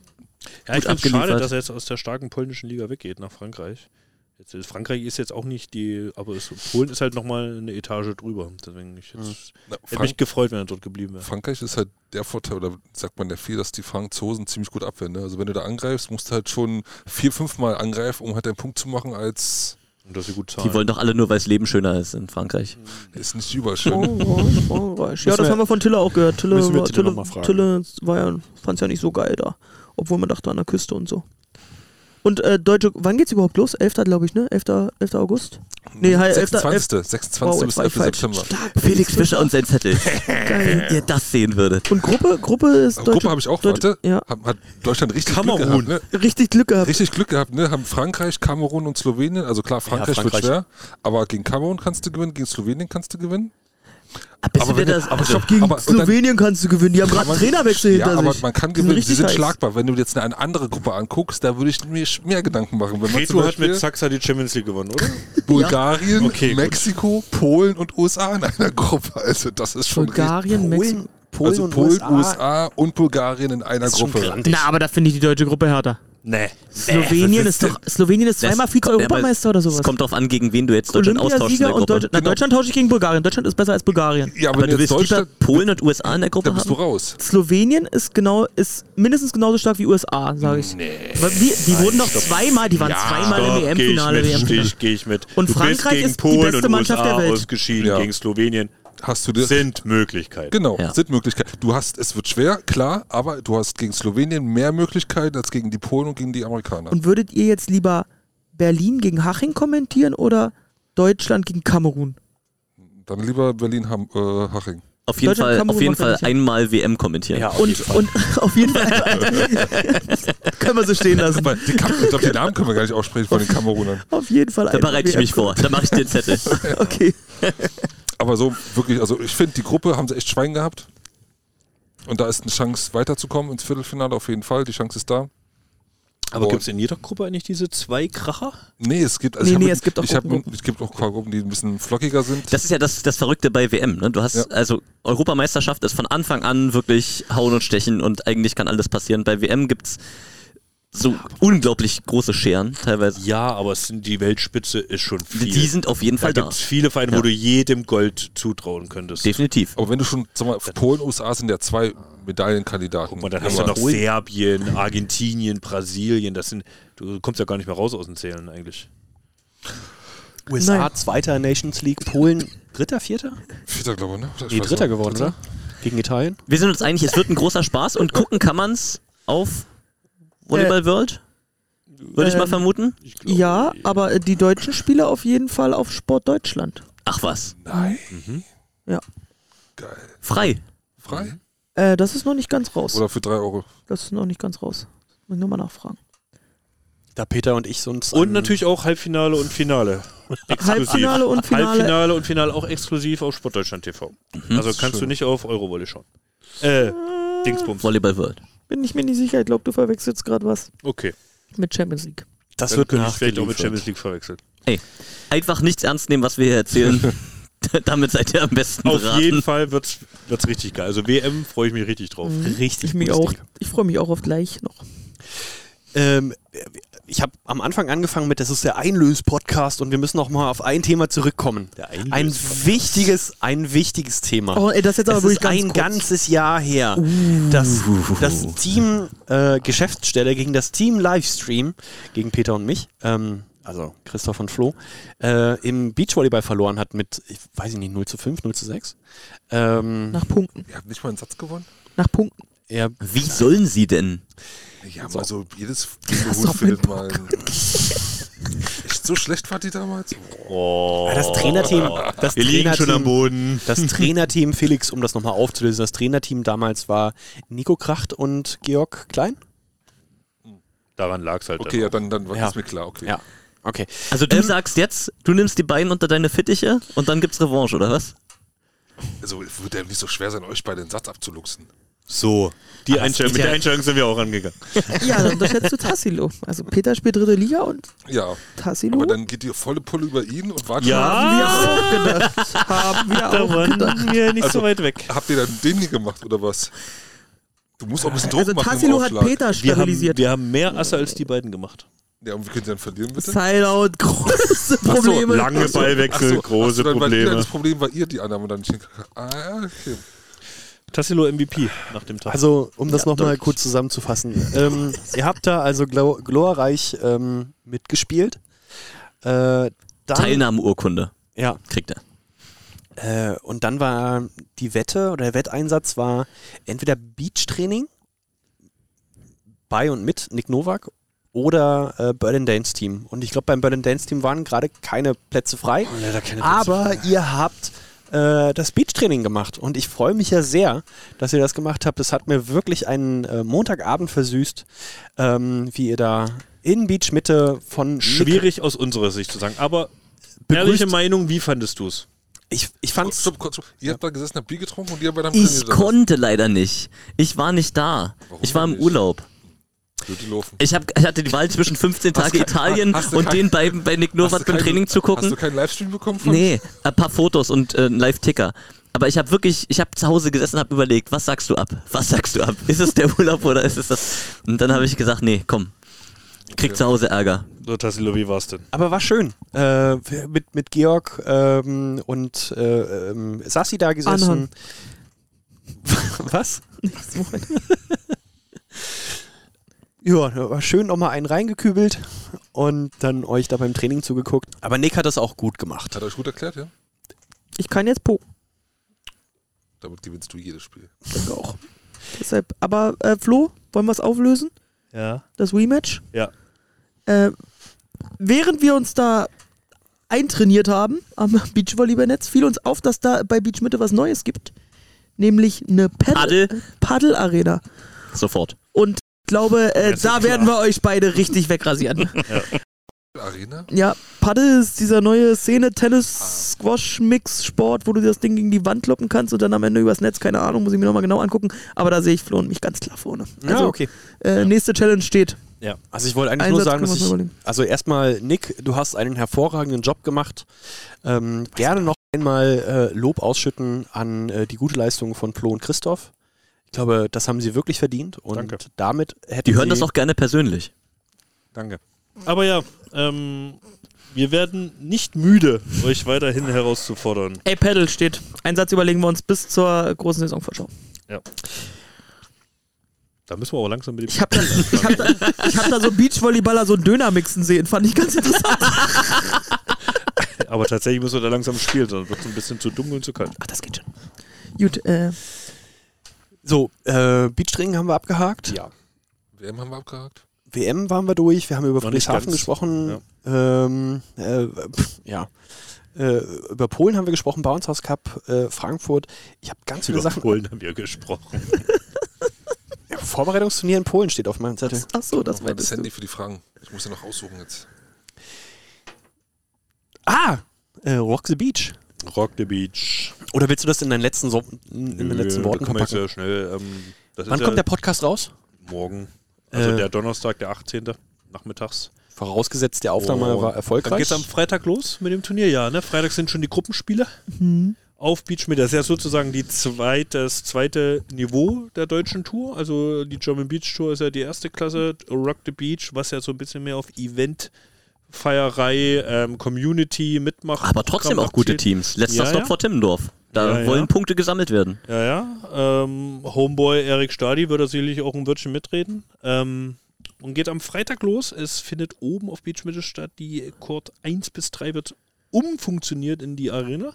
Ja, ich gut finde es abgeliefert. schade, dass er jetzt aus der starken polnischen Liga weggeht nach Frankreich. Jetzt ist, Frankreich ist jetzt auch nicht die, aber es, Polen ist halt nochmal eine Etage drüber. Deswegen ich jetzt, Na, hätte mich gefreut, wenn er dort geblieben wäre. Frankreich ist halt der Vorteil, oder sagt man ja viel, dass die Franzosen ziemlich gut abwehren. Ne? Also wenn du da angreifst, musst du halt schon vier, fünf Mal angreifen, um halt einen Punkt zu machen, als Und dass sie gut zahlen. Die wollen doch alle nur, weil es Leben schöner ist in Frankreich. ist nicht überall schön. Oh, Frankreich. Ja, das haben wir von Tille auch gehört. Tille, Müssen wir war- Tille Tille, noch mal fragen. Tille war ja, fand es ja nicht so geil da. Obwohl man dachte an der Küste und so. Und äh, Deutsche, wann geht's überhaupt los? 11. glaube ich, ne? 11. 11. August? Nee, hi- 11. 26. 11. 26. Wow, bis jetzt war 11. ich falsch. September. Stark, Felix Fischer und sein Zettel. Geil. Wenn ihr das sehen würdet. Und Gruppe, Gruppe ist Aber Deutsche, Äh, Gruppe habe ich auch, Deutsche, warte. Ja, Hat, hat Deutschland richtig Kamerun. Glück gehabt, ne? richtig Glück gehabt. Richtig Glück gehabt, ne? Haben Frankreich, Kamerun und Slowenien. Also klar, Frankreich, Frankreich. wird schwer, aber gegen Kamerun kannst du gewinnen, gegen Slowenien kannst du gewinnen. Bis Aber wir wenn du- das, aber also, ich Gegen aber- und dann- Slowenien kannst du gewinnen. Die haben gerade einen Trainerwechsel ja, hinter aber sich. man kann Die gewinnen, sie richtig sind heiß. schlagbar. Wenn du jetzt eine andere Gruppe anguckst, da würde ich mir sch- mehr Gedanken machen. Wenn man zum Reto hat Beispiel mit Saxa die Champions League gewonnen, oder? Bulgarien, Okay, gut. Mexiko, Polen und USA in einer Gruppe. Also das ist schon Bulgarien, Mexiko. Polen, Polen, also und Polen, USA. USA und Bulgarien in einer ist schon Gruppe. grantig. Na, aber da finde ich die deutsche Gruppe härter. Nee. Slowenien ist doch, Slowenien ist zweimal das- ja, Vize-Europameister aber oder sowas. Es kommt drauf an, gegen wen du jetzt Deutschland austauschst in der Olympiasieger und Gruppe. Deutschland. Na, Deutschland tausche ich gegen Bulgarien. Deutschland ist besser als Bulgarien. Genau. Ja, Aber wenn du jetzt willst lieber Deutschland, Polen und USA in der Gruppe da bist du Ähm, haben? raus. Slowenien ist genau ist mindestens genauso stark wie USA, sage ich. Nee. Die, die wurden doch zweimal, die waren zweimal im E Geh ich WM-finale. mit, WM Stich, geh ich mit. Und du bist Frankreich gegen ist die Polen beste und Mannschaft USA der Welt. ausgeschieden, Ja. gegen Slowenien Hast du dir sind Möglichkeiten. Genau, Ja. sind Möglichkeiten. Du hast, es wird schwer, klar, aber du hast gegen Slowenien mehr Möglichkeiten als gegen die Polen und gegen die Amerikaner. Und würdet ihr jetzt lieber Berlin gegen Haching kommentieren oder Deutschland gegen Kamerun? Dann lieber Berlin Ham, äh, Haching. Auf jeden Deutschland, Fall, Kamerun auf jeden macht er Fall nicht, ja. einmal WM kommentieren. Ja, auf jeden Und, und auf jeden Fall können wir so stehen lassen. Weil die Kam ich glaube, den Namen können wir gar nicht aussprechen von den Kamerunern. Auf jeden Fall. Da bereite ich mich vor. Da mache ich den Zettel. Okay. Aber so wirklich, also ich finde, die Gruppe haben sie echt Schwein gehabt. Und da ist eine Chance weiterzukommen ins Viertelfinale auf jeden Fall. Die Chance ist da. Aber Und- gibt es in jeder Gruppe eigentlich diese zwei Kracher? Nee, es gibt, also Nee, ich hab nee, mit- es gibt auch ich hab, Gruppen. mit- es gibt auch Gruppen, die ein bisschen flockiger sind. Das ist ja das, das Verrückte bei WM. Ne? Du hast Ja. also Europameisterschaft ist von Anfang an wirklich hauen und stechen und eigentlich kann alles passieren. Bei WM gibt's so unglaublich große Scheren teilweise. Ja, aber es sind, die Weltspitze ist schon viel. Die, die sind auf jeden da Fall da. gibt es viele Vereine, Ja. wo du jedem Gold zutrauen könntest. Definitiv. Aber wenn du schon, sag mal, Polen, USA sind ja zwei Medaillenkandidaten. Und dann hast du Aber- noch Serbien, Argentinien, Brasilien. Das sind, du kommst ja gar nicht mehr raus aus den Zählen eigentlich. USA Nein. zweiter Nations League, Polen dritter, vierter? Vierter, glaube ich, ne? Nee, dritter geworden, oder? Gegen Italien? Wir sind uns einig, es wird ein großer Spaß und gucken kann man es auf Volleyball World? Würde ich mal Ähm, vermuten. ja, aber äh, die deutschen Spieler auf jeden Fall auf Sport Deutschland. Ach was. Mhm. Nein. Ja. Frei. Frei? Äh, das ist noch nicht ganz raus. Oder für 3 Euro. Das ist noch nicht ganz raus. Muss ich nur mal nachfragen. Da Peter und ich sonst. Und natürlich auch Halbfinale und Finale. Halbfinale und Finale. Halbfinale und Finale auch exklusiv auf Sportdeutschland TV. Mhm. Also kannst du Schön. nicht auf Eurowolle schauen. Äh, Dingsbums. Volleyball World. Bin ich mir nicht sicher. Ich glaube, du verwechselst gerade was Okay. mit Champions League. Das Dann wird bin ich nicht vielleicht auch mit geliefert. Champions League verwechselt. Ey, einfach nichts ernst nehmen, was wir hier erzählen. Damit seid ihr am besten Auf beraten. jeden Fall wird's, wird's richtig geil. Also WM freue ich mich richtig drauf. Richtig. Ich, mich gutes auch, Ding. ich freue mich auch auf gleich noch. Ähm, ich habe am Anfang angefangen mit, das ist der Einlös-Podcast und wir müssen noch mal auf ein Thema zurückkommen. Ein wichtiges, ein wichtiges Thema. Oh, ey, das ist jetzt aber es wirklich ist ganz ein kurz. ganzes Jahr her, dass das Team äh, Geschäftsstelle gegen das Team Livestream gegen Peter und mich, ähm, also Christoph und Flo, äh, im Beachvolleyball verloren hat mit, ich weiß nicht, 0 zu 5, 0 zu 6. Ähm, Nach Punkten. Ihr habt nicht mal einen Satz gewonnen? Nach Punkten. Ja, Wie sollen sie denn? Ja, aber so also jedes Hast Gefühl du auf findet mal. einen- Echt so schlecht war die damals? Ja, Ah, Das Trainerteam, das Oh. Wir liegen schon am Boden. Das Trainerteam Felix, um das nochmal aufzulösen, das Trainerteam damals war Nico Kracht und Georg Klein. Daran lag's halt. Okay, ja, dann, dann war Ja. es mir klar, okay. Ja. Okay. Ähm, Also du sagst jetzt, du nimmst die beiden unter deine Fittiche und dann gibt's Revanche, oder was? Also es wird ja nicht so schwer sein, euch beide den Satz abzuluxen. So. Die Aber es Einstellung, geht mit der ja- Einstellung sind wir auch angegangen. Ja, dann unterschätzt du Tassilo. Also Peter spielt dritte Liga und Ja. Tassilo. Aber dann geht die volle Pulle über ihn und wartet. Ja, wir auch gedacht. Haben wir Ah. da auch gedacht. waren wir nicht so Also- weit weg. Habt ihr dann den nie gemacht oder was? Du musst auch ein bisschen Druck Also machen. im Tassilo hat Aufschlag. Peter Wir haben, stabilisiert. wir haben mehr Asse als die beiden gemacht. Ja, und wie könnt ihr dann verlieren, bitte? Sideout, große Probleme. lange Ballwechsel, große Achso, dann war die- Probleme. Das Problem war ihr die Annahme dann nicht hingekriegt. Ah, okay. Tassilo MVP nach dem Tag. Also, um das nochmal kurz zusammenzufassen. ähm, ihr habt da also glo glorreich ähm, mitgespielt. Äh, dann, Teilnahmeurkunde Ja. kriegt er. Äh, und dann war die Wette oder der Wetteinsatz war entweder Beachtraining bei und mit Nick Novak oder äh, Berlin Dance Team. Und ich glaube, beim Berlin Dance Team waren gerade keine Plätze frei. aber ihr habt äh, das Beachtraining gemacht. Und ich freue mich ja sehr, dass ihr das gemacht habt. Das hat mir wirklich einen äh, Montagabend versüßt, ähm, wie ihr da in Beachmitte von Nick- Schwierig aus unserer Sicht zu sagen, aber Begrüßt- ehrliche Meinung, wie fandest du's? Ich, ich fand's. Stopp, kurz, stopp. Ihr habt da gesessen, habt Bier getrunken und ihr bei deinem Ich konnte leider nicht. Ich war nicht da. ich war im nicht? Urlaub. Würde laufen. Ich, hab, ich hatte die Wahl zwischen 15 Tage kein- Italien hast du und kein- den beiden bei Nick Hast Novak du beim keinen- Training zu gucken. Hast du keinen Livestream bekommen von? Nee, ein paar Fotos und äh, einen Live-Ticker. Aber ich habe wirklich, ich habe zu Hause gesessen und habe überlegt, was sagst du ab? Was sagst du ab? Ist es der Urlaub oder ist es das? Und dann habe ich gesagt, nee, komm, krieg zu Hause Ärger. So, Tassilo, wie war's denn? Aber war schön. Äh, mit, mit Georg ähm, und äh, ähm, Sassi da gesessen. Was? ja, da war schön nochmal einen reingekübelt und dann euch da beim Training zugeguckt. Aber Nick hat das auch gut gemacht. Hat euch gut erklärt, ja? Ich kann jetzt po. Damit gewinnst du jedes Spiel. Denke auch. Deshalb. Aber äh, Flo, wollen wir es auflösen? Ja. Das Rematch? Ja. Äh, während wir uns da eintrainiert haben am Beachvolleyballnetz, fiel uns auf, dass da bei Beachmitte was Neues gibt. Nämlich eine Also, Paddle- äh, Paddel. Paddle-Arena. Sofort. Und ich glaube, äh, ist da klar. werden wir euch beide richtig wegrasieren. Arena? ja, Paddle ist dieser neue Szene, Tennis, Squash, Mix, Sport, wo du das Ding gegen die Wand kloppen kannst und dann am Ende übers Netz, keine Ahnung, muss ich mir nochmal genau angucken. Aber da sehe ich Flo und mich ganz klar vorne. Also, äh, nächste Challenge steht. Ja. Also ich wollte eigentlich Einen nur Satz sagen, können wir dass uns ich, überlegen. also erstmal Nick, du hast einen hervorragenden Job gemacht. Ähm, gerne noch einmal äh, Lob ausschütten an äh, die gute Leistung von Flo und Christoph. Ich glaube, das haben sie wirklich verdient und Danke. damit hätten Die hören sie das auch gerne persönlich. Danke. Aber ja, ähm, wir werden nicht müde, euch weiterhin herauszufordern. Ey, Paddle steht. Ein Satz überlegen wir uns bis zur großen Saisonvorschau. Da müssen wir auch langsam mit dem Ich habe da, ich hab da, ich hab da so Beachvolleyballer so einen Döner mixen sehen, fand ich ganz interessant. Aber tatsächlich müssen wir da langsam spielen, sonst wird es ein bisschen zu dunkel und zu kalt. Ah, Ach, das geht schon. Gut, äh. So, äh, Beachtraining haben wir abgehakt. Ja. WM haben wir abgehakt. WM waren wir durch, wir haben über Noch nicht Friedrichshafen ganz. gesprochen. Ähm, äh, pf, ja. Äh, über Polen haben wir gesprochen, Bounce House Cup, äh, Frankfurt. Ich habe ganz viele Über Sachen. Polen haben wir gesprochen. Ja, Vorbereitungsturnier in Polen steht auf meinem Zettel. Ach so, Noch mal das Handy für die Fragen. Ich muss ja noch aussuchen jetzt. Ah! Äh, Rock the Beach. Rock the Beach. Oder willst du das in deinen letzten, so in deinen letzten Nö, Worten da kann man jetzt sehr verpacken? schnell. Ähm, das Wann ist kommt ja der Podcast raus? Morgen. Also Äh. der Donnerstag, der 18. nachmittags. Vorausgesetzt, der Aufnahme war Oh. erfolgreich. Dann geht es am Freitag los mit dem Turnier, ja. Ne? Freitag sind schon die Gruppenspiele Mhm. auf Beach mit. Das ist ja sozusagen die zweite, das zweite Niveau der deutschen Tour. Also die German Beach Tour ist ja die erste Klasse. Rock the Beach, was ja so ein bisschen mehr auf Event. Feierei, ähm, Community, mitmachen. Aber trotzdem auch gute Teams. Letzter ja, Stop ja. vor Timmendorf. Da Ja, ja. wollen Punkte gesammelt werden. Ja, ja. Ähm, Homeboy Erik Stadi wird da sicherlich auch ein Wörtchen mitreden. Ähm, und geht am Freitag los. Es findet oben auf Beach Mitte statt. Die Court 1 bis 3 wird umfunktioniert in die Arena.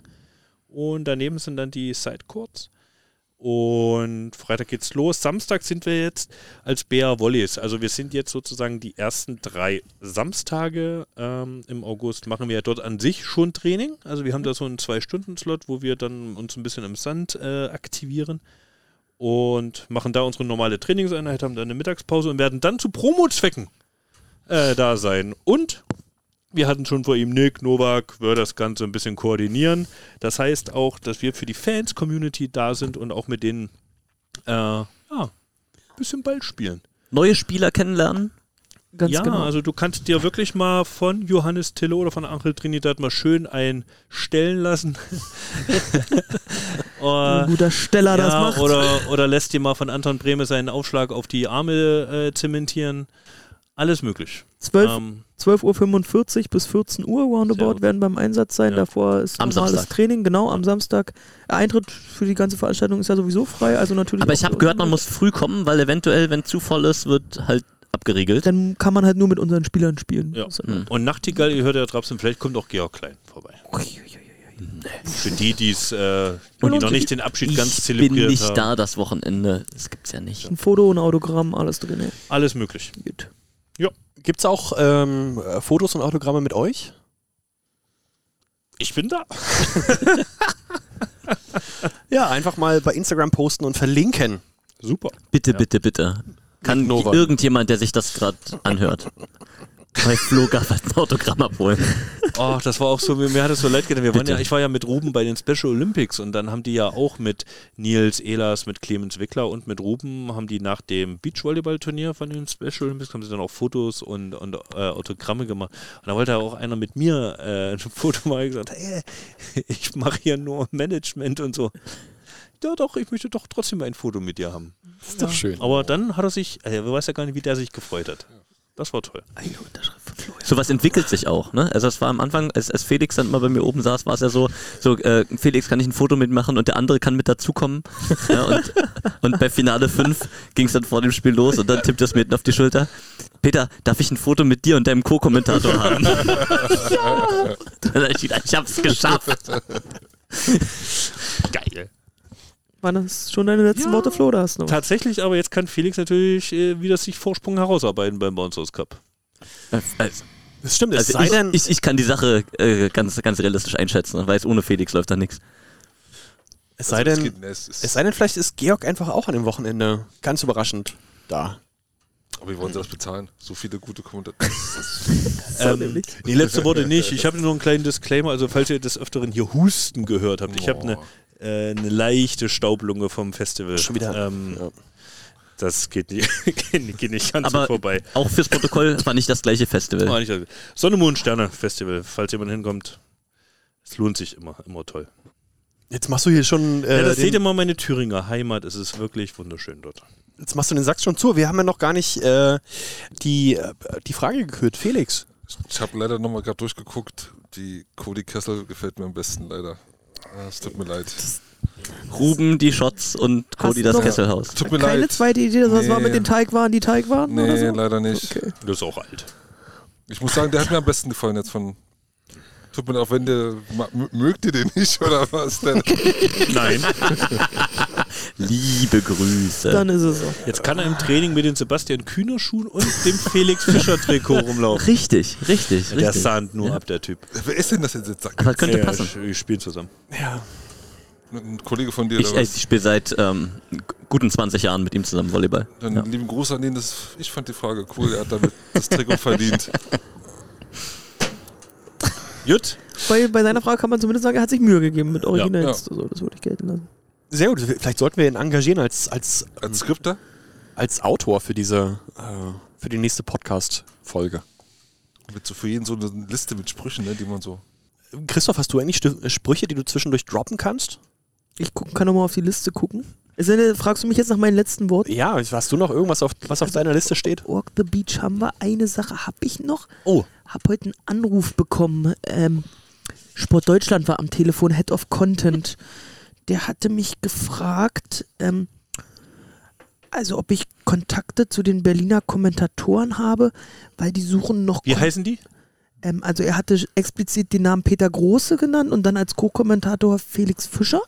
Und daneben sind dann die Side Courts. Und Freitag geht's los. Samstag sind wir jetzt als BA Volleys. Also wir sind jetzt sozusagen die ersten drei Samstage ähm, im August. Machen wir ja dort an sich schon Training. Also wir haben da so einen Zwei-Stunden-Slot, wo wir dann uns ein bisschen im Sand äh, aktivieren und machen da unsere normale Trainingseinheit, haben dann eine Mittagspause und werden dann zu Promo-Zwecken äh, da sein. Und wir hatten schon vor ihm Nick Novak, wird das Ganze ein bisschen koordinieren. Das heißt auch, dass wir für die Fans-Community da sind und auch mit denen äh, ja, ein bisschen Ball spielen. Neue Spieler kennenlernen. Ganz ja, genau. also du kannst dir wirklich mal von Johannes Tille oder von Angel Trinidad mal schön einen stellen lassen. Äh, Ein guter Steller das macht. Oder, oder lässt dir mal von Anton Brehme seinen Aufschlag auf die Arme äh, zementieren. Alles möglich. 12 Ähm, 12.45 Uhr bis 14 Uhr roundabout werden beim Einsatz sein. Davor ist Am normales Samstag. Training, genau, am Samstag. Eintritt für die ganze Veranstaltung ist ja sowieso frei, also natürlich. Aber auch ich habe für gehört, man uns. muss früh kommen, weil eventuell, wenn zu voll ist, wird halt abgeriegelt. Hm. Dann kann man halt nur mit unseren Spielern spielen. ja. Ist ja- Und Nachtigall, ihr hört ja Trapsen, vielleicht kommt auch Georg Klein vorbei. Für die, die's, äh, die noch nicht den Abschied ganz Ich bin zelebriert nicht haben. da das Wochenende. Das gibt's ja nicht. Ein Foto, ein Autogramm, alles drin. ey. Alles möglich. Gut. Ja. Gibt es auch ähm, äh, Fotos und Autogramme mit euch? Ich bin da. Ja, einfach mal bei Instagram posten und verlinken. Super. Bitte, bitte, bitte. Kann Mit Novak. irgendjemand, der sich das gerade anhört, bei Flo Gaffert ein Autogramm abholen? Oh, das war auch so, mir mir hat es so leid getan. Wir waren Bitte. ja, ich war ja mit Ruben bei den Special Olympics und dann haben die ja auch mit Nils Ehlers, mit Clemens Wickler und mit Ruben haben die nach dem Beachvolleyball-Turnier von den Special Olympics haben sie dann auch Fotos und, und äh, Autogramme gemacht. Und da wollte ja auch einer mit mir äh, ein Foto machen und gesagt, hey, ich mache hier nur Management und so. Ja, doch, ich möchte doch trotzdem ein Foto mit dir haben. Ist doch schön. Aber dann hat er sich, äh, wer weiß ja gar nicht, wie der sich gefreut hat. Das war toll. Sowas entwickelt sich auch, ne? Also es war am Anfang, als, als Felix dann mal bei mir oben saß, war es ja so, so äh, Felix kann ich ein Foto mitmachen und der andere kann mit dazukommen. ja, und, und bei Finale 5 ging es dann vor dem Spiel los und dann tippt es mir hinten auf die Schulter. Peter, darf ich ein Foto mit dir und deinem Co-Kommentator haben? Dann hab ich gedacht, ich hab's geschafft. Geil. Waren das schon deine letzten Worte, Flo? Oder hast du noch? was? Tatsächlich, aber jetzt kann Felix natürlich äh, wieder sich Vorsprung herausarbeiten beim Bounce House Cup. Also, Das stimmt, es also sei ich, denn. ich, ich kann die Sache äh, ganz, ganz realistisch einschätzen und weiß, ohne Felix läuft da nichts. Es Also, sei das denn, geht, ne, es ist- es sei denn, vielleicht ist Georg einfach auch an dem Wochenende ganz überraschend da. Aber wie wollen sie das bezahlen? So viele gute Kommentare. Ähm, die letzte Worte nicht. Ich habe nur einen kleinen Disclaimer. Also, falls ihr des Öfteren hier Husten gehört habt, ich habe eine äh, eine leichte Staublunge vom Festival. Schon wieder. Ähm, Ja. Das geht nicht, geht, geht nicht ganz so Aber äh, vorbei. auch fürs Protokoll war nicht das gleiche Festival. War nicht das- Sonne, Mond, Sterne Festival. Falls jemand hinkommt, es lohnt sich immer. Immer toll. Jetzt machst du hier schon. Äh, ja, das seht ihr den, mal meine Thüringer Heimat. Es ist wirklich wunderschön dort. jetzt machst du den Sack schon zu. Wir haben ja noch gar nicht äh, die, äh, die Frage gekürt. Felix. Ich habe leider nochmal gerade durchgeguckt. Die Cody Kessel gefällt mir am besten leider. Ah, Es tut mir leid. Ruben die Shots und Cody du das noch- Kesselhaus. Tut mir Keine leid. zweite Idee, dass das Nee. war mit den Teigwaren, die Teigwaren Nee, oder so? leider nicht. Okay. Das ist auch alt. Ich muss sagen, der hat mir am besten gefallen jetzt von Tut mir auch wenn der ma- m- mögt ihr den nicht oder was denn? Nein. Liebe Grüße. Dann ist es so. Jetzt kann er im Training mit den Sebastian Kühner Schuhen und dem Felix Fischer Trikot rumlaufen. Richtig, richtig, Der richtig. sahnt nur Ja. ab, der Typ. Wer ist denn das jetzt? jetzt? Sag Aber könnte Ja, passen. Wir spielen zusammen. Ja. Ein Kollege von dir. Ich, oder was? ich spiele seit ähm, guten 20 Jahren mit ihm zusammen Volleyball. Dann lieben Gruß an ihn. Das, ich fand die Frage cool. Er hat damit das Trikot verdient. Jut. Bei, bei seiner Frage kann man zumindest sagen, er hat sich Mühe gegeben mit Originals. Ja. So, das würde ich gelten lassen. Sehr gut. Vielleicht sollten wir ihn engagieren als, als, ähm, Als Skripter? als Autor für diese, äh, für die nächste Podcast-Folge. Mit so für jeden so eine Liste mit Sprüchen, ne, die man so. Christoph, hast du eigentlich Stü- Sprüche, die du zwischendurch droppen kannst? Ich guck, kann nochmal auf die Liste gucken. Ist denn, fragst du mich jetzt nach meinen letzten Worten? Ja, hast du noch irgendwas, auf, was auf deiner Liste steht? Walk the Beach haben wir. Eine Sache habe ich noch. Oh. Hab heute einen Anruf bekommen. Ähm, Sport Deutschland war am Telefon, Head of Content. Der hatte mich gefragt, ähm, also ob ich Kontakte zu den Berliner Kommentatoren habe, weil die suchen noch. Wie Kon- heißen die? Ähm, also er hatte explizit den Namen Peter Große genannt und dann als Co-Kommentator Felix Fischer,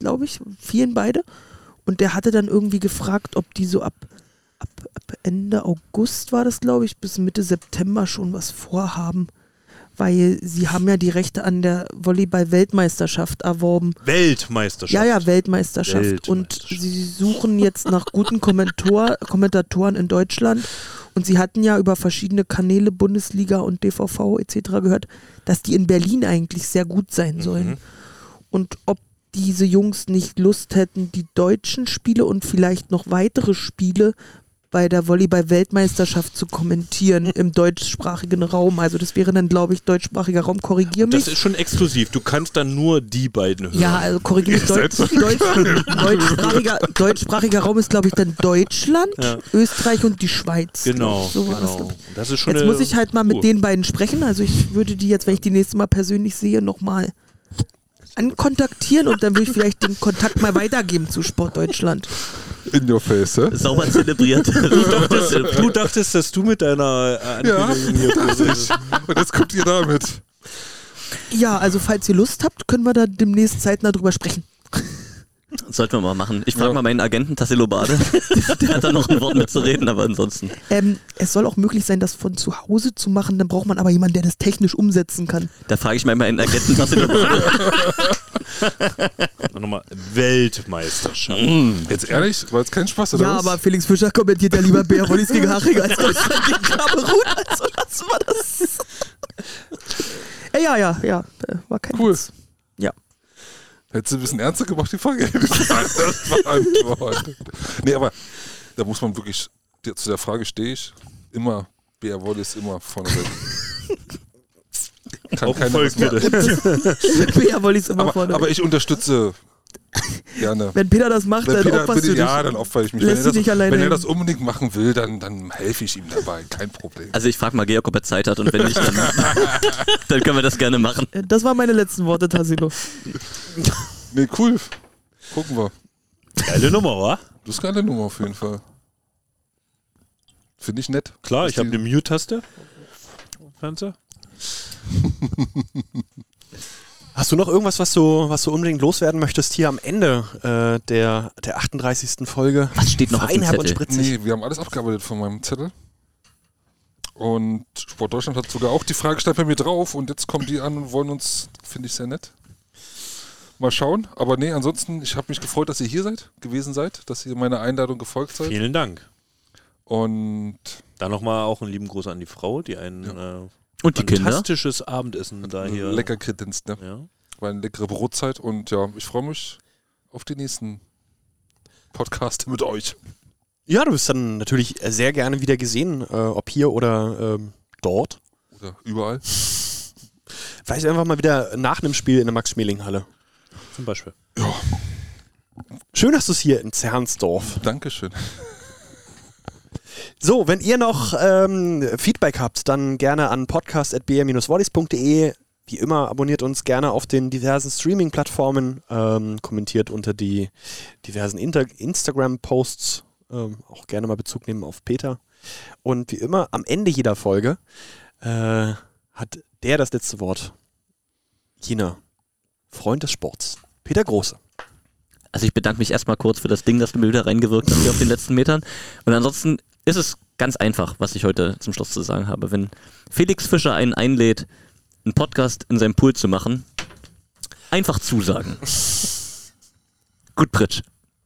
glaube ich, vielen beide. Und der hatte dann irgendwie gefragt, ob die so ab, ab, ab Ende August war das, glaube ich, bis Mitte September schon was vorhaben. Weil sie haben ja die Rechte an der Volleyball-Weltmeisterschaft erworben. Weltmeisterschaft. Ja, ja, Weltmeisterschaft. Und sie suchen jetzt nach guten Kommentor Kommentatoren in Deutschland. Und sie hatten ja über verschiedene Kanäle, Bundesliga und DVV etc. gehört, dass die in Berlin eigentlich sehr gut Mhm. sein sollen. Und ob diese Jungs nicht Lust hätten, die deutschen Spiele und vielleicht noch weitere Spiele bei der Volleyball-Weltmeisterschaft zu kommentieren im deutschsprachigen Raum. Also das wäre dann, glaube ich, deutschsprachiger Raum. Korrigier mich. Das ist schon exklusiv. Du kannst dann nur die beiden hören. Ja, also korrigiere mich. Deutsch, Deutsch, deutschsprachiger, deutschsprachiger Raum ist, glaube ich, dann Deutschland, Ja. Österreich und die Schweiz. Genau. So war das, genau. glaub ich. Und Das ist schon Jetzt eine muss ich halt mal mit Uhr. den beiden sprechen. Also ich würde die jetzt, wenn ich die nächste Mal persönlich sehe, nochmal ankontaktieren und dann würde ich vielleicht den Kontakt mal weitergeben zu Sport Deutschland. In your face, hä? Sauber zelebriert. Das ist Du dachtest, dass du mit deiner äh, Ankündigung hier drin bist. Und jetzt kommt ihr damit. Ja, also falls ihr Lust habt, können wir da demnächst zeitnah drüber sprechen. Sollten wir mal machen. Ich frage mal meinen Agenten Tassilo Bade. Der hat da noch ein Wort mitzureden, aber ansonsten. Ähm, es soll auch möglich sein, das von zu Hause zu machen. Dann braucht man aber jemanden, der das technisch umsetzen kann. Da frage ich mal meinen Agenten Tassilo Bade. Nochmal Weltmeisterschaft. Jetzt ehrlich, war jetzt kein Spaß, oder Ja, was? aber Felix Fischer kommentiert ja lieber Bär Wollis gegen Haching als Deutschland gegen Kamerun. Also das war das. Äh, ja, ja, ja. äh, War kein Cool. Witz. Ja. Hättest du ein bisschen ernster gemacht, die Frage hätte ich anders beantwortet. Nee, aber da muss man wirklich, der- zu der Frage stehe ich, immer, Bär Wollis immer vorne weg. Kann keiner was machen. Bär Wollis immer aber, vorne. aber ich unterstütze gerne. wenn Peter das macht, dann Wenn Peter, opferst bitte, du dich. ja, dann opfer ich mich. Lässt wenn er sie das, nicht alleine wenn er hängen. das unbedingt machen will, dann, dann helfe ich ihm dabei. Kein Problem. Also ich frage mal Georg, ob er Zeit hat und wenn nicht, dann, dann können wir das gerne machen. Äh, Das waren meine letzten Worte, Tassilo. Nee, cool. Gucken wir. Geile Nummer, wa? Das ist geile Nummer auf jeden Fall. Finde ich nett. Klar, Dass ich habe die- eine Mute-Taste. Fernseher. Hast du noch irgendwas, was du, was du unbedingt loswerden möchtest hier am Ende äh, der, der 38. Folge? Was steht noch auf dem Feinherb und Zettel? spritzig. Nee, wir haben alles abgearbeitet von meinem Zettel. Und Sport Deutschland hat sogar auch die Frage stand bei mir drauf und jetzt kommen die an und wollen uns, finde ich sehr nett. Mal schauen. Aber nee, ansonsten, ich habe mich gefreut, dass ihr hier seid, gewesen seid, dass ihr meiner Einladung gefolgt seid. Vielen Dank. Und Dann nochmal auch einen lieben Gruß an die Frau, die ein äh, Und die Kinder? fantastisches Abendessen da hier. lecker kredenzt, ne? Ja. War eine leckere Brotzeit und ja, ich freue mich auf die nächsten Podcasts mit euch. Ja, du bist dann natürlich äh, sehr gerne wieder gesehen, äh, ob hier oder ähm, dort. Oder überall. Vielleicht einfach mal wieder nach einem Spiel in der Max-Schmeling-Halle. Zum Beispiel. Schön, dass du es hier in Zernsdorf Dankeschön. So, wenn ihr noch ähm, Feedback habt, dann gerne an podcast.br-wallis.de. Wie immer, abonniert uns gerne auf den diversen Streaming-Plattformen, ähm, kommentiert unter die diversen Inter Instagram-Posts, ähm, auch gerne mal Bezug nehmen auf Peter. Und wie immer, am Ende jeder Folge äh, hat der das letzte Wort. China, Freund des Sports, Peter Große. Also ich bedanke mich erstmal kurz für das Ding, das du mir wieder reingewirkt hast hier auf den letzten Metern. Und ansonsten ist es ganz einfach, was ich heute zum Schluss zu sagen habe. Wenn Felix Fischer einen einlädt, einen Podcast in seinem Pool zu machen, einfach zusagen. Gut, Pritsch.